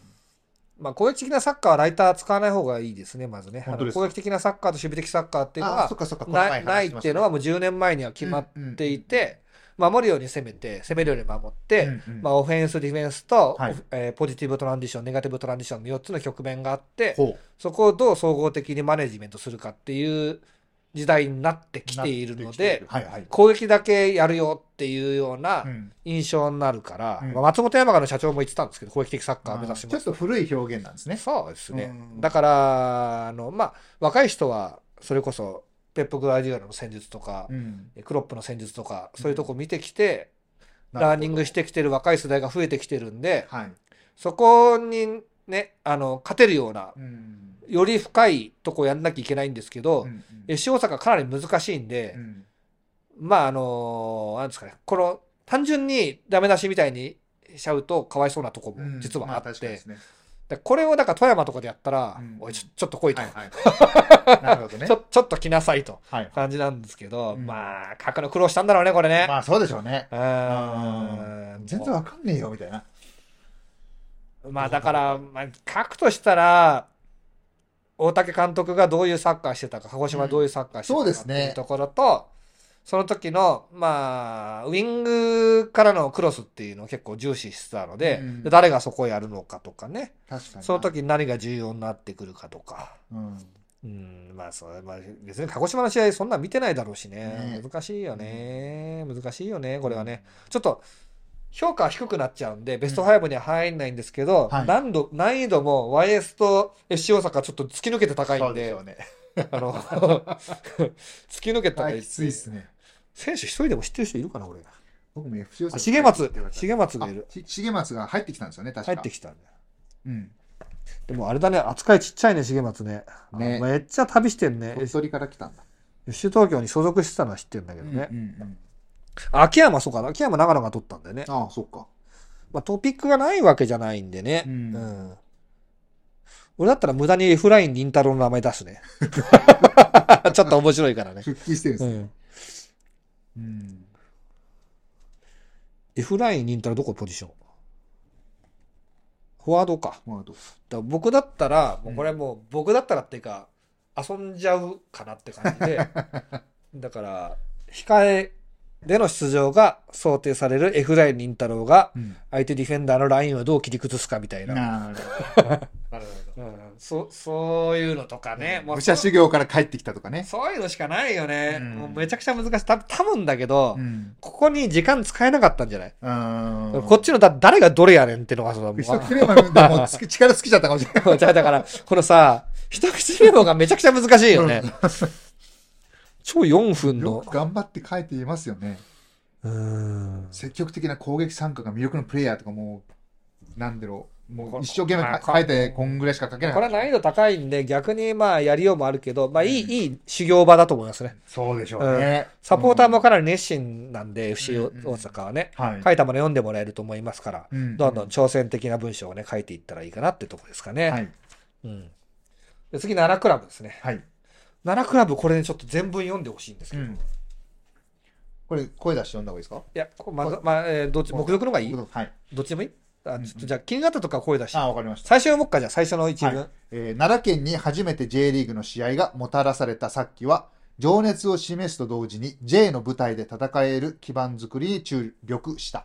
[SPEAKER 2] まあ、攻撃的なサッカーはライター使わない方がいいですねまずね
[SPEAKER 1] 本当です
[SPEAKER 2] あの攻撃的なサッカーと守備的サッカーっていうの
[SPEAKER 1] あ、
[SPEAKER 2] は
[SPEAKER 1] そっかそっか、この
[SPEAKER 2] な
[SPEAKER 1] 前
[SPEAKER 2] ない
[SPEAKER 1] 話
[SPEAKER 2] っ
[SPEAKER 1] してましてた
[SPEAKER 2] いうのはもう10年前には決まっ
[SPEAKER 1] うんうん
[SPEAKER 2] ていて、守るように攻めて攻めるように守って、
[SPEAKER 1] うんうん
[SPEAKER 2] まあ、オフェンス、ディフェンスと、
[SPEAKER 1] はい
[SPEAKER 2] オフえーポジティブトランジション、ネガティブトランジションの4つの局面があって、
[SPEAKER 1] ほう
[SPEAKER 2] そこをどう総合的にマネジメントするかっていう時代になってきている
[SPEAKER 1] な
[SPEAKER 2] の
[SPEAKER 1] ってきてい
[SPEAKER 2] で
[SPEAKER 1] る、はいはい
[SPEAKER 2] 攻撃だけやるよっていうような
[SPEAKER 1] うん
[SPEAKER 2] 印象になるから、
[SPEAKER 1] うん
[SPEAKER 2] まあ松本山雅の社長も言ってたんですけど、攻撃的サッカー目指し
[SPEAKER 1] ち
[SPEAKER 2] ま
[SPEAKER 1] ょっ
[SPEAKER 2] す。
[SPEAKER 1] と古い表現なんですね。
[SPEAKER 2] そうですね。
[SPEAKER 1] うん
[SPEAKER 2] だから、あの、まあ、若い人は、それこそ、ペップ・グアディオラの戦術とか、
[SPEAKER 1] うん。
[SPEAKER 2] クロップの戦術とか、そういうとこ見てきて、
[SPEAKER 1] なるほど
[SPEAKER 2] ラーニングしてきてる若い世代が増えてきてるんで、
[SPEAKER 1] はい。
[SPEAKER 2] そこにね、あの、勝てるような、
[SPEAKER 1] うん。
[SPEAKER 2] より深いとこやんなきゃいけないんですけど、
[SPEAKER 1] うん
[SPEAKER 2] FC 大阪かなり難しいんで
[SPEAKER 1] う、ん
[SPEAKER 2] まあ、あの、なんですかね、この、単純にダメ出しみたいにしちゃうとかわいそうなとこ
[SPEAKER 1] うん
[SPEAKER 2] も実はあ
[SPEAKER 1] ま
[SPEAKER 2] っ
[SPEAKER 1] 確かにで
[SPEAKER 2] て
[SPEAKER 1] す、ね
[SPEAKER 2] でこれをだから富山とかでやったら
[SPEAKER 1] うん、
[SPEAKER 2] おい、ちょちょっと来いと
[SPEAKER 1] は、いはい。なるほどね
[SPEAKER 2] ち。ょ、ちょっと来なさいと
[SPEAKER 1] はい。
[SPEAKER 2] 感じなんですけど、
[SPEAKER 1] うん
[SPEAKER 2] まあ、書くの苦労したんだろうね、これね。
[SPEAKER 1] まあそうでしょうね。
[SPEAKER 2] あー
[SPEAKER 1] 全然わかんねえよ、みたいな。
[SPEAKER 2] まあだから、まあ、書くとしたら、大竹監督がどういうサッカーしてたか、鹿児島はどういうサッカーして
[SPEAKER 1] そうで
[SPEAKER 2] たか
[SPEAKER 1] す
[SPEAKER 2] って
[SPEAKER 1] ね
[SPEAKER 2] いうところと、その時の、まあ、ウィングからのクロスっていうのを結構重視してたので、
[SPEAKER 1] うん
[SPEAKER 2] で誰がそこをやるのかとかね、
[SPEAKER 1] 確かに。
[SPEAKER 2] その。時何が重要になってくるかとか、
[SPEAKER 1] うん。
[SPEAKER 2] うん、まあそれ、まあ、別に鹿児島の試合そんなん見てないだろうし
[SPEAKER 1] ね、
[SPEAKER 2] ね難しいよね、難しいよね、これはね。。ちょっと評価は低くなっちゃうんで、ベスト
[SPEAKER 1] うん
[SPEAKER 2] 5には入んないんですけど、
[SPEAKER 1] はい
[SPEAKER 2] 難度、難易度も YS と FC 大阪ちょっと突き抜けて高い
[SPEAKER 1] そ
[SPEAKER 2] ん
[SPEAKER 1] うで
[SPEAKER 2] で、
[SPEAKER 1] しょうね。
[SPEAKER 2] あの、突き抜けて高い
[SPEAKER 1] きついっすね。
[SPEAKER 2] 選手一人でも知ってる人いるかな、俺。
[SPEAKER 1] 僕も FC 予
[SPEAKER 2] あ
[SPEAKER 1] 選。
[SPEAKER 2] 重松、重松がいる。
[SPEAKER 1] あ。し重松が入ってきたんですよね、確
[SPEAKER 2] 帰
[SPEAKER 1] か。
[SPEAKER 2] ってきたんだよ。
[SPEAKER 1] うん。
[SPEAKER 2] でもあれだね、扱いちっちゃいね、重松ね。あ
[SPEAKER 1] ね
[SPEAKER 2] めっちゃ旅してんね。
[SPEAKER 1] 鳥取から来たんだ。
[SPEAKER 2] 吉東京に所属してたのは知ってるんだけどね。
[SPEAKER 1] うんうんうん
[SPEAKER 2] 秋山、そうかな。秋山長野が取ったんだよね。
[SPEAKER 1] ああ、そっか。
[SPEAKER 2] まあ、トピックがないわけじゃないんでね。
[SPEAKER 1] う
[SPEAKER 2] うんん。俺だったら無駄に F ライン凛太郎の名前出 すね。ちょっと面白いからね。
[SPEAKER 1] 復帰してるんで
[SPEAKER 2] う
[SPEAKER 1] すね。
[SPEAKER 2] ん。
[SPEAKER 1] うん。
[SPEAKER 2] F ライン凛太郎どこポジションフォワードか。だか
[SPEAKER 1] まあどう
[SPEAKER 2] ら僕だったら、もうこれもう僕だったらっていうか、遊んじゃうかなって感じで。 だから、控えでの出場が想定される F ライン凛太郎が、
[SPEAKER 1] うん。
[SPEAKER 2] 相手ディフェンダーのラインをどう切り崩すかみたいな。
[SPEAKER 1] なる
[SPEAKER 2] なるほど。そそういうのとかね。
[SPEAKER 1] ほど。武
[SPEAKER 2] そ
[SPEAKER 1] 者修行から帰ってきたとかね。
[SPEAKER 2] そういうのしかないよね。
[SPEAKER 1] うん
[SPEAKER 2] もうめちゃくちゃ難しい。た多分だけど、
[SPEAKER 1] うん。
[SPEAKER 2] ここに時間使えなかったんじゃない、
[SPEAKER 1] うん。
[SPEAKER 2] こっちのだ誰がどれやねんってのがその、
[SPEAKER 1] 一
[SPEAKER 2] ま
[SPEAKER 1] 口目は飲んでもうつき力尽きちゃったかもしれない。
[SPEAKER 2] あじゃあだから、 このさ、一口目の方がめちゃくちゃ難しいよね。 超4分
[SPEAKER 1] よ
[SPEAKER 2] の
[SPEAKER 1] く。頑張って書いていますよね。
[SPEAKER 2] うーん。
[SPEAKER 1] 積極的な攻撃参加が魅力のプレイヤーとかもう、なんだろう。もう一生懸
[SPEAKER 2] ま
[SPEAKER 1] 命
[SPEAKER 2] あ
[SPEAKER 1] 書いて、こんぐらいしか書け
[SPEAKER 2] こ
[SPEAKER 1] な
[SPEAKER 2] れ
[SPEAKER 1] い。こ
[SPEAKER 2] は難易度高いんで、逆にまあやりようもあるけど、まあいい、いい修行場だと思いますね。
[SPEAKER 1] そうでしょうね。
[SPEAKER 2] サポーターも
[SPEAKER 1] か
[SPEAKER 2] かなり熱心なんで、FC
[SPEAKER 1] うんう
[SPEAKER 2] 大
[SPEAKER 1] ん
[SPEAKER 2] 阪はね。
[SPEAKER 1] はい。
[SPEAKER 2] 書いたもの読んでもらえると思いますから。
[SPEAKER 1] うん
[SPEAKER 2] どんどん挑戦的な文章をね、書いていったらいいかなってとこですかね。
[SPEAKER 1] はい。
[SPEAKER 2] うん。で次、奈良クラブですね。
[SPEAKER 1] はい。
[SPEAKER 2] 奈良クラブ、これね、ちょっと全文読んでほしいんですけど。
[SPEAKER 1] うん
[SPEAKER 2] い
[SPEAKER 1] これ、声出して読んだ方がいいですか
[SPEAKER 2] や、こうまず、まあ、えーどっち、目読の方がいい
[SPEAKER 1] はい。
[SPEAKER 2] どっちでもいいあ、
[SPEAKER 1] ん
[SPEAKER 2] ちょっとじゃあ、気になったとこは声出して
[SPEAKER 1] あ。あ、わかりました。
[SPEAKER 2] 最初読もうか、じゃあ、最初の一文。
[SPEAKER 1] はいえー奈良県に初めて J リーグの試合がもたらされたさっきは、情熱を示すと同時に J の舞台で戦える基盤作りに注力した。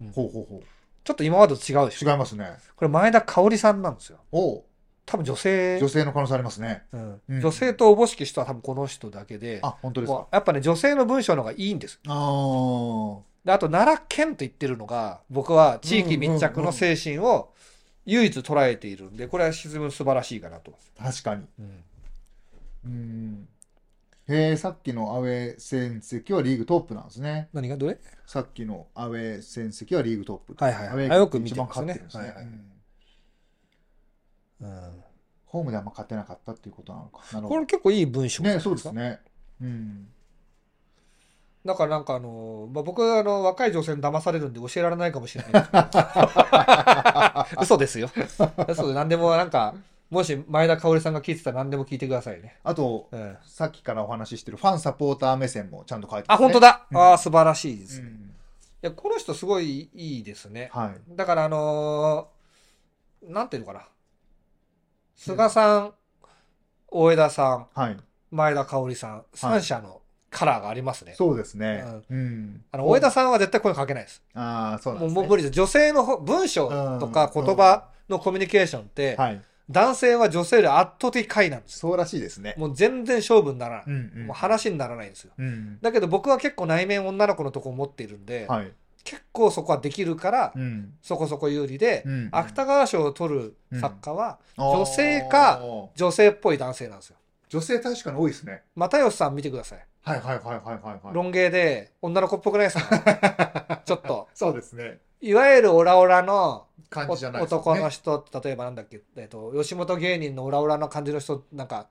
[SPEAKER 2] うん
[SPEAKER 1] ほうほうほう。
[SPEAKER 2] ちょっと今までと違うでしょ。
[SPEAKER 1] 違いますね。
[SPEAKER 2] これ、前田香織さんなんですよ。
[SPEAKER 1] おう
[SPEAKER 2] 多分女性。
[SPEAKER 1] 女性の可能性ありますね。
[SPEAKER 2] うん
[SPEAKER 1] うん
[SPEAKER 2] 女性とおぼしき人は多分この人だけで、
[SPEAKER 1] あ、本当ですか
[SPEAKER 2] も。うやっぱね、女性の文章の方がいいんです。
[SPEAKER 1] あー
[SPEAKER 2] であと奈良県と言ってるのが僕は地域密着の精神を唯一捉えているんでこれは沈む素晴らしいかなと、
[SPEAKER 1] 確かに。うん。へえ、さっきのアウェー戦績はリーグトップなんですね。
[SPEAKER 2] 何がどれ
[SPEAKER 1] さっきのアウェー戦績はリーグトップ。
[SPEAKER 2] はいはい
[SPEAKER 1] アウェ
[SPEAKER 2] あ
[SPEAKER 1] ー
[SPEAKER 2] よ
[SPEAKER 1] が
[SPEAKER 2] く
[SPEAKER 1] 一
[SPEAKER 2] 見て
[SPEAKER 1] 番
[SPEAKER 2] ま
[SPEAKER 1] 勝
[SPEAKER 2] す
[SPEAKER 1] って
[SPEAKER 2] ね
[SPEAKER 1] るんですね。
[SPEAKER 2] はいはい
[SPEAKER 1] うん
[SPEAKER 2] うん
[SPEAKER 1] ホームであんま勝てなかったっていうことなのか。なるほ
[SPEAKER 2] こ
[SPEAKER 1] ど
[SPEAKER 2] れ結構いい文章じゃない
[SPEAKER 1] ね、そう
[SPEAKER 2] か
[SPEAKER 1] ですね。うん。
[SPEAKER 2] だからなんかあのー、まあ、僕はあの若い女性に騙されるんで教えられないかもしれない 嘘ですよ嘘で何でもなんかもし前田香織さんが聞いてたら何でも聞いてくださいね、
[SPEAKER 1] あと、
[SPEAKER 2] うん、
[SPEAKER 1] さっきからお話ししてるファンサポーター目線もちゃんと書いて
[SPEAKER 2] あ
[SPEAKER 1] ますね
[SPEAKER 2] 本当だ、
[SPEAKER 1] うん
[SPEAKER 2] ああ素晴らしいです、
[SPEAKER 1] う
[SPEAKER 2] い
[SPEAKER 1] ん
[SPEAKER 2] やこの人すごいいいですね
[SPEAKER 1] はい。
[SPEAKER 2] だからあのーなんていうのかな。菅さん、大枝さん、
[SPEAKER 1] はい。
[SPEAKER 2] 前田香織さん、三社のカラーがありますね。
[SPEAKER 1] そうですね。うん。
[SPEAKER 2] あの、大枝さんは絶対声かけないです。
[SPEAKER 1] ああ、そうなんで
[SPEAKER 2] もう
[SPEAKER 1] す
[SPEAKER 2] もう
[SPEAKER 1] ね。
[SPEAKER 2] 無理です。女性のほ文章とか
[SPEAKER 1] うん
[SPEAKER 2] 言葉のコミュニケーションって、
[SPEAKER 1] はい。
[SPEAKER 2] 男性は女性より圧倒的下位なんです。
[SPEAKER 1] そうらしいですね。
[SPEAKER 2] もう全然勝負にならない。
[SPEAKER 1] んん
[SPEAKER 2] もう話にならないんですよ。
[SPEAKER 1] うん。
[SPEAKER 2] だけど僕は結構内面女の子のとこを持っているんで、
[SPEAKER 1] はい。
[SPEAKER 2] 結構そこはできるから、
[SPEAKER 1] うん。
[SPEAKER 2] そこそこ有利で、
[SPEAKER 1] うん
[SPEAKER 2] 芥川賞を取る作家は、
[SPEAKER 1] 女
[SPEAKER 2] 性か女性っぽい男性なんですよ。
[SPEAKER 1] 女性確かに多いですね。
[SPEAKER 2] 又吉さん見てください。
[SPEAKER 1] はいはいはいはいはいはい。
[SPEAKER 2] ロン毛で女の子っぽくないですか ちょっと。
[SPEAKER 1] そうですね。
[SPEAKER 2] いわゆるオラオラの
[SPEAKER 1] 感
[SPEAKER 2] お
[SPEAKER 1] じじゃないですね。
[SPEAKER 2] 男の人って、例えばなんだっけ、えっと、吉本芸人のオラオラの感じの人、なんか、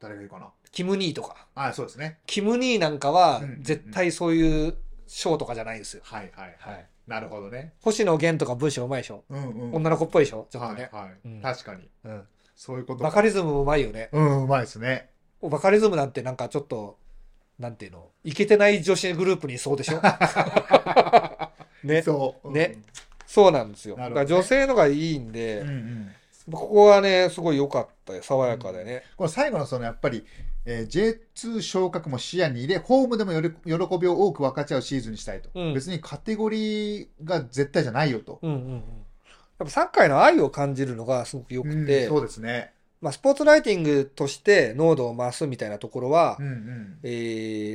[SPEAKER 1] 誰がいいかな。
[SPEAKER 2] キム・ニーとか。
[SPEAKER 1] あそうですね。
[SPEAKER 2] キム・ニーなんかは
[SPEAKER 1] うんうんうん、
[SPEAKER 2] 絶対そういう賞とかじゃないんですよ。
[SPEAKER 1] はいはいは
[SPEAKER 2] はいい。
[SPEAKER 1] なるほどね。
[SPEAKER 2] 星野源とか文章うまいでしょ
[SPEAKER 1] うんうん。
[SPEAKER 2] 女の子っぽいでしょちょっと
[SPEAKER 1] はい
[SPEAKER 2] ね。
[SPEAKER 1] は
[SPEAKER 2] う
[SPEAKER 1] い。
[SPEAKER 2] ん
[SPEAKER 1] 確かに。
[SPEAKER 2] うん
[SPEAKER 1] そういうこと
[SPEAKER 2] バ
[SPEAKER 1] か。
[SPEAKER 2] カリズムうまいよね。
[SPEAKER 1] うん、うまいですね。
[SPEAKER 2] バカリズムなんてなんかちょっと、なんていうの、いけてない女子グループにいそうでしょ ね。
[SPEAKER 1] そう。うん
[SPEAKER 2] ね。そうなんですよ。
[SPEAKER 1] な
[SPEAKER 2] だ
[SPEAKER 1] る
[SPEAKER 2] か
[SPEAKER 1] ほどね
[SPEAKER 2] ら女性のがいいん
[SPEAKER 1] う
[SPEAKER 2] で、
[SPEAKER 1] んうん。
[SPEAKER 2] ここはね、すごい良かったよ。爽やかでね。
[SPEAKER 1] この最後のそのやっぱり、えー J2 昇格も視野に入れ、ホームでもより喜びを多く分かち合うシーズンにしたいと、
[SPEAKER 2] うん
[SPEAKER 1] 別にカテゴリーが絶対じゃないよと。
[SPEAKER 2] うんうんうん。やっぱサッカーへの愛を感じるのがすごく良くて、
[SPEAKER 1] うんそうですね。
[SPEAKER 2] まあ、スポーツライティングとして濃度を増すみたいなところは、
[SPEAKER 1] うんうん。
[SPEAKER 2] え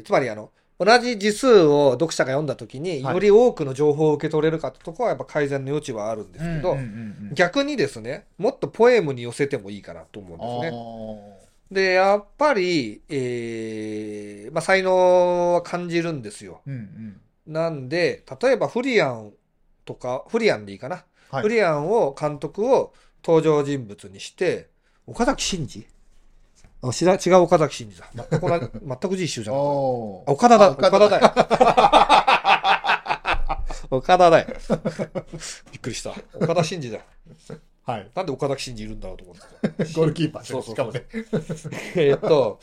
[SPEAKER 2] ーつまりあの、同じ字数を読者が読んだ時に、
[SPEAKER 1] はい
[SPEAKER 2] より多くの情報を受け取れるかってとこはやっぱ改善の余地はあるんですけど、
[SPEAKER 1] うんうんうんうん
[SPEAKER 2] 逆にですね、もっとポエムに寄せてもいいかなと思うんですね。
[SPEAKER 1] あ
[SPEAKER 2] で、やっぱり、えーまあ、才能は感じるんですよ。
[SPEAKER 1] うんうん。
[SPEAKER 2] なんで、例えばフリアンとか、フリアンでいいかな。
[SPEAKER 1] はい
[SPEAKER 2] フリアンを、監督を登場人物にして、岡崎慎二あしら違う岡崎慎二だ。全く同じ全く一緒じゃん。あ
[SPEAKER 1] おー
[SPEAKER 2] 岡田だ。
[SPEAKER 1] あ岡田
[SPEAKER 2] 岡田だよ。岡田だよ。びっくりした。岡田慎二だ。
[SPEAKER 1] はい。
[SPEAKER 2] なんで岡崎慎二いるんだろうと思ってた。
[SPEAKER 1] ゴールキーパーですね
[SPEAKER 2] そうそう
[SPEAKER 1] しかもね。
[SPEAKER 2] えーっと、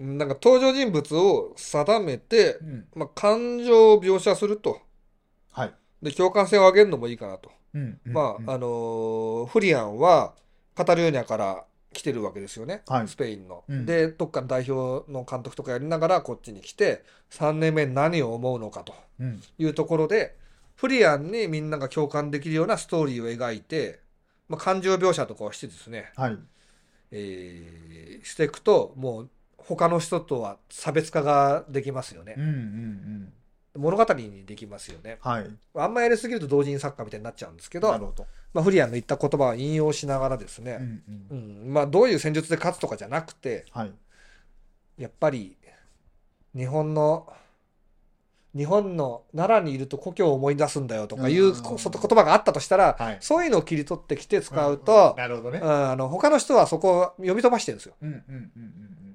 [SPEAKER 2] なんか登場人物を定めて
[SPEAKER 1] う、ん。
[SPEAKER 2] まあ、感情を描写すると。
[SPEAKER 1] はい。
[SPEAKER 2] で、共感性を上げるのもいいかなと。
[SPEAKER 1] うん。うん
[SPEAKER 2] ま
[SPEAKER 1] うん
[SPEAKER 2] あ、あのーフリアンはカタルーニャから来てるわけですよね。
[SPEAKER 1] はい
[SPEAKER 2] スペインの。
[SPEAKER 1] うん
[SPEAKER 2] で、どっかの代表の監督とかやりながらこっちに来て、3年目に何を思うのかと
[SPEAKER 1] うん。
[SPEAKER 2] いうところで、フリアンにみんなが共感できるようなストーリーを描いて、まあ、感情描写とかをしてですね、
[SPEAKER 1] はい。
[SPEAKER 2] えーしていくと、もう他の人とは差別化ができますよね
[SPEAKER 1] うん。うんうん。
[SPEAKER 2] 物語にできますよね。
[SPEAKER 1] はい。
[SPEAKER 2] あんまやりすぎると同人作家みたいになっちゃうんですけ
[SPEAKER 1] なる
[SPEAKER 2] ど、
[SPEAKER 1] ほど。
[SPEAKER 2] まあ、フリアンの言った言葉を引用しながらですね、
[SPEAKER 1] うんうん。
[SPEAKER 2] うんまあ、どういう戦術で勝つとかじゃなくて
[SPEAKER 1] はい。
[SPEAKER 2] やっぱり日本の日本の奈良にいると故郷を思い出すんだよとかいう
[SPEAKER 1] うん
[SPEAKER 2] こそ言葉があったとしたら、
[SPEAKER 1] はい
[SPEAKER 2] そういうのを切り取ってきて使うと、
[SPEAKER 1] なるほどね
[SPEAKER 2] う。んあの他の人はそこを読み飛ばしてるんですよ。
[SPEAKER 1] うんうんうんうん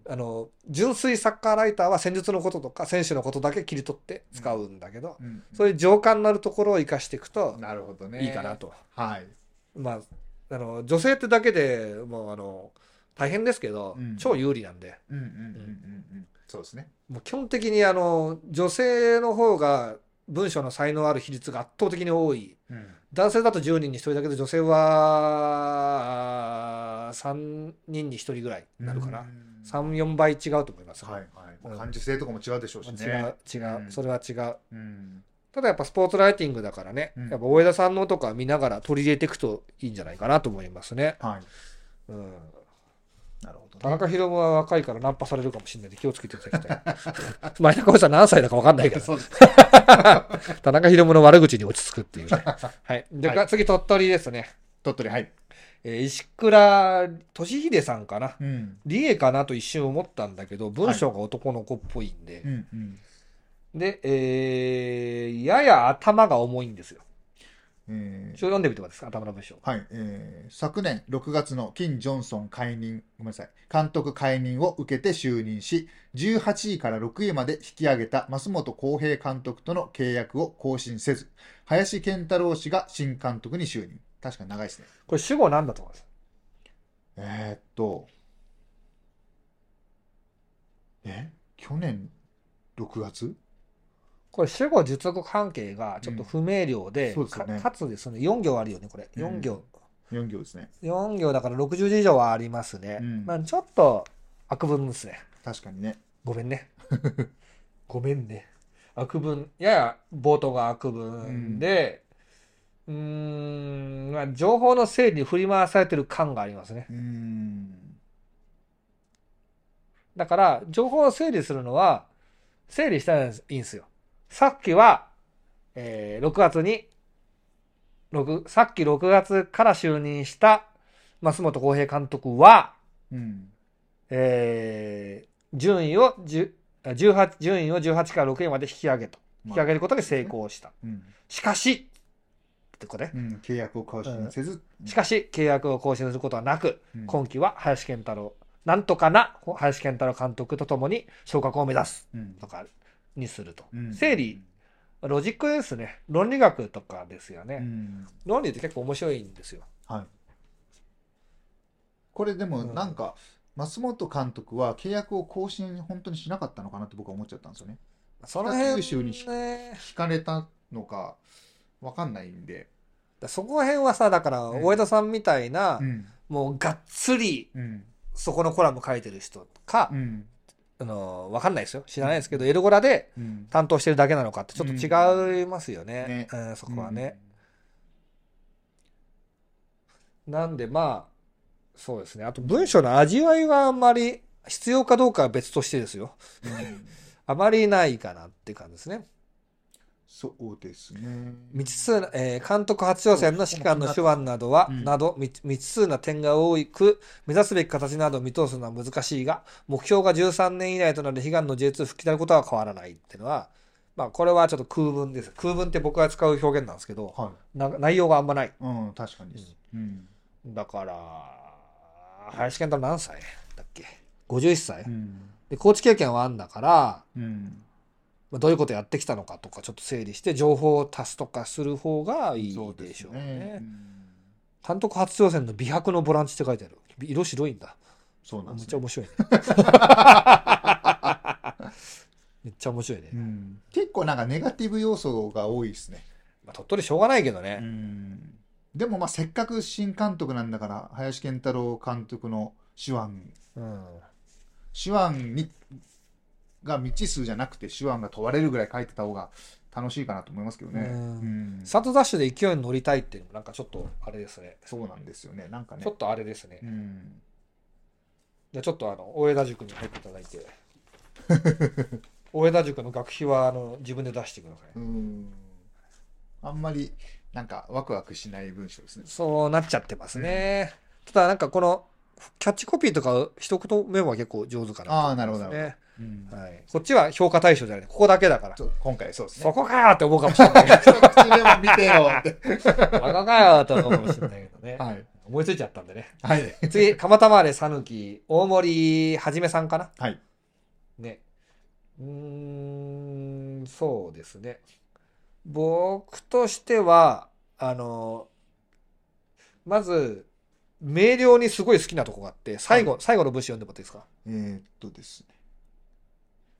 [SPEAKER 2] あの純粋サッカーライターは戦術のこととか選手のことだけ切り取って使うんだけど、
[SPEAKER 1] うんうん。
[SPEAKER 2] そういう情感のあるところを生かしていくと
[SPEAKER 1] なるほどね。
[SPEAKER 2] いいかな。と。
[SPEAKER 1] はい。
[SPEAKER 2] まあ、あの女性ってだけでもうあの大変ですけど、
[SPEAKER 1] うん
[SPEAKER 2] 超有利なんで。
[SPEAKER 1] うんうんうんうんうん。そうですね。
[SPEAKER 2] もう基本的にあの女性の方が文章の才能ある比率が圧倒的に多い
[SPEAKER 1] うん。
[SPEAKER 2] 男性だと10人に1人だけど女性はあー3人に1人ぐらいなるかな、
[SPEAKER 1] うん
[SPEAKER 2] 34倍違うと思います、
[SPEAKER 1] はいはい。
[SPEAKER 2] うん
[SPEAKER 1] 感受性とかも違うでしょうしね。
[SPEAKER 2] 違う違う、
[SPEAKER 1] うん
[SPEAKER 2] それは違う
[SPEAKER 1] うん。
[SPEAKER 2] ただやっぱスポーツライティングだからね、
[SPEAKER 1] うん
[SPEAKER 2] やっぱ大枝さんのとか見ながら取り入れていくといいんじゃないかなと思いますね、
[SPEAKER 1] はい。
[SPEAKER 2] うん、
[SPEAKER 1] なるほど
[SPEAKER 2] 田
[SPEAKER 1] ね。
[SPEAKER 2] 中宏は若いからナンパされるかもしれないんで気をつけていただきたい 前田浩さん何歳だか分かんないけ ど
[SPEAKER 1] そうです
[SPEAKER 2] 田中宏の悪口に落ち着くっていうね。はい。で、
[SPEAKER 1] はい
[SPEAKER 2] 次、鳥取ですね。
[SPEAKER 1] 鳥取、はい。
[SPEAKER 2] えー石倉俊秀さんかな。
[SPEAKER 1] うん。
[SPEAKER 2] 理恵かなと一瞬思ったんだけど、文章が男の子っぽいんで。
[SPEAKER 1] うんうん。
[SPEAKER 2] で、えーやや頭が重いんですよ。
[SPEAKER 1] えー
[SPEAKER 2] ちょっと読んでみてもらっていいですか、頭の文章。
[SPEAKER 1] はい、えー昨年6月の金ジョンソン解任、ごめんなさい、監督解任を受けて就任し、18位から6位まで引き上げた増本康平監督との契約を更新せず、林健太郎氏が新監督に就任。確かに長いですね。
[SPEAKER 2] これ主語なんだと思います。
[SPEAKER 1] えーっと、え去年6月
[SPEAKER 2] これ主語述語関係がちょっと不明瞭で、
[SPEAKER 1] うんそうですよね
[SPEAKER 2] かかつですね、4行あるよね、これ。
[SPEAKER 1] うん
[SPEAKER 2] 4行。
[SPEAKER 1] ?4 行ですね。
[SPEAKER 2] 4行だから60字以上はありますね。
[SPEAKER 1] うん
[SPEAKER 2] まあちょっと悪文ですね。
[SPEAKER 1] 確かにね。
[SPEAKER 2] ごめ んね。ごめんね。悪文、やや冒頭が悪文で、うーん、まあ、情報の整理に振り回されてる感がありますね。
[SPEAKER 1] うーん。
[SPEAKER 2] だから、情報を整理するのは、整理したらいいんですよ。さっきは、えー6月に、六さっき6月から就任した増本浩平監督は、
[SPEAKER 1] うん。
[SPEAKER 2] えー順位を10あ18順位を18から6位まで引き上げた引き上げることに成功した。
[SPEAKER 1] うん。
[SPEAKER 2] しかし、ってことね
[SPEAKER 1] う。ん契約を更新せず。
[SPEAKER 2] しかし、契約を更新することはなく、
[SPEAKER 1] うん
[SPEAKER 2] 今季は林健太郎、なんとかな林健太郎監督とともに昇格を目指す
[SPEAKER 1] うん
[SPEAKER 2] とかにすると。
[SPEAKER 1] うん
[SPEAKER 2] 整理、ロジックですね。論理学とかですよ
[SPEAKER 1] う
[SPEAKER 2] ね。
[SPEAKER 1] ん
[SPEAKER 2] 論理って結構面白いんですよ。
[SPEAKER 1] はい、これでも
[SPEAKER 2] うん
[SPEAKER 1] なんか、松本監督は契約を更新本当にしなかったのかなって僕は思っちゃったんですよね。
[SPEAKER 2] その辺、
[SPEAKER 1] 北九州に
[SPEAKER 2] ね、
[SPEAKER 1] 聞かれたのかわかんないんで。
[SPEAKER 2] そこら辺はさ、だから、
[SPEAKER 1] うん
[SPEAKER 2] 大江戸さんみたいな、
[SPEAKER 1] うん
[SPEAKER 2] もうがっつり、
[SPEAKER 1] うん
[SPEAKER 2] そこのコラム書いてる人か
[SPEAKER 1] う、ん
[SPEAKER 2] あの、わかんないですよ。知らないですけど、エルゴラで
[SPEAKER 1] うん
[SPEAKER 2] 担当してるだけなのかってちょっと違いますよね。うん、そこはね。なんでまあ、そうですね。あと文章の味わいはあんまり必要かどうかは別としてですよ。
[SPEAKER 1] うん
[SPEAKER 2] あまりないかなっていう感じですね。
[SPEAKER 1] そうですね。
[SPEAKER 2] 未知数な、えー監督初挑戦の指揮官の手腕などは、
[SPEAKER 1] うん
[SPEAKER 2] など未未知数な点が多く目指すべき形などを見通すのは難しいが目標が13年以内となる悲願の J2 復帰であることは変わらないっていうのは、まあ、これはちょっと空文です空文って僕が使う表現なんですけど
[SPEAKER 1] は
[SPEAKER 2] な内容があんまない
[SPEAKER 1] い。うん、確かにです。うん。
[SPEAKER 2] だから林健太郎何歳だっけ51歳、
[SPEAKER 1] うん。
[SPEAKER 2] でコーチ経験はあんだから
[SPEAKER 1] うん。
[SPEAKER 2] まあどういうことやってきたのかとかちょっと整理して情報を足すとかする方がいいでしょうね
[SPEAKER 1] う。ん
[SPEAKER 2] 監督初挑戦の美白のボランチって書いてある色白いんだ
[SPEAKER 1] そうな
[SPEAKER 2] め
[SPEAKER 1] ん
[SPEAKER 2] っ
[SPEAKER 1] です
[SPEAKER 2] ちゃ
[SPEAKER 1] ね。
[SPEAKER 2] 面白い ねめっちゃ面白いね、
[SPEAKER 1] うん結構なんかネガティブ要素が多いですね。
[SPEAKER 2] まあ、鳥取しょうがないけど
[SPEAKER 1] う
[SPEAKER 2] ね、
[SPEAKER 1] ん。でもまあせっかく新監督なんだから、林健太郎監督の手腕、
[SPEAKER 2] うん
[SPEAKER 1] 手腕にが未知数じゃなくて手腕が問われるぐらい書いてた方が楽しいかなと思いますけどね。
[SPEAKER 2] うん
[SPEAKER 1] うん
[SPEAKER 2] スタートダッシュで勢いに乗りたいっていうのもなんかちょっとあれですね
[SPEAKER 1] そうなんですよね。なんかね
[SPEAKER 2] ちょ。っとあれですね、
[SPEAKER 1] うん。
[SPEAKER 2] じゃあちょっとあの大枝塾に入っていただいて 大枝塾の学費はあの自分で出してくださ
[SPEAKER 1] う
[SPEAKER 2] い、
[SPEAKER 1] んあんまりなんかワクワクしない文章ですね。
[SPEAKER 2] そうなっちゃってますね、ただなんかこのキャッチコピーとか一言目は結構上手かな
[SPEAKER 1] ああ、なるほど、な
[SPEAKER 2] ね
[SPEAKER 1] るほど。
[SPEAKER 2] はい、こっちは評価対象じゃないここだけだから
[SPEAKER 1] そう今回そうです
[SPEAKER 2] そ
[SPEAKER 1] ね。
[SPEAKER 2] こかよって思うかもしれない
[SPEAKER 1] 一口でも見てよ って。
[SPEAKER 2] バカかよって思うかもしれないけどね、
[SPEAKER 1] はい。
[SPEAKER 2] 思いついちゃったんでね
[SPEAKER 1] はい。
[SPEAKER 2] 次蒲田までさぬき大森はじめさんかな
[SPEAKER 1] はい。
[SPEAKER 2] ねうーんそうですね僕としてはあのまず明瞭にすごい好きなとこがあって最後、最後の文章読んでもらっていいですか
[SPEAKER 1] えーっとです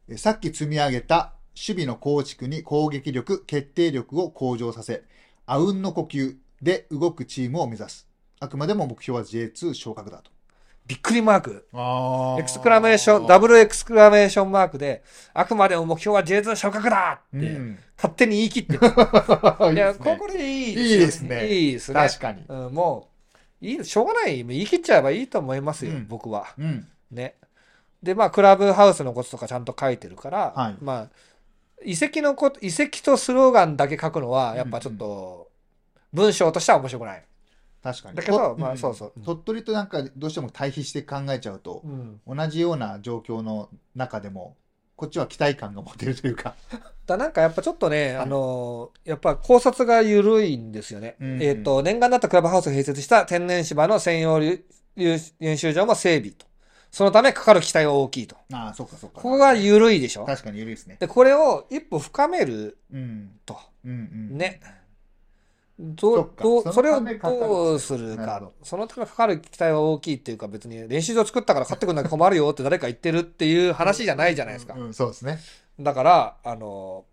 [SPEAKER 1] ね。えさっき積み上げた守備の構築に攻撃力、決定力を向上させ、あうんの呼吸で動くチームを目指す。あくまでも目標は J2 昇格だと。
[SPEAKER 2] びっくりマーク
[SPEAKER 1] あ
[SPEAKER 2] エクスクラメーション、ダブルエクスクラメーションマークで、あくまでも目標は J2 昇格だって、
[SPEAKER 1] うん。
[SPEAKER 2] 勝手に言 い切って、いや、ここでいいですよ
[SPEAKER 1] い
[SPEAKER 2] いいですね。
[SPEAKER 1] 確かに。
[SPEAKER 2] うん、もう、いい、しょうがない。もう言い切っちゃえばいいと思いますよ、
[SPEAKER 1] うん
[SPEAKER 2] 僕は。
[SPEAKER 1] うん。
[SPEAKER 2] ね。で、まあ、クラブハウスのこととかちゃんと書いてるから、
[SPEAKER 1] はい
[SPEAKER 2] まあ、遺跡のこと、遺跡とスローガンだけ書くのは、やっぱちょっと、文章としては面白くない。
[SPEAKER 1] 確かに。
[SPEAKER 2] だけど
[SPEAKER 1] と
[SPEAKER 2] まあ
[SPEAKER 1] ん
[SPEAKER 2] そうそう
[SPEAKER 1] 鳥取となんかどうしても対比して考えちゃうと、
[SPEAKER 2] うん。
[SPEAKER 1] 同じような状況の中でも、こっちは期待感が持てるというか。
[SPEAKER 2] だなんかやっぱちょっとね、あのーやっぱ考察が緩いんですよね。
[SPEAKER 1] うんうん
[SPEAKER 2] えっ、と、念願だったクラブハウスを併設した天然芝の専用流流練習場も整備と。そのためかかる期待は大きいと。
[SPEAKER 1] ああ、そうかそうか。
[SPEAKER 2] ここが緩いでしょ
[SPEAKER 1] 確かに緩いですね。
[SPEAKER 2] で、これを一歩深める
[SPEAKER 1] うん。
[SPEAKER 2] と。
[SPEAKER 1] うんうん。
[SPEAKER 2] ね。ど
[SPEAKER 1] そっ
[SPEAKER 2] う
[SPEAKER 1] か、
[SPEAKER 2] どう、そ
[SPEAKER 1] そ
[SPEAKER 2] れ
[SPEAKER 1] の
[SPEAKER 2] を
[SPEAKER 1] ためかかる
[SPEAKER 2] どうする
[SPEAKER 1] なる
[SPEAKER 2] か
[SPEAKER 1] ほど。
[SPEAKER 2] そのためかかる期待は大きいっていうか別に練習場作ったから買ってくんなきゃ困るよって誰か言ってるっていう話じゃないじゃないですか
[SPEAKER 1] う。んうんそうですね。
[SPEAKER 2] だから、あの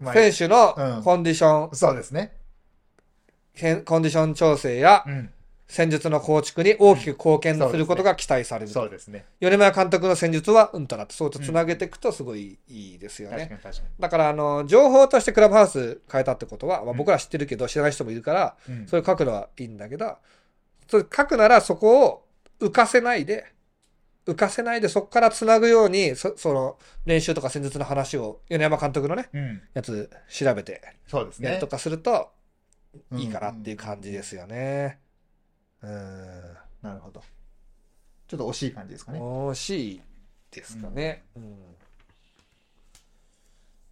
[SPEAKER 2] ー
[SPEAKER 1] まあ
[SPEAKER 2] 選手
[SPEAKER 1] う
[SPEAKER 2] の
[SPEAKER 1] ん
[SPEAKER 2] コンディション、
[SPEAKER 1] そうですね。
[SPEAKER 2] けんコンディション調整や
[SPEAKER 1] うん。
[SPEAKER 2] 戦術の構築に大きく貢献することが期待される。
[SPEAKER 1] そうですね。
[SPEAKER 2] 米村監督の戦術はうんたらって、そうとつなげていくとすごいいいですよ
[SPEAKER 1] 確かに
[SPEAKER 2] ね。
[SPEAKER 1] 確かに。
[SPEAKER 2] だから、あの、情報としてクラブハウス変えたってことは、まあ、僕ら知ってるけど知らない人もいるから、
[SPEAKER 1] うん
[SPEAKER 2] それ書くのはいいんだけど、それ書くならそこを浮かせないで、浮かせないでそこからつなぐように、そその練習とか戦術の話を米山監督のね、
[SPEAKER 1] うん。
[SPEAKER 2] やつ調べて
[SPEAKER 1] そうです
[SPEAKER 2] やる
[SPEAKER 1] ね
[SPEAKER 2] と。かすると、いいかなっていううん感じですよね。うん。
[SPEAKER 1] なるほど。ちょっと惜しい感じですかね。
[SPEAKER 2] 惜しいですかね。うん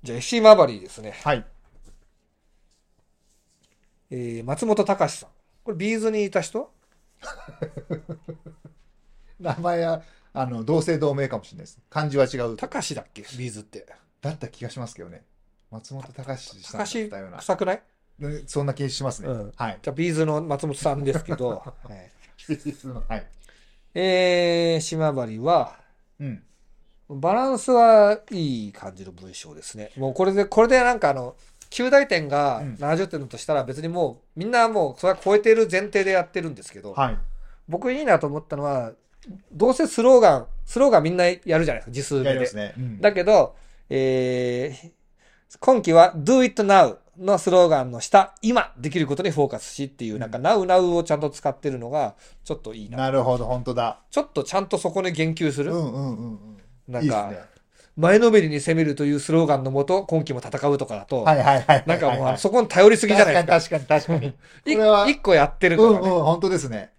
[SPEAKER 2] じゃあ FC マバリーですね。
[SPEAKER 1] はい。
[SPEAKER 2] えー松本隆さん。これビーズにいた人
[SPEAKER 1] 名前は、あの、同姓同名かもしれないです。漢字は違う。
[SPEAKER 2] 隆だっけビーズって。
[SPEAKER 1] だった気がしますけどね。松本隆さんだっ
[SPEAKER 2] 隆
[SPEAKER 1] たような。
[SPEAKER 2] 臭くない
[SPEAKER 1] ねそんな気しますね。
[SPEAKER 2] うん
[SPEAKER 1] はい。
[SPEAKER 2] じゃあビーズの松本さんですけ ど、はい
[SPEAKER 1] はい。
[SPEAKER 2] えー、島張は、
[SPEAKER 1] うん。
[SPEAKER 2] バランスはいい感じの文章ですね。もうこれで、これでなんかあの、9大点が
[SPEAKER 1] うん
[SPEAKER 2] 70点だとしたら別にもうみんなもうそれは超えてる前提でやってるんですけど、
[SPEAKER 1] はい。
[SPEAKER 2] 僕いいなと思ったのは、どうせスローガン、スローガンみんなやるじゃないですか、字数
[SPEAKER 1] や
[SPEAKER 2] 目
[SPEAKER 1] りま
[SPEAKER 2] で。
[SPEAKER 1] すね。うん
[SPEAKER 2] だけど、えー今期は Do It Now のスローガンの下、今できることにフォーカスしっていう、なんか Now Now をちゃんと使ってるのがちょっといいな。
[SPEAKER 1] なるほど、本当だ。
[SPEAKER 2] ちょっとちゃんとそこに言及す
[SPEAKER 1] うん
[SPEAKER 2] る、
[SPEAKER 1] うんうんうん。
[SPEAKER 2] ないん
[SPEAKER 1] いで
[SPEAKER 2] か
[SPEAKER 1] すね。
[SPEAKER 2] 前のめりに攻めるというスローガンのもと、今季も戦うとかだと、
[SPEAKER 1] はいはいはい。
[SPEAKER 2] なんかもうあ
[SPEAKER 1] はい
[SPEAKER 2] の、そこに頼りすぎじゃないですか。
[SPEAKER 1] 確かに確かに確か
[SPEAKER 2] い
[SPEAKER 1] に。これは、
[SPEAKER 2] 一個やってる
[SPEAKER 1] う
[SPEAKER 2] か
[SPEAKER 1] んう
[SPEAKER 2] ら
[SPEAKER 1] ん、
[SPEAKER 2] ね。
[SPEAKER 1] 本当ですね。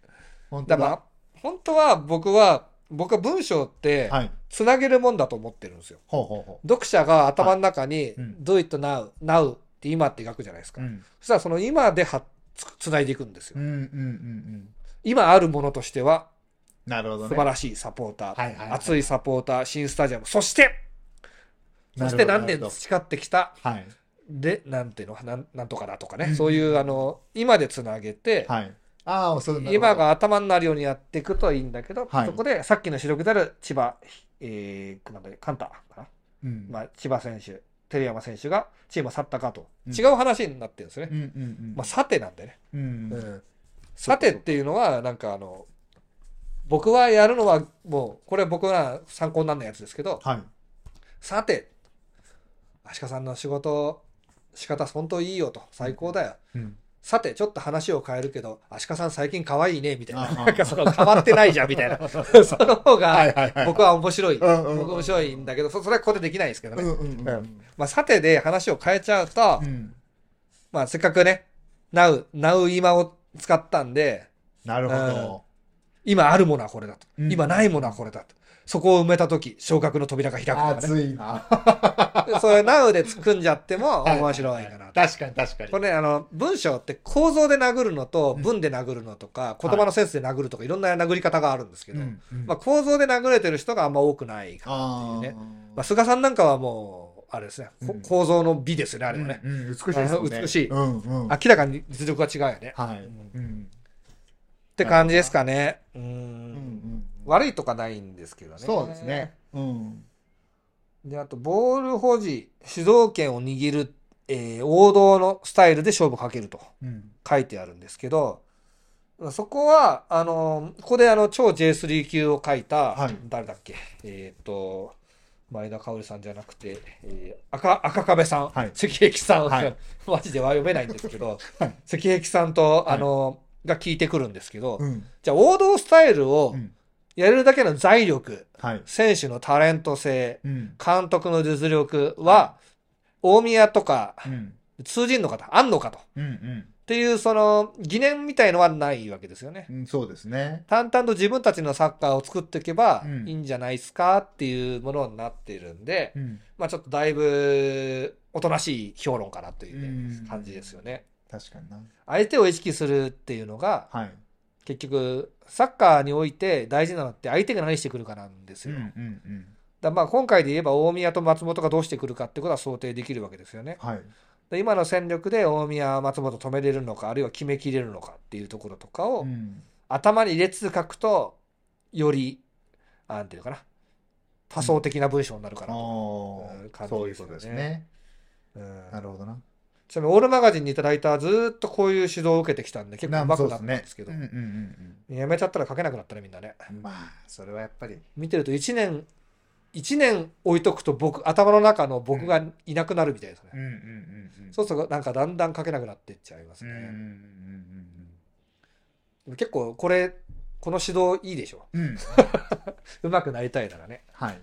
[SPEAKER 1] 本当
[SPEAKER 2] だか
[SPEAKER 1] だ。
[SPEAKER 2] ら、本当は僕は、僕は文章って、
[SPEAKER 1] はい。
[SPEAKER 2] つなげるもんだと思ってるんですよ。
[SPEAKER 1] ほうほうほ
[SPEAKER 2] 読者が頭の中に、
[SPEAKER 1] うん
[SPEAKER 2] do it now, now って今って書くじゃないです
[SPEAKER 1] う。
[SPEAKER 2] か。
[SPEAKER 1] うん。
[SPEAKER 2] そしたらその今ではつつないでいくんです
[SPEAKER 1] う
[SPEAKER 2] よ。
[SPEAKER 1] んうんうんうん。
[SPEAKER 2] 今あるものとしては、
[SPEAKER 1] なるほど
[SPEAKER 2] 素
[SPEAKER 1] ね。
[SPEAKER 2] 晴らしいサポーター、
[SPEAKER 1] はいはいはい
[SPEAKER 2] 熱いサポーター、新スタジアム、そして、そして
[SPEAKER 1] なる
[SPEAKER 2] 何
[SPEAKER 1] ほど
[SPEAKER 2] 年培ってきた、
[SPEAKER 1] なるほ
[SPEAKER 2] で、なんていうの、なんなんとかだとかね、
[SPEAKER 1] うん
[SPEAKER 2] そういう、あの、今でつなげて、
[SPEAKER 1] どはい。はい。ああ、そうなるほど
[SPEAKER 2] 今。が頭になるようにやっていくといいんだけど、
[SPEAKER 1] はい
[SPEAKER 2] そこでさっきの主力である千葉、えー、なんだっけカンタかな、
[SPEAKER 1] うん。
[SPEAKER 2] まあ、千葉選手、照山選手がチームを去ったかと、
[SPEAKER 1] うん
[SPEAKER 2] 違う話になってるんですね。
[SPEAKER 1] うんうんうん。
[SPEAKER 2] まあ、さてなんでね。
[SPEAKER 1] うん。
[SPEAKER 2] うんさてっていうのは、なんかあの、僕はやるのは、もう、これは僕ら参考にならないやつですけど、
[SPEAKER 1] はい。
[SPEAKER 2] さて、足利さんの仕事、仕方本当いいよと、最高だよ。
[SPEAKER 1] うん。
[SPEAKER 2] さて、ちょっと話を変えるけど、足利さん最近可愛いね、みたいな。
[SPEAKER 1] ああ
[SPEAKER 2] なんかその変わってないじゃん、みた いな。その方
[SPEAKER 1] はい
[SPEAKER 2] が、
[SPEAKER 1] はいはい。
[SPEAKER 2] 僕は面白い。
[SPEAKER 1] うんうんうん
[SPEAKER 2] 僕面白いんだけど、そそれはここでできないですけど
[SPEAKER 1] う
[SPEAKER 2] ね。
[SPEAKER 1] んうんうん。
[SPEAKER 2] まあ、さてで話を変えちゃうと、
[SPEAKER 1] うん。
[SPEAKER 2] まあ、せっかくね、now、now 今を使ったんで、
[SPEAKER 1] なるほど。
[SPEAKER 2] 今あるものはこれだと。
[SPEAKER 1] うん
[SPEAKER 2] 今ないものはこれだと。そこを埋めたとき、昇格の扉が開くとかね。
[SPEAKER 1] 熱いな。
[SPEAKER 2] そういう now で作んじゃっても面白いかな と。
[SPEAKER 1] 確かに確かに
[SPEAKER 2] こ。れね、あの、文章って構造で殴るのと、文で殴るのとか、言葉のセンスで殴るとか、いろんな殴り方があるんですけど、
[SPEAKER 1] うんうん
[SPEAKER 2] まあ、構造で殴れてる人があんま多くないか。
[SPEAKER 1] あ
[SPEAKER 2] ってい
[SPEAKER 1] ー
[SPEAKER 2] うまあ、菅さんなんかはもう、あれですね、こ
[SPEAKER 1] うん
[SPEAKER 2] 構造の美ですよね、あれはね。
[SPEAKER 1] うんうん美しいですよね。
[SPEAKER 2] 美しい
[SPEAKER 1] うんうん。
[SPEAKER 2] 明らかに実力が違うよね。
[SPEAKER 1] は
[SPEAKER 2] う
[SPEAKER 1] い。
[SPEAKER 2] ん
[SPEAKER 1] うん。
[SPEAKER 2] って感じですかね。う。
[SPEAKER 1] うんんうん。
[SPEAKER 2] 悪いとかないんですけどね。
[SPEAKER 1] そうですね。。うん。
[SPEAKER 2] で、あと、ボール保持、主導権を握る、えー王道のスタイルで勝負かけると
[SPEAKER 1] うん。
[SPEAKER 2] 書いてあるんですけど、そこは、あの、ここであの、超 J3 級を書いた、
[SPEAKER 1] はい
[SPEAKER 2] 誰だっけ、えーっと、前田香織さんじゃなくて、えー赤、赤壁さん、
[SPEAKER 1] はい
[SPEAKER 2] 関壁さん、
[SPEAKER 1] はい
[SPEAKER 2] マジでは読めないんですけど、
[SPEAKER 1] はい
[SPEAKER 2] 関壁さんと、
[SPEAKER 1] はい
[SPEAKER 2] あの、が聞いてくるんですけど、
[SPEAKER 1] うん。
[SPEAKER 2] じゃあ王道スタイルを
[SPEAKER 1] うん
[SPEAKER 2] やれるだけの財力、
[SPEAKER 1] はい。
[SPEAKER 2] 選手のタレント性、
[SPEAKER 1] うん。
[SPEAKER 2] 監督の実力は、大宮とか、
[SPEAKER 1] うん。
[SPEAKER 2] 通じんのかと、あんのかと。っ
[SPEAKER 1] うんうん。
[SPEAKER 2] ていう、その、疑念みたいのはないわけですよね。
[SPEAKER 1] うん、そうですね。
[SPEAKER 2] 淡々と自分たちのサッカーを作っていけば
[SPEAKER 1] うん
[SPEAKER 2] いいんじゃないですかっていうものになってるんで、
[SPEAKER 1] うん、
[SPEAKER 2] まあちょっとだいぶおとなしい評論かなというね、
[SPEAKER 1] うん
[SPEAKER 2] 感じですよね。
[SPEAKER 1] 確かにな。
[SPEAKER 2] 相手を意識するっていうのが
[SPEAKER 1] はい。
[SPEAKER 2] 結局サッカーにおいて大事なのって相手が何してくるかなんです
[SPEAKER 1] うん
[SPEAKER 2] よ。
[SPEAKER 1] う
[SPEAKER 2] だか
[SPEAKER 1] んうん。
[SPEAKER 2] らまあ今回で言えば大宮と松本がどうしてくるかってことは想定できるわけですよね。
[SPEAKER 1] はい。
[SPEAKER 2] で今の戦力で大宮、松本止めれるのか、あるいは決めきれるのかっていうところとかを、
[SPEAKER 1] うん。
[SPEAKER 2] 頭に入れつつ書くと、より、なんていうのかな、多層的な文章になるか
[SPEAKER 1] あ
[SPEAKER 2] なと。うん
[SPEAKER 1] あ、
[SPEAKER 2] 感
[SPEAKER 1] そう
[SPEAKER 2] じ
[SPEAKER 1] い
[SPEAKER 2] で
[SPEAKER 1] う
[SPEAKER 2] す
[SPEAKER 1] こ
[SPEAKER 2] よね
[SPEAKER 1] とですね。
[SPEAKER 2] うん
[SPEAKER 1] なるほどな。
[SPEAKER 2] ちなみに、オールマガジンにいただいた、ずーっとこういう指導を受けてきたんで、結構
[SPEAKER 1] な
[SPEAKER 2] うまくなったんですけど
[SPEAKER 1] そう、ですねうんうん
[SPEAKER 2] やめちゃったら書けなくなったね、みんなね。
[SPEAKER 1] うんうん。まあ、それはやっぱり。
[SPEAKER 2] 見てると、1年、1年置いとくと、僕、頭の中の僕がいなくなるみたいですね。
[SPEAKER 1] うんうんうんうん。
[SPEAKER 2] そうすると、なんかだんだん書けなくなっていっちゃいます
[SPEAKER 1] うんうんうん
[SPEAKER 2] ね。でも結構、これ、この指導いいでしょ。
[SPEAKER 1] うんうん。うん。
[SPEAKER 2] うまくなりたいならね。
[SPEAKER 1] はい。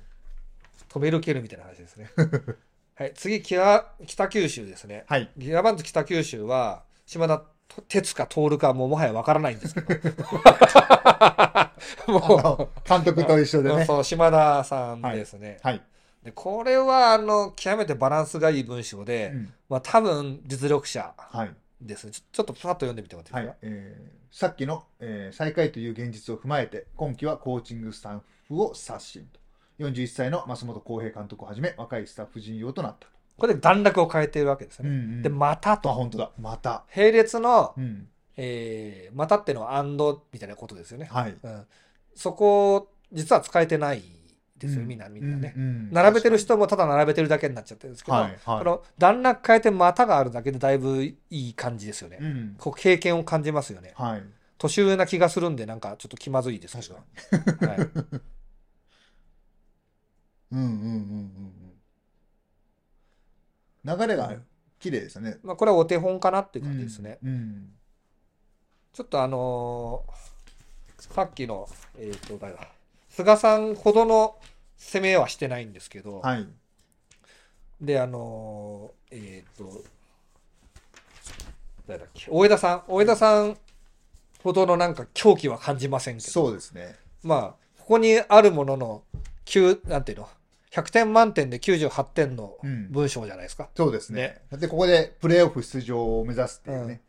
[SPEAKER 2] 止めるけるみたいな話ですね。 はい、次、キア北九州ですね。
[SPEAKER 1] はい。
[SPEAKER 2] ギアバンズ北九州は、島田哲か徹かもうもはやわからないんで すけど。
[SPEAKER 1] あ
[SPEAKER 2] も
[SPEAKER 1] の監督と一緒
[SPEAKER 2] う、
[SPEAKER 1] でね。
[SPEAKER 2] そう、島田さんですね。
[SPEAKER 1] はい。
[SPEAKER 2] でこれは、あの、極めてバランスがいい文章
[SPEAKER 1] う
[SPEAKER 2] で、
[SPEAKER 1] ん
[SPEAKER 2] まあ多分実力者
[SPEAKER 1] はい。
[SPEAKER 2] ですね。ちょちょっとパッと読んでみてもらっていい
[SPEAKER 1] は
[SPEAKER 2] ですか、
[SPEAKER 1] い、えーさっきの、えー最下位という現実を踏まえて、今期はコーチングスタッフを刷新と。41歳の増本康平監督をはじめ、若いスタッフ陣容となったと。
[SPEAKER 2] これで段落を変えてるわけですよね。
[SPEAKER 1] ん
[SPEAKER 2] で、また
[SPEAKER 1] あ、
[SPEAKER 2] と。
[SPEAKER 1] 本当だ。また。
[SPEAKER 2] 並列の、
[SPEAKER 1] うん。
[SPEAKER 2] えーまたってのはアンドみたいなことですよね。
[SPEAKER 1] はい。
[SPEAKER 2] うんそこ、実は使えてないですよ、
[SPEAKER 1] う
[SPEAKER 2] みんな、みんなね。
[SPEAKER 1] ううん
[SPEAKER 2] 並べてる人もただ並べてるだけになっちゃってるんですけど、
[SPEAKER 1] はいはい
[SPEAKER 2] この段落変えて股があるだけでだいぶいい感じですよね。
[SPEAKER 1] うん。
[SPEAKER 2] こう経験を感じますよね。
[SPEAKER 1] はい。
[SPEAKER 2] 年上な気がするんで、なんかちょっと気まずいですけど。はい
[SPEAKER 1] うんうんうんうんうん。流れが綺麗ですね。
[SPEAKER 2] まあ、これはお手本かなっていう感じですね。
[SPEAKER 1] うん。うん。
[SPEAKER 2] ちょっとあのーさっきの、えっ、と、誰だ、菅さんほどの攻めはしてないんですけど、
[SPEAKER 1] はい。
[SPEAKER 2] であのーえーっと誰だっけ大江田さん大江田さんほどのなんか狂気は感じませんけど
[SPEAKER 1] そうですね。
[SPEAKER 2] まあここにあるものの9なんていうの100点満点で98点の
[SPEAKER 1] うん
[SPEAKER 2] 文章じゃないですか、
[SPEAKER 1] そうですね。で、ここでプレーオフ出場を目指すっていうね、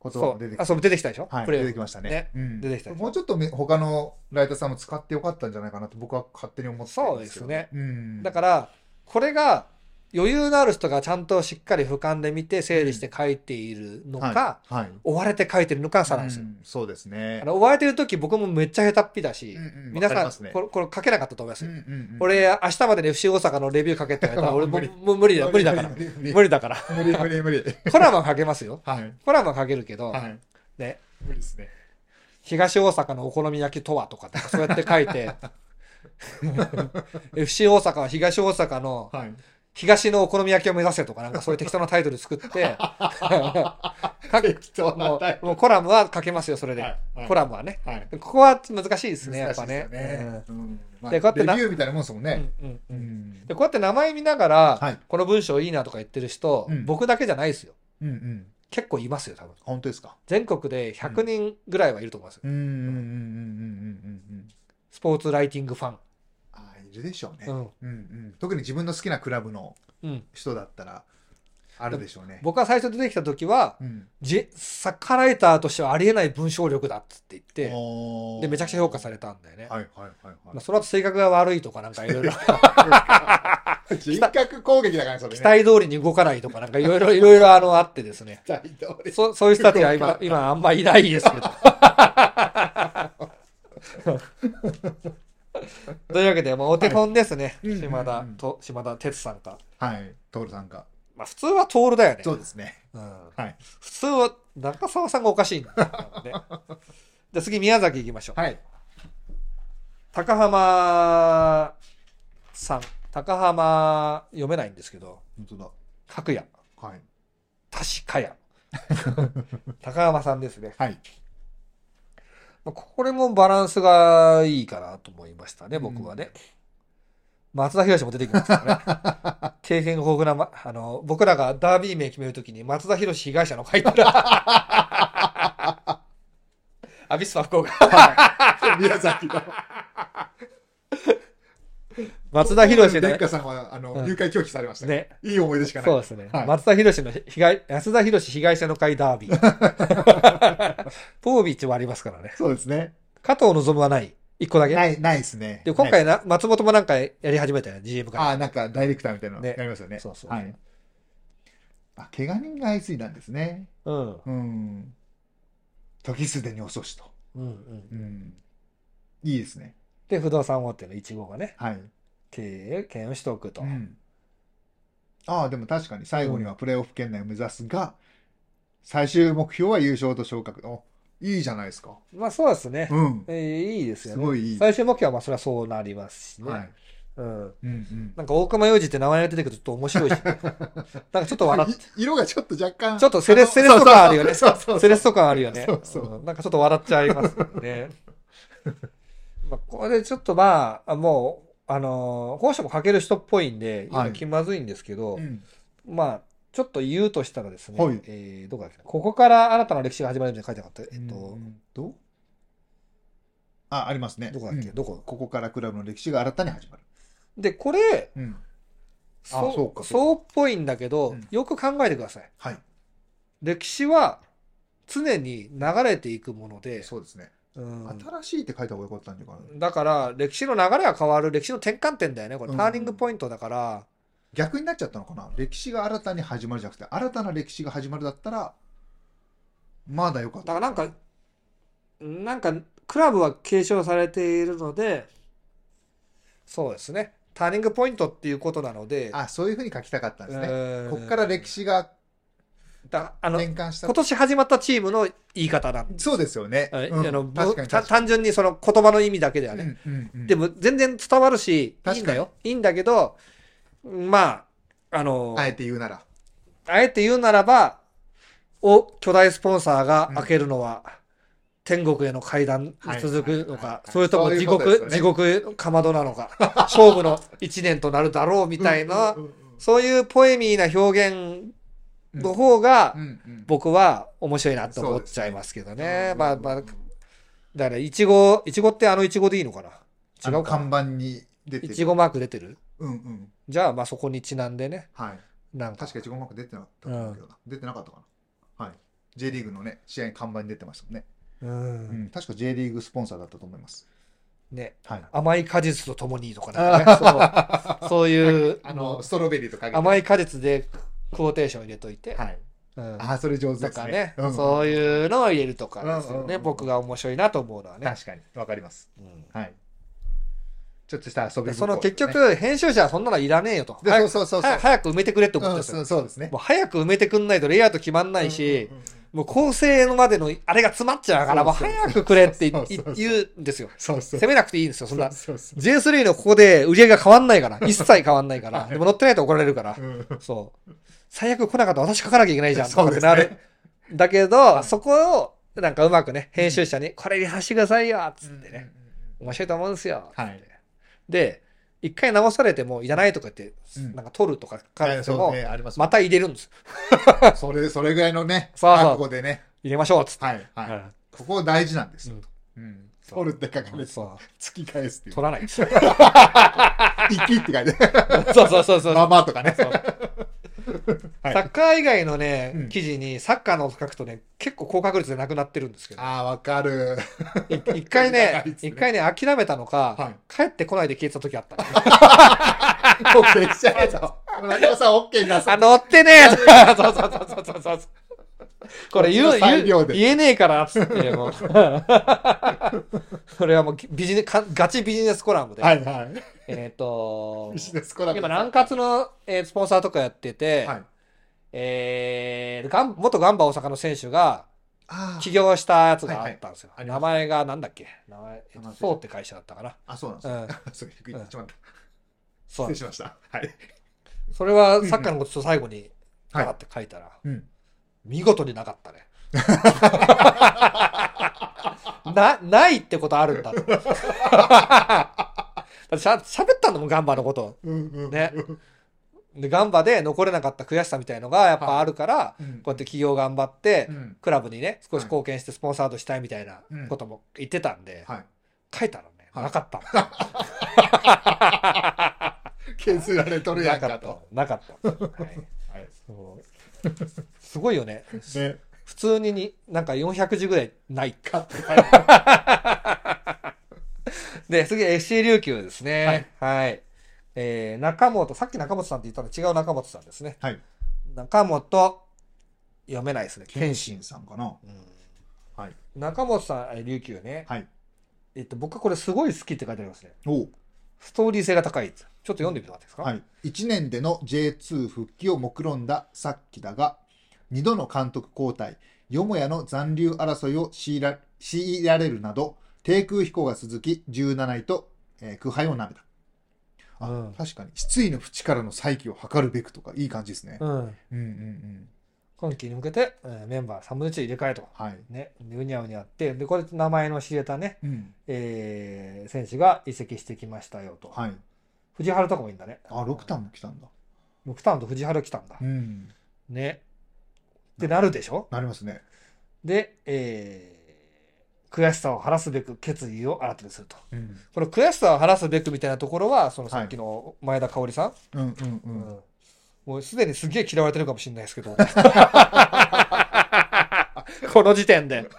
[SPEAKER 1] こと
[SPEAKER 2] そ
[SPEAKER 1] が
[SPEAKER 2] う
[SPEAKER 1] 出てき
[SPEAKER 2] あそう出てきたでしょ、
[SPEAKER 1] はい、
[SPEAKER 2] プレー
[SPEAKER 1] 出
[SPEAKER 2] オ
[SPEAKER 1] てき
[SPEAKER 2] フ
[SPEAKER 1] ましたね。
[SPEAKER 2] ね
[SPEAKER 1] うん
[SPEAKER 2] 出てきたでしょ
[SPEAKER 1] もうちょっとめ他のライターさんも使ってよかったんじゃないかなと僕は勝手に思ってたんけど
[SPEAKER 2] そう
[SPEAKER 1] うん、
[SPEAKER 2] だからこれが余裕のある人がちゃんとしっかり俯瞰で見て整理して書いているのか、
[SPEAKER 1] はい、はい、
[SPEAKER 2] 追われて書いてるのかの差なんですよ、
[SPEAKER 1] うんそうですね
[SPEAKER 2] あ。の追われてる時僕もめっちゃ下手っぴだし、
[SPEAKER 1] うんうん
[SPEAKER 2] 皆
[SPEAKER 1] わかり
[SPEAKER 2] さ
[SPEAKER 1] ま
[SPEAKER 2] ん
[SPEAKER 1] すね
[SPEAKER 2] これこれ書けなかったと思います
[SPEAKER 1] う
[SPEAKER 2] よ、
[SPEAKER 1] んうんうん
[SPEAKER 2] 俺明日までに FC 大阪のレビュー書けって言われたら俺も
[SPEAKER 1] 無理
[SPEAKER 2] うもう無理だ無理だから
[SPEAKER 1] 無理無理無
[SPEAKER 2] 無理だから
[SPEAKER 1] 理無理無理無理
[SPEAKER 2] コラムは書けますよ
[SPEAKER 1] はい
[SPEAKER 2] コラムは書けるけど、
[SPEAKER 1] はい
[SPEAKER 2] ね
[SPEAKER 1] 無理ですね。
[SPEAKER 2] 東大阪のお好み焼きとはとかなんかそうやって書 いて FC 大阪は東大阪の
[SPEAKER 1] はい。
[SPEAKER 2] 東のお好み焼きを目指せとかなんかそういう適当なタイトル作って 書け
[SPEAKER 1] 適当な
[SPEAKER 2] も
[SPEAKER 1] タイ
[SPEAKER 2] うもうコラムは書けますよそれで、
[SPEAKER 1] はいはい
[SPEAKER 2] コラムはね
[SPEAKER 1] はい。
[SPEAKER 2] ここは難しいですねや
[SPEAKER 1] 難
[SPEAKER 2] っ
[SPEAKER 1] しい
[SPEAKER 2] ぱ
[SPEAKER 1] です
[SPEAKER 2] ね
[SPEAKER 1] よね。うんまあ
[SPEAKER 2] で
[SPEAKER 1] レ
[SPEAKER 2] こうやってな
[SPEAKER 1] ビューみたいなもんですもんね。
[SPEAKER 2] うんうんう
[SPEAKER 1] うんん
[SPEAKER 2] でこうやって名前見ながら、
[SPEAKER 1] はい
[SPEAKER 2] この文章いいなとか言ってる人、
[SPEAKER 1] うん
[SPEAKER 2] 僕だけじゃないですよ
[SPEAKER 1] うんうん。
[SPEAKER 2] 結構いますよ多分
[SPEAKER 1] 本当ですか。
[SPEAKER 2] 全国で100人ぐらいはいると思いますよ、
[SPEAKER 1] うんうんうんうんうんうんうんうん。
[SPEAKER 2] スポーツライティングファン、
[SPEAKER 1] あーいるでしょうね。
[SPEAKER 2] うん
[SPEAKER 1] うんうん、特に自分の好きなクラブの
[SPEAKER 2] うん、
[SPEAKER 1] 人だったらあるでしょうね。
[SPEAKER 2] 僕が最初出てきた時は
[SPEAKER 1] うん、
[SPEAKER 2] じサッカーライターとしてはありえない文章力だっつって言って
[SPEAKER 1] おー
[SPEAKER 2] でめちゃくちゃ評価されたんだよね、
[SPEAKER 1] はいはいはいはい。
[SPEAKER 2] まあ、その後性格が悪いとかなんかいろいろ
[SPEAKER 1] 人格攻撃だからねそれね。
[SPEAKER 2] 期待通りに動かないとかなんかいろい ろいろいろあのあってですね
[SPEAKER 1] 期待通り。
[SPEAKER 2] そ そういう人たちが今今あんまいないですけど。 というわけで、まあ、お手本ですね、
[SPEAKER 1] はいうんうんうん
[SPEAKER 2] 島田と島田哲さんか、
[SPEAKER 1] はい、トールさんが。
[SPEAKER 2] まあ、普通は徹だよね、
[SPEAKER 1] そうですね。
[SPEAKER 2] うん、
[SPEAKER 1] はい。
[SPEAKER 2] 普通は中澤さんがおかしいんだ よねじゃあ次宮崎行きましょう、
[SPEAKER 1] はい。
[SPEAKER 2] 高浜さん高浜読めないんですけど
[SPEAKER 1] 本当だ。
[SPEAKER 2] 角屋
[SPEAKER 1] はい。
[SPEAKER 2] 確 かや高浜さんですね
[SPEAKER 1] はい。
[SPEAKER 2] まあこれもバランスがいいかなと思いましたね、僕はね。松田博も出てきますから ね。経験豊富な、ま、あの、僕らがダービー名決めるときに松田博被害者の書 いたら。アビスパ福岡。
[SPEAKER 1] 宮崎 の。
[SPEAKER 2] 松田博士
[SPEAKER 1] 殿
[SPEAKER 2] ね
[SPEAKER 1] 下。さんは、あ
[SPEAKER 2] う
[SPEAKER 1] の、
[SPEAKER 2] ん
[SPEAKER 1] 誘拐拒否されましたね。
[SPEAKER 2] ね。
[SPEAKER 1] いい思い出しかない。
[SPEAKER 2] そうですね。
[SPEAKER 1] はい
[SPEAKER 2] 松田博の被害、安田博被害者の会ダービー。 ポービッチもありますからね。
[SPEAKER 1] そうですね。
[SPEAKER 2] 加藤望はない。一個だけ。
[SPEAKER 1] ない、ないですね。
[SPEAKER 2] で、今
[SPEAKER 1] ない
[SPEAKER 2] 回な、松本もなんかやり始めたよね、GM から。
[SPEAKER 1] ああ、なんか、ダイレクターみたいなの
[SPEAKER 2] ね
[SPEAKER 1] やりますよね。
[SPEAKER 2] そうそう
[SPEAKER 1] はい。あ、怪我人が相次いだんですね。
[SPEAKER 2] うん。
[SPEAKER 1] うん。時すでに遅しと。
[SPEAKER 2] うんうん
[SPEAKER 1] う。ん。いいですね。
[SPEAKER 2] で、不動産大手の1号がね、
[SPEAKER 1] はい。
[SPEAKER 2] 経営権を取得と。
[SPEAKER 1] うん、ああ、でも確かに最後にはプレーオフ圏内を目指すが、最終目標は優勝と昇格。お、いいじゃないですか。
[SPEAKER 2] まあそうですね。
[SPEAKER 1] うん。
[SPEAKER 2] えーいいですよ
[SPEAKER 1] す
[SPEAKER 2] ね。
[SPEAKER 1] ごいいい。
[SPEAKER 2] 最終目標はまあそれはそうなりますしね。
[SPEAKER 1] はい。
[SPEAKER 2] うん。
[SPEAKER 1] うんうん。
[SPEAKER 2] なんか大熊洋二って名前が出てくるとちょっと 面白いし、なんかちょっと笑っ
[SPEAKER 1] い色がちょっと若干。
[SPEAKER 2] ちょっとセレ
[SPEAKER 1] あの
[SPEAKER 2] セレスト感あるよね
[SPEAKER 1] そうそうそうそう
[SPEAKER 2] セレスト感あるよね。
[SPEAKER 1] そうそうん
[SPEAKER 2] なんかちょっと笑っちゃいますよ ね。まあこれでちょっとまあ、もう、あのー、本社もかける人っぽいんで、
[SPEAKER 1] は
[SPEAKER 2] 今
[SPEAKER 1] い
[SPEAKER 2] 気まずいんですけど、
[SPEAKER 1] うん
[SPEAKER 2] まあ、ちょっと言うとしたらですね、
[SPEAKER 1] はい
[SPEAKER 2] えーどこだっけなここから新たな歴史が始まるみたいなの書いてなかった。えっと、
[SPEAKER 1] うんと。あ、ありますね。
[SPEAKER 2] どこだっけ、
[SPEAKER 1] うん
[SPEAKER 2] どこ
[SPEAKER 1] ここからクラブの歴史が新たに始まる。
[SPEAKER 2] で、これ、
[SPEAKER 1] うん。
[SPEAKER 2] そう
[SPEAKER 1] そうか
[SPEAKER 2] そうっぽいんだけど、
[SPEAKER 1] うん
[SPEAKER 2] よく考えてください。
[SPEAKER 1] はい。
[SPEAKER 2] 歴史は常に流れていくもので、
[SPEAKER 1] そうですね。
[SPEAKER 2] うん
[SPEAKER 1] 新しいって書いた方がよかったんじゃないかな。
[SPEAKER 2] だから歴史の流れが変わる歴史の転換点だよね。これ
[SPEAKER 1] うん
[SPEAKER 2] ターニングポイントだから、
[SPEAKER 1] 逆になっちゃったのかな歴史が新たに始まるじゃなくて新たな歴史が始まるだったらまだよかっ
[SPEAKER 2] だ
[SPEAKER 1] た
[SPEAKER 2] からなんか、なんかクラブは継承されているので、そうですね。ターニングポイントっていうことなので、
[SPEAKER 1] あそういうふうに書きたかったんですね
[SPEAKER 2] うん
[SPEAKER 1] こっから歴史が
[SPEAKER 2] だあの
[SPEAKER 1] 転換した
[SPEAKER 2] 今年始まったチームの言い方なんです。
[SPEAKER 1] そうですよね、
[SPEAKER 2] あ
[SPEAKER 1] うん
[SPEAKER 2] あのぼ
[SPEAKER 1] 確かに
[SPEAKER 2] た
[SPEAKER 1] 確か
[SPEAKER 2] 単純にその言葉の意味だけでは
[SPEAKER 1] に、
[SPEAKER 2] ね、
[SPEAKER 1] うんうんうん
[SPEAKER 2] でも全然伝わるしい
[SPEAKER 1] 確かに
[SPEAKER 2] いんだよいいんだけどまああの、
[SPEAKER 1] あえて言うなら
[SPEAKER 2] あえて言うならばお巨大スポンサーが開けるのは、天国への階段に続くの
[SPEAKER 1] はいはいはいは
[SPEAKER 2] か、
[SPEAKER 1] い
[SPEAKER 2] それとも
[SPEAKER 1] そうい
[SPEAKER 2] 地
[SPEAKER 1] うことですよ
[SPEAKER 2] 獄、
[SPEAKER 1] ね
[SPEAKER 2] 地獄かまどなの か、勝負の一年となるだろうみたいな
[SPEAKER 1] うん、うん
[SPEAKER 2] そういうポエミーな表現
[SPEAKER 1] うん
[SPEAKER 2] の方が
[SPEAKER 1] う、んうん
[SPEAKER 2] 僕は面白いなと思っちゃいますけどね。まあま
[SPEAKER 1] う
[SPEAKER 2] あ
[SPEAKER 1] ん、
[SPEAKER 2] だから、いちご、いちごってあのいちごでいいのか
[SPEAKER 1] あ
[SPEAKER 2] な違
[SPEAKER 1] の
[SPEAKER 2] うか
[SPEAKER 1] 看
[SPEAKER 2] な
[SPEAKER 1] 板に出て
[SPEAKER 2] い
[SPEAKER 1] る
[SPEAKER 2] ちごマーク出てる
[SPEAKER 1] うんうん
[SPEAKER 2] じゃあ、まあそこにちなんでね、
[SPEAKER 1] はい
[SPEAKER 2] なんか
[SPEAKER 1] 確かいちごマーク出てなかったと思うけどな出てなかったかなはい J リーグのね試合に看板に出てましたもんね
[SPEAKER 2] うん
[SPEAKER 1] うん確か J リーグスポンサーだったと思います
[SPEAKER 2] ね、
[SPEAKER 1] はい
[SPEAKER 2] 甘い果実とともにとかなんかね、そうそういう、
[SPEAKER 1] あのストロベリーとか
[SPEAKER 2] 甘い果実でクォーテーション入れといて、
[SPEAKER 1] はい
[SPEAKER 2] うん
[SPEAKER 1] あーそれ上手
[SPEAKER 2] と
[SPEAKER 1] です
[SPEAKER 2] か
[SPEAKER 1] ね
[SPEAKER 2] ね、
[SPEAKER 1] うん
[SPEAKER 2] そういうのを入れるとかです
[SPEAKER 1] うん
[SPEAKER 2] よ
[SPEAKER 1] うんうん
[SPEAKER 2] ね、
[SPEAKER 1] うん
[SPEAKER 2] 僕が面白いなと思うのはね。
[SPEAKER 1] 確かにわかります
[SPEAKER 2] うん
[SPEAKER 1] はいちょっとした遊び心
[SPEAKER 2] で
[SPEAKER 1] ね
[SPEAKER 2] その結
[SPEAKER 1] で
[SPEAKER 2] 局、編集者はそんなのいらねえよと。
[SPEAKER 1] そ
[SPEAKER 2] 早
[SPEAKER 1] うそうそうそう
[SPEAKER 2] く早く早く埋めてくれってこと
[SPEAKER 1] う
[SPEAKER 2] で
[SPEAKER 1] ん
[SPEAKER 2] す
[SPEAKER 1] そ
[SPEAKER 2] よ。
[SPEAKER 1] うそうですね
[SPEAKER 2] もう早く埋めてくんないとレイアウト決まんない
[SPEAKER 1] う
[SPEAKER 2] し
[SPEAKER 1] ん、うんうん
[SPEAKER 2] もう構成のまでのあれが詰まっちゃうから、もう
[SPEAKER 1] そうそうそう
[SPEAKER 2] 早くくれってい
[SPEAKER 1] そうそうそう
[SPEAKER 2] 言うんですよ。
[SPEAKER 1] そうそう
[SPEAKER 2] 攻めなくていいんですよ、そんな。
[SPEAKER 1] そうそう
[SPEAKER 2] J3 のここで売り上げが変わんな いから、一切変わんないから、
[SPEAKER 1] はい
[SPEAKER 2] でも乗ってないと怒られるから
[SPEAKER 1] う、ん
[SPEAKER 2] そう。最悪来なかったら私書かなきゃいけないじゃん、
[SPEAKER 1] そうです
[SPEAKER 2] とかってな
[SPEAKER 1] ね
[SPEAKER 2] る。だけ
[SPEAKER 1] は
[SPEAKER 2] ど、
[SPEAKER 1] い
[SPEAKER 2] そこを、なんかうまくね、編集者に、これリハしてくださいよ、つっ
[SPEAKER 1] う
[SPEAKER 2] てね、
[SPEAKER 1] んうんうん
[SPEAKER 2] 面白いと思うんですよ。
[SPEAKER 1] はい
[SPEAKER 2] で、一回直されても、いらないとか言って、
[SPEAKER 1] うん
[SPEAKER 2] なんか取るとか書かれても、
[SPEAKER 1] ね、あります。
[SPEAKER 2] また入れるんです。
[SPEAKER 1] それ、それぐらいのね、
[SPEAKER 2] そうそう
[SPEAKER 1] 覚悟でね。
[SPEAKER 2] 入れましょう、つって。
[SPEAKER 1] はい、はい。
[SPEAKER 2] は
[SPEAKER 1] ここ大事なんですよ。うん。
[SPEAKER 2] そう
[SPEAKER 1] 取るって書かれ
[SPEAKER 2] い
[SPEAKER 1] て、
[SPEAKER 2] そう
[SPEAKER 1] 突き返すっていう
[SPEAKER 2] 取。らないんですよ。
[SPEAKER 1] 生きって書い て、
[SPEAKER 2] そうそうそうそう。
[SPEAKER 1] まあまあとかね。
[SPEAKER 2] そう
[SPEAKER 1] はい
[SPEAKER 2] サッカー以外の
[SPEAKER 1] う
[SPEAKER 2] ね
[SPEAKER 1] ん、
[SPEAKER 2] 記事にサッカーの書くとね、結構高確率でなくなってるんですけど、
[SPEAKER 1] ああ、わかる。
[SPEAKER 2] い一回
[SPEAKER 1] 長
[SPEAKER 2] ね
[SPEAKER 1] いっ、すね
[SPEAKER 2] 一回ね、諦めたの
[SPEAKER 1] は
[SPEAKER 2] か、帰ってこないで消えてた時 あった。
[SPEAKER 1] オッケーしちゃえと。中尾さん、オッケーになさ
[SPEAKER 2] あ、
[SPEAKER 1] い。
[SPEAKER 2] 乗ってね えそうそうそうそうそうそう。これ言
[SPEAKER 1] こっ
[SPEAKER 2] う、
[SPEAKER 1] ちの裁
[SPEAKER 2] 言
[SPEAKER 1] 量
[SPEAKER 2] う
[SPEAKER 1] で
[SPEAKER 2] 言えねえから、つって、もう。 それはもうビジネかガチビジネスコラムで。
[SPEAKER 1] はいはい。
[SPEAKER 2] えっ、 と
[SPEAKER 1] ビ、ジネスコラム。
[SPEAKER 2] 今、南葛の、えースポンサーとかやってて、
[SPEAKER 1] はい。
[SPEAKER 2] えーガン元ガンバ大阪の選手が
[SPEAKER 1] あ
[SPEAKER 2] 起
[SPEAKER 1] ー
[SPEAKER 2] 業したやつがあったんですよ。
[SPEAKER 1] はいはいあります
[SPEAKER 2] 名前がなんだっけ名前、えっと
[SPEAKER 1] 名前
[SPEAKER 2] そうって会社だったかな。
[SPEAKER 1] あ、そうなんです
[SPEAKER 2] う
[SPEAKER 1] ね。
[SPEAKER 2] ん、
[SPEAKER 1] それ、低い。ちょっと待って。
[SPEAKER 2] そ
[SPEAKER 1] 失
[SPEAKER 2] うなん
[SPEAKER 1] 礼
[SPEAKER 2] です
[SPEAKER 1] しました。はい。
[SPEAKER 2] それはサッカーのことを最後に、
[SPEAKER 1] は
[SPEAKER 2] パ
[SPEAKER 1] い
[SPEAKER 2] ラって書いたら、
[SPEAKER 1] うん。
[SPEAKER 2] 見事になか ったね。な、ないってことあるんだと。 だってしゃ、喋ったんだもん、ガンバのこと。
[SPEAKER 1] うんうん。
[SPEAKER 2] ね。で、ガンバで残れなかった悔しさみたいのがやっぱあるから、
[SPEAKER 1] うん。
[SPEAKER 2] こうやって企業頑張って、
[SPEAKER 1] うん。
[SPEAKER 2] クラブにね、少し貢献してスポンサードしたいみたいなことも言ってたんで、
[SPEAKER 1] はい。
[SPEAKER 2] 書いたらね、
[SPEAKER 1] はい
[SPEAKER 2] な かったんだ。
[SPEAKER 1] 削られとるや
[SPEAKER 2] なんか
[SPEAKER 1] か
[SPEAKER 2] った
[SPEAKER 1] と。。
[SPEAKER 2] なかった。はい
[SPEAKER 1] はい。
[SPEAKER 2] そうすごいよね。
[SPEAKER 1] ね。
[SPEAKER 2] 普通にに、なんか400字ぐらいないって
[SPEAKER 1] カット。
[SPEAKER 2] で、次 FC 琉球ですね。はい。えー、中本、さっき中本さんって言ったの違う中本さんですね。
[SPEAKER 1] はい。
[SPEAKER 2] 中本、読めないですね。
[SPEAKER 1] 謙信さんかな。
[SPEAKER 2] うん
[SPEAKER 1] はい
[SPEAKER 2] 中本さん、えー琉球ね。
[SPEAKER 1] はい。
[SPEAKER 2] えっと、僕はこれすごい好きって書いてありますね。
[SPEAKER 1] おう
[SPEAKER 2] ストーリー性が高い。ちょっと読んでみてもらっていいですか、
[SPEAKER 1] はい、1年での J2 復帰を目論んださっきだが2度の監督交代よもやの残留争いを強いら強いられるなど低空飛行が続き17位と、えー苦杯をなめたあ、
[SPEAKER 2] うん
[SPEAKER 1] 確かに失意の淵からの再起を図るべくとかいい感じですね、
[SPEAKER 2] うん。
[SPEAKER 1] うん、うんうん
[SPEAKER 2] 今季に向けて、えーメンバー3分の1入れ替えと。
[SPEAKER 1] はい、
[SPEAKER 2] ね、うにゃうにゃって、で、これ名前の知れたね、
[SPEAKER 1] うん、
[SPEAKER 2] えー選手が移籍してきましたよと。
[SPEAKER 1] はい
[SPEAKER 2] 藤原とかもいいんだね。
[SPEAKER 1] あ六段も来たんだ
[SPEAKER 2] ムクタンと藤原来たんだ。
[SPEAKER 1] うん
[SPEAKER 2] ね。ってなるでしょ
[SPEAKER 1] なりますね
[SPEAKER 2] で、えー悔しさを晴らすべく決意を新たにすると。
[SPEAKER 1] うん
[SPEAKER 2] この悔しさを晴らすべくみたいなところは、そのさっきの前田香織さん、
[SPEAKER 1] うんうんうん、
[SPEAKER 2] うんもうすでにすげえ嫌われてるかもしれないです けど。この時点で。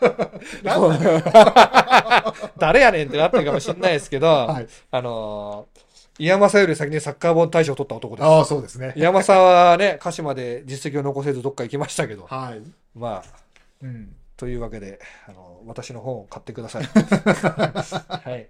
[SPEAKER 2] 誰やねんってなってるかもしれないですけど、
[SPEAKER 1] はい
[SPEAKER 2] あのー、岩政より先にサッカー本大賞を取った男です。
[SPEAKER 1] ああそうですね
[SPEAKER 2] 山沢はね、鹿島で実績を残せずどっか行きましたけど、
[SPEAKER 1] はい、
[SPEAKER 2] まあ、
[SPEAKER 1] うん、
[SPEAKER 2] というわけで、あの、私の本を買ってください。 はい。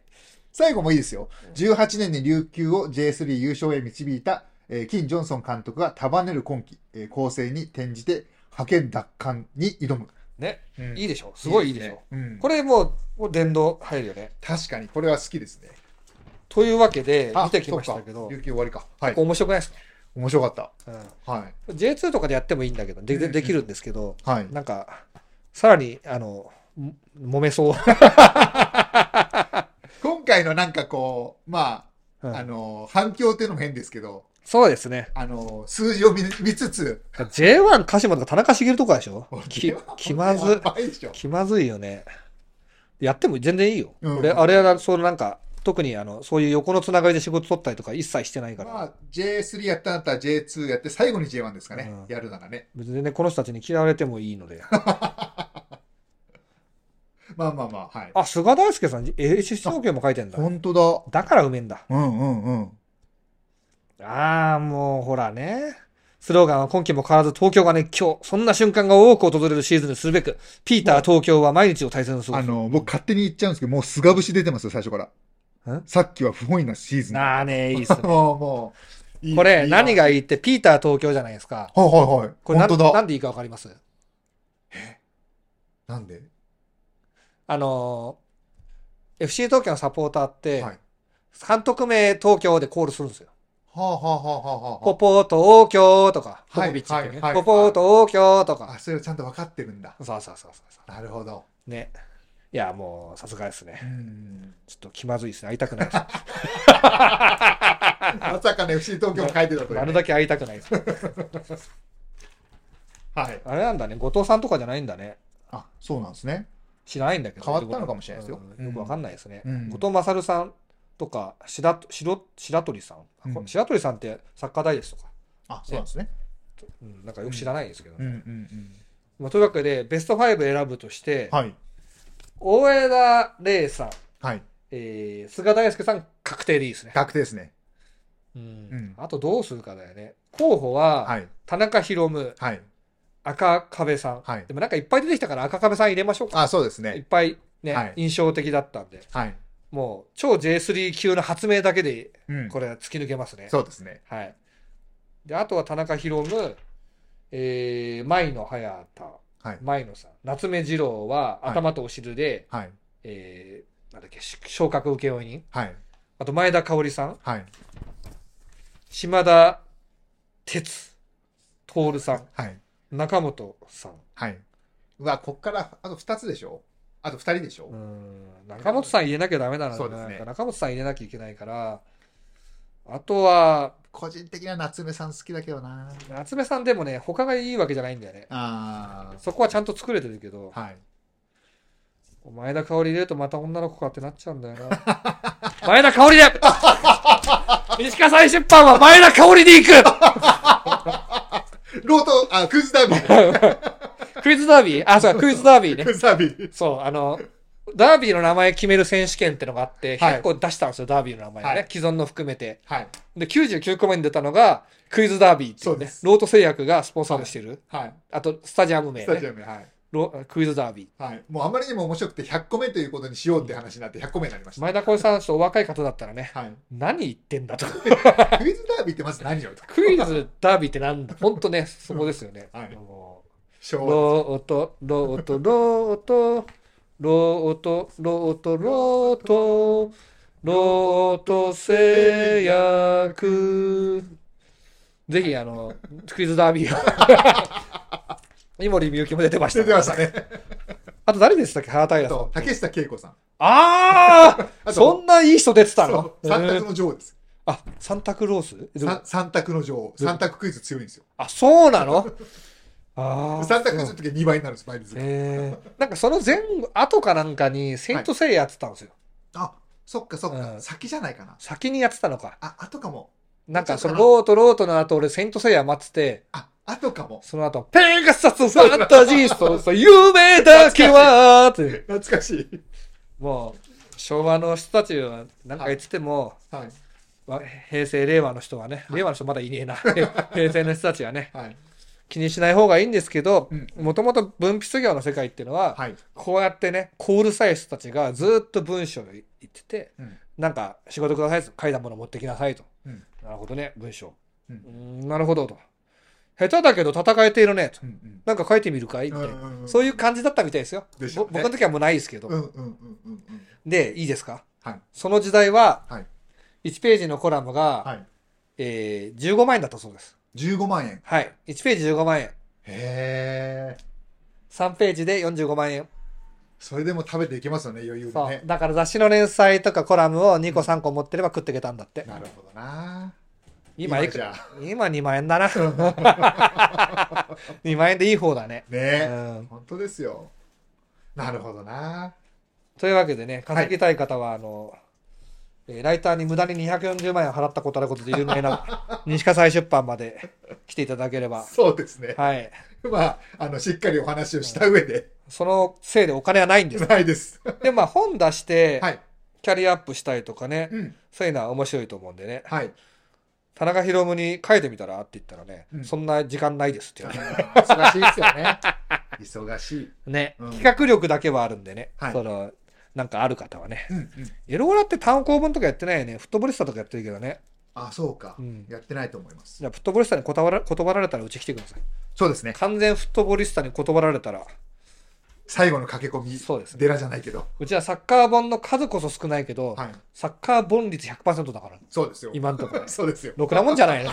[SPEAKER 1] 最後もいいですよ。18年に琉球を J3 優勝へ導いた、えーキン・ジョンソン監督が束ねる今季、えー構成に転じて、派遣奪還に挑む。
[SPEAKER 2] ね、
[SPEAKER 1] うん
[SPEAKER 2] いいでしょすごいいいでしょ
[SPEAKER 1] すねうん
[SPEAKER 2] これもう、もう殿堂入るよね。
[SPEAKER 1] 確かに、これは好きですね。
[SPEAKER 2] というわけで、
[SPEAKER 1] あ
[SPEAKER 2] 見てきましたけ
[SPEAKER 1] そっ
[SPEAKER 2] ど
[SPEAKER 1] か、琉球終わりか。はい。
[SPEAKER 2] 面白くないですか、
[SPEAKER 1] 面白かった。
[SPEAKER 2] う
[SPEAKER 1] はい。
[SPEAKER 2] ん、?J2 とかでやってもいいんだけど、で
[SPEAKER 1] うんう
[SPEAKER 2] で
[SPEAKER 1] ん
[SPEAKER 2] できるんですけど、
[SPEAKER 1] はい。
[SPEAKER 2] なんか、さらに、あの、も揉めそう。
[SPEAKER 1] 今回のなんかこう、まあ、
[SPEAKER 2] うん
[SPEAKER 1] あの、反響っていうのも変ですけど、
[SPEAKER 2] そうですね。
[SPEAKER 1] あの、数字を見見つつ、
[SPEAKER 2] J1 鹿島とか田中茂とかでしょき気ま
[SPEAKER 1] や
[SPEAKER 2] ず、
[SPEAKER 1] ばいでしょ。
[SPEAKER 2] 気まずいよね。やっても全然いいよ。
[SPEAKER 1] うん
[SPEAKER 2] 俺、あれは、そのなんか、特にあの、そういう横のつながりで仕事取ったりとか一切してないから。
[SPEAKER 1] まあ、J3 やったんだったら J2 やって、最後に J1 ですかね。
[SPEAKER 2] うん
[SPEAKER 1] やるならね。
[SPEAKER 2] 別に全然この人たちに嫌われてもいいので。
[SPEAKER 1] まあまあまあ、はい。
[SPEAKER 2] あ、菅大介さん、LHC 東京も書いてんだ。
[SPEAKER 1] 本当だ。
[SPEAKER 2] だからうめえんだ。
[SPEAKER 1] うんうんうん。
[SPEAKER 2] ああ、もうほらね。スローガンは今季も変わらず東京が熱狂。そんな瞬間が多く訪れるシーズンにするべく、ピーター東京は毎日を大切に過ごす。
[SPEAKER 1] あの、僕勝手に言っちゃうんですけど、もう菅節出てますよ、最初から
[SPEAKER 2] ん。
[SPEAKER 1] さっきは不本意なシーズン。
[SPEAKER 2] な あね、いいっすね。
[SPEAKER 1] もう、もういい。
[SPEAKER 2] これ、
[SPEAKER 1] いいわ
[SPEAKER 2] 何がいいって、ピーター東京じゃないですか。
[SPEAKER 1] はいはいはい。
[SPEAKER 2] これな
[SPEAKER 1] 本
[SPEAKER 2] ん、
[SPEAKER 1] 当
[SPEAKER 2] な
[SPEAKER 1] だ。
[SPEAKER 2] んでいいかわかります
[SPEAKER 1] なんで
[SPEAKER 2] あのー FC 東京のサポーターって、
[SPEAKER 1] はい
[SPEAKER 2] 監督名東京でコールするんですよ。
[SPEAKER 1] はあはあはあはあ
[SPEAKER 2] ポポート東京とか、ポ
[SPEAKER 1] はい
[SPEAKER 2] ポビッチってね。
[SPEAKER 1] はいはい
[SPEAKER 2] ポポート東京と
[SPEAKER 1] あ、
[SPEAKER 2] か。
[SPEAKER 1] それをちゃんと分かってるんだ。
[SPEAKER 2] そうそうそうそうそ
[SPEAKER 1] なるほど。
[SPEAKER 2] う。ね。いや、もう、さすがですね。
[SPEAKER 1] うん。
[SPEAKER 2] ちょっと気まずいですね。会いたくないです。
[SPEAKER 1] まさかね、FC 東京も書いてたとい
[SPEAKER 2] あ
[SPEAKER 1] う
[SPEAKER 2] れ
[SPEAKER 1] ね。
[SPEAKER 2] だけ会いたくないです。
[SPEAKER 1] はい。
[SPEAKER 2] あれなんだね。後藤さんとかじゃないんだね。
[SPEAKER 1] あ、そうなんですね。
[SPEAKER 2] 知らないんだけど。
[SPEAKER 1] 変わったのかもしれないですよ
[SPEAKER 2] うんよくわかんないですね。
[SPEAKER 1] うん
[SPEAKER 2] 後藤勝さんとか、白と白白鳥さん。あこ
[SPEAKER 1] うん
[SPEAKER 2] 白鳥さんって作家大ですとか、
[SPEAKER 1] あ、そうなんですね。
[SPEAKER 2] うんなんかよく知らないですけどね、
[SPEAKER 1] うんうんうん。
[SPEAKER 2] まあ。というわけで、ベスト5選ぶとして、
[SPEAKER 1] はい。
[SPEAKER 2] 大枝玲さん、
[SPEAKER 1] はい。
[SPEAKER 2] えー、菅大介さん、確定でいいですね。
[SPEAKER 1] 確定ですね。
[SPEAKER 2] うん
[SPEAKER 1] ん
[SPEAKER 2] あとどうするかだよね。候補は、
[SPEAKER 1] はい。
[SPEAKER 2] 田中宏夢、
[SPEAKER 1] はい。
[SPEAKER 2] 赤壁さん、
[SPEAKER 1] はい
[SPEAKER 2] でもなんかいっぱい出てきたから赤壁さん入れましょうか。
[SPEAKER 1] あ、そうです
[SPEAKER 2] いっ
[SPEAKER 1] ね。
[SPEAKER 2] ぱいね、
[SPEAKER 1] はい
[SPEAKER 2] 印象的だったんで、
[SPEAKER 1] はい。
[SPEAKER 2] もう超 J3 級の発明だけで
[SPEAKER 1] うん。
[SPEAKER 2] これは突き抜けますね。
[SPEAKER 1] そうですね。
[SPEAKER 2] はい。で、あとは田中宏夢、えー、前野隼太、
[SPEAKER 1] はい。
[SPEAKER 2] 前野さん、夏目二郎は
[SPEAKER 1] はい
[SPEAKER 2] 頭とお汁で、
[SPEAKER 1] はい。
[SPEAKER 2] えー、なんだっけ、し昇格請負人。
[SPEAKER 1] はい。
[SPEAKER 2] あと前田香織さん、
[SPEAKER 1] はい。
[SPEAKER 2] 島田哲、徹さ
[SPEAKER 1] はい。
[SPEAKER 2] ん、中本さん。
[SPEAKER 1] はい。うわ、こっから、あと2つでしょあと2人でしょ
[SPEAKER 2] うーん中本さん入れなきゃダメだな
[SPEAKER 1] そうですね
[SPEAKER 2] 中本さん入れなきゃいけないから、あとは、
[SPEAKER 1] 個人的には夏目さん好きだけどな。
[SPEAKER 2] 夏目さんでもね、他がいいわけじゃないんだよね。
[SPEAKER 1] あ
[SPEAKER 2] そこはちゃんと作れてるけど、
[SPEAKER 1] あ。はい。
[SPEAKER 2] 前田香織入れるとまた女の子かってなっち ゃうんだよな。前田 香織で西葛西出版は前田香織に行
[SPEAKER 1] ロート、あ、クイズダービー。
[SPEAKER 2] く クイズダービーあ、そうか、クイズダービー
[SPEAKER 1] ク
[SPEAKER 2] ね。
[SPEAKER 1] イズダービー。
[SPEAKER 2] そう、あの、ダービーの名前決める選手権ってのがあって、
[SPEAKER 1] はい
[SPEAKER 2] 100個出したんですよ、ダービーの名前をね。
[SPEAKER 1] はい
[SPEAKER 2] 既存の含めて。
[SPEAKER 1] はい。
[SPEAKER 2] で、99個目に出たのが、クイズダービーってい
[SPEAKER 1] そううで
[SPEAKER 2] ね、
[SPEAKER 1] す
[SPEAKER 2] ロート製薬がスポンサードしてる。
[SPEAKER 1] はい。
[SPEAKER 2] あと、スタジアム名、
[SPEAKER 1] スタジ
[SPEAKER 2] ね
[SPEAKER 1] アム、はい。
[SPEAKER 2] ロ、クイズダービー。
[SPEAKER 1] はい。もうあまりにも面白くて100個目ということにしようって話になって100個目になりました。
[SPEAKER 2] 前田小さん、ちょっとお若い方だったらね、
[SPEAKER 1] はい。
[SPEAKER 2] 何言ってんだと。
[SPEAKER 1] クイズダービーってまず何よと。
[SPEAKER 2] クイズダービーってなんだほんとね、そこですよね。
[SPEAKER 1] はい
[SPEAKER 2] もう
[SPEAKER 1] 昭和。
[SPEAKER 2] ロート、ロート、ロート、ロート、ロート、ロート、ロート製薬。ぜひ、あの、クイズダービーを。 井森美幸も出てました。
[SPEAKER 1] 出てました ね。
[SPEAKER 2] あと誰でしたっけ原平さん
[SPEAKER 1] と。、竹下恵子さん。
[SPEAKER 2] ああ
[SPEAKER 1] あと
[SPEAKER 2] そんないい人出てたの
[SPEAKER 1] そう。三
[SPEAKER 2] へ
[SPEAKER 1] 択
[SPEAKER 2] ー
[SPEAKER 1] の女王です。
[SPEAKER 2] あ、サンタクロースでも
[SPEAKER 1] さ三択の女王。三択クイズ強いんですよ。
[SPEAKER 2] あ、そうな のああ。
[SPEAKER 1] 三択クイズの時は2倍になるんです、倍率が。
[SPEAKER 2] えー、なんかその前後、後かなんかに、セイントセイヤやってたんですよ。
[SPEAKER 1] あ、そっかそっ
[SPEAKER 2] うん
[SPEAKER 1] か。先じゃないかな。
[SPEAKER 2] 先にやってたのか。
[SPEAKER 1] あ、後かも。
[SPEAKER 2] なんかそのロートロートの後、俺セイントセイヤ待ってて、
[SPEAKER 1] あ、後かも。
[SPEAKER 2] その後、ペガサスファンタジースト、そう夢だけは って。
[SPEAKER 1] 懐かしい。
[SPEAKER 2] もう、昭和の人たちは、なんか言ってても、
[SPEAKER 1] はい。
[SPEAKER 2] わ平成、令和の人はね、令和の人まだいねえな。平成の人たちはね、
[SPEAKER 1] はい。
[SPEAKER 2] 気にしない方がいいんですけど
[SPEAKER 1] うん、
[SPEAKER 2] もともと分泌業の世界っていうのは、
[SPEAKER 1] はい。
[SPEAKER 2] こうやってね、コールサイ人たちがずーっと文章で言ってて、
[SPEAKER 1] うん
[SPEAKER 2] なんか仕事くださいと書いたもの持ってきなさいと。
[SPEAKER 1] うん
[SPEAKER 2] なるほどね、文章。
[SPEAKER 1] うん
[SPEAKER 2] ーんなるほどと。下手だけど戦えているねと
[SPEAKER 1] う。ん
[SPEAKER 2] なんか書いてみるかいって、
[SPEAKER 1] うん。
[SPEAKER 2] そう
[SPEAKER 1] い
[SPEAKER 2] いう感じだったみたいですよ。
[SPEAKER 1] でしょ
[SPEAKER 2] ぼ
[SPEAKER 1] うね
[SPEAKER 2] 僕の時はもうないですけど。
[SPEAKER 1] うん。うんうんうんうんうん。
[SPEAKER 2] で、いいですか
[SPEAKER 1] はい。
[SPEAKER 2] その時代は、
[SPEAKER 1] はい
[SPEAKER 2] 1ページのコラムが、
[SPEAKER 1] はい。
[SPEAKER 2] えー15万円だったそうです。
[SPEAKER 1] 15万円。
[SPEAKER 2] はい。1ページ15万円。
[SPEAKER 1] へえ。
[SPEAKER 2] 3ページで45万円。
[SPEAKER 1] それでも食べていけますよね、余裕で
[SPEAKER 2] そう、
[SPEAKER 1] ね。
[SPEAKER 2] だから雑誌の連載とかコラムを2個3個持ってれば食っていけたんだって
[SPEAKER 1] なるほどな。
[SPEAKER 2] 今いく
[SPEAKER 1] じゃ
[SPEAKER 2] 今2万円だ な2万円でいい方だね、
[SPEAKER 1] あ。ね
[SPEAKER 2] う
[SPEAKER 1] え、
[SPEAKER 2] ん、
[SPEAKER 1] 本当ですよ。なるほどな。
[SPEAKER 2] というわけでね稼ぎたい方はあの、えーライターに無駄に240万円払ったことあることで有 名な西葛西出版まで来ていただければ
[SPEAKER 1] そうですね。
[SPEAKER 2] はい
[SPEAKER 1] まあ、あの、しっかりお話をした上で、
[SPEAKER 2] そのせいでお金はない んです
[SPEAKER 1] ないです。
[SPEAKER 2] でまあ本出して
[SPEAKER 1] はい。
[SPEAKER 2] キャリアアップしたいとかね、
[SPEAKER 1] うん。
[SPEAKER 2] そういうのは面白いと思うんでね
[SPEAKER 1] はい。
[SPEAKER 2] 田中宏文に書いてみたらって言ったらね、
[SPEAKER 1] うん
[SPEAKER 2] そんな時間ないですって言われ
[SPEAKER 1] 忙しいですよね。 忙しい。
[SPEAKER 2] てね、
[SPEAKER 1] うん
[SPEAKER 2] 企画力だけはあるんでね、
[SPEAKER 1] はい
[SPEAKER 2] そのなんかある方はね
[SPEAKER 1] うんうん。
[SPEAKER 2] エローラって単行本とかやってないよねフットボリスタとかやってるけどね
[SPEAKER 1] あ、そうか
[SPEAKER 2] うん。
[SPEAKER 1] やってないと思います。
[SPEAKER 2] じゃあフットボリスタに断ら断られたらうち来てください
[SPEAKER 1] そうですね。
[SPEAKER 2] 完全フットボリスタに断られたら
[SPEAKER 1] 最後の駆け込み。
[SPEAKER 2] そうですね
[SPEAKER 1] デラじゃないけど。
[SPEAKER 2] うちはサッカー本の数こそ少ないけど、
[SPEAKER 1] はい。
[SPEAKER 2] サッカー本率100%だから
[SPEAKER 1] そうですよ。
[SPEAKER 2] 今んところ
[SPEAKER 1] そうですよ。
[SPEAKER 2] ろくなもんじ ゃないの。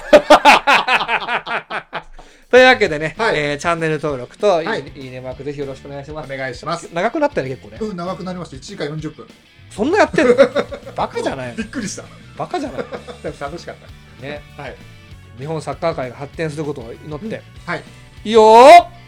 [SPEAKER 2] というわけでね、
[SPEAKER 1] はい
[SPEAKER 2] えーチャンネル登録といい,、
[SPEAKER 1] はい
[SPEAKER 2] い、いねマークぜひよろしくお願いし
[SPEAKER 1] お
[SPEAKER 2] ます。
[SPEAKER 1] 願いし ます。
[SPEAKER 2] 長くなったよね、結構ね。
[SPEAKER 1] うん、長くなりました。1時間40分。
[SPEAKER 2] そんなやってるのバカじゃない
[SPEAKER 1] びっくりした。
[SPEAKER 2] バカじゃ ない
[SPEAKER 1] でも楽しかっ
[SPEAKER 2] ね、
[SPEAKER 1] た。はい。
[SPEAKER 2] 日本サッカー界が発展することを祈って、
[SPEAKER 1] はい。
[SPEAKER 2] いいよー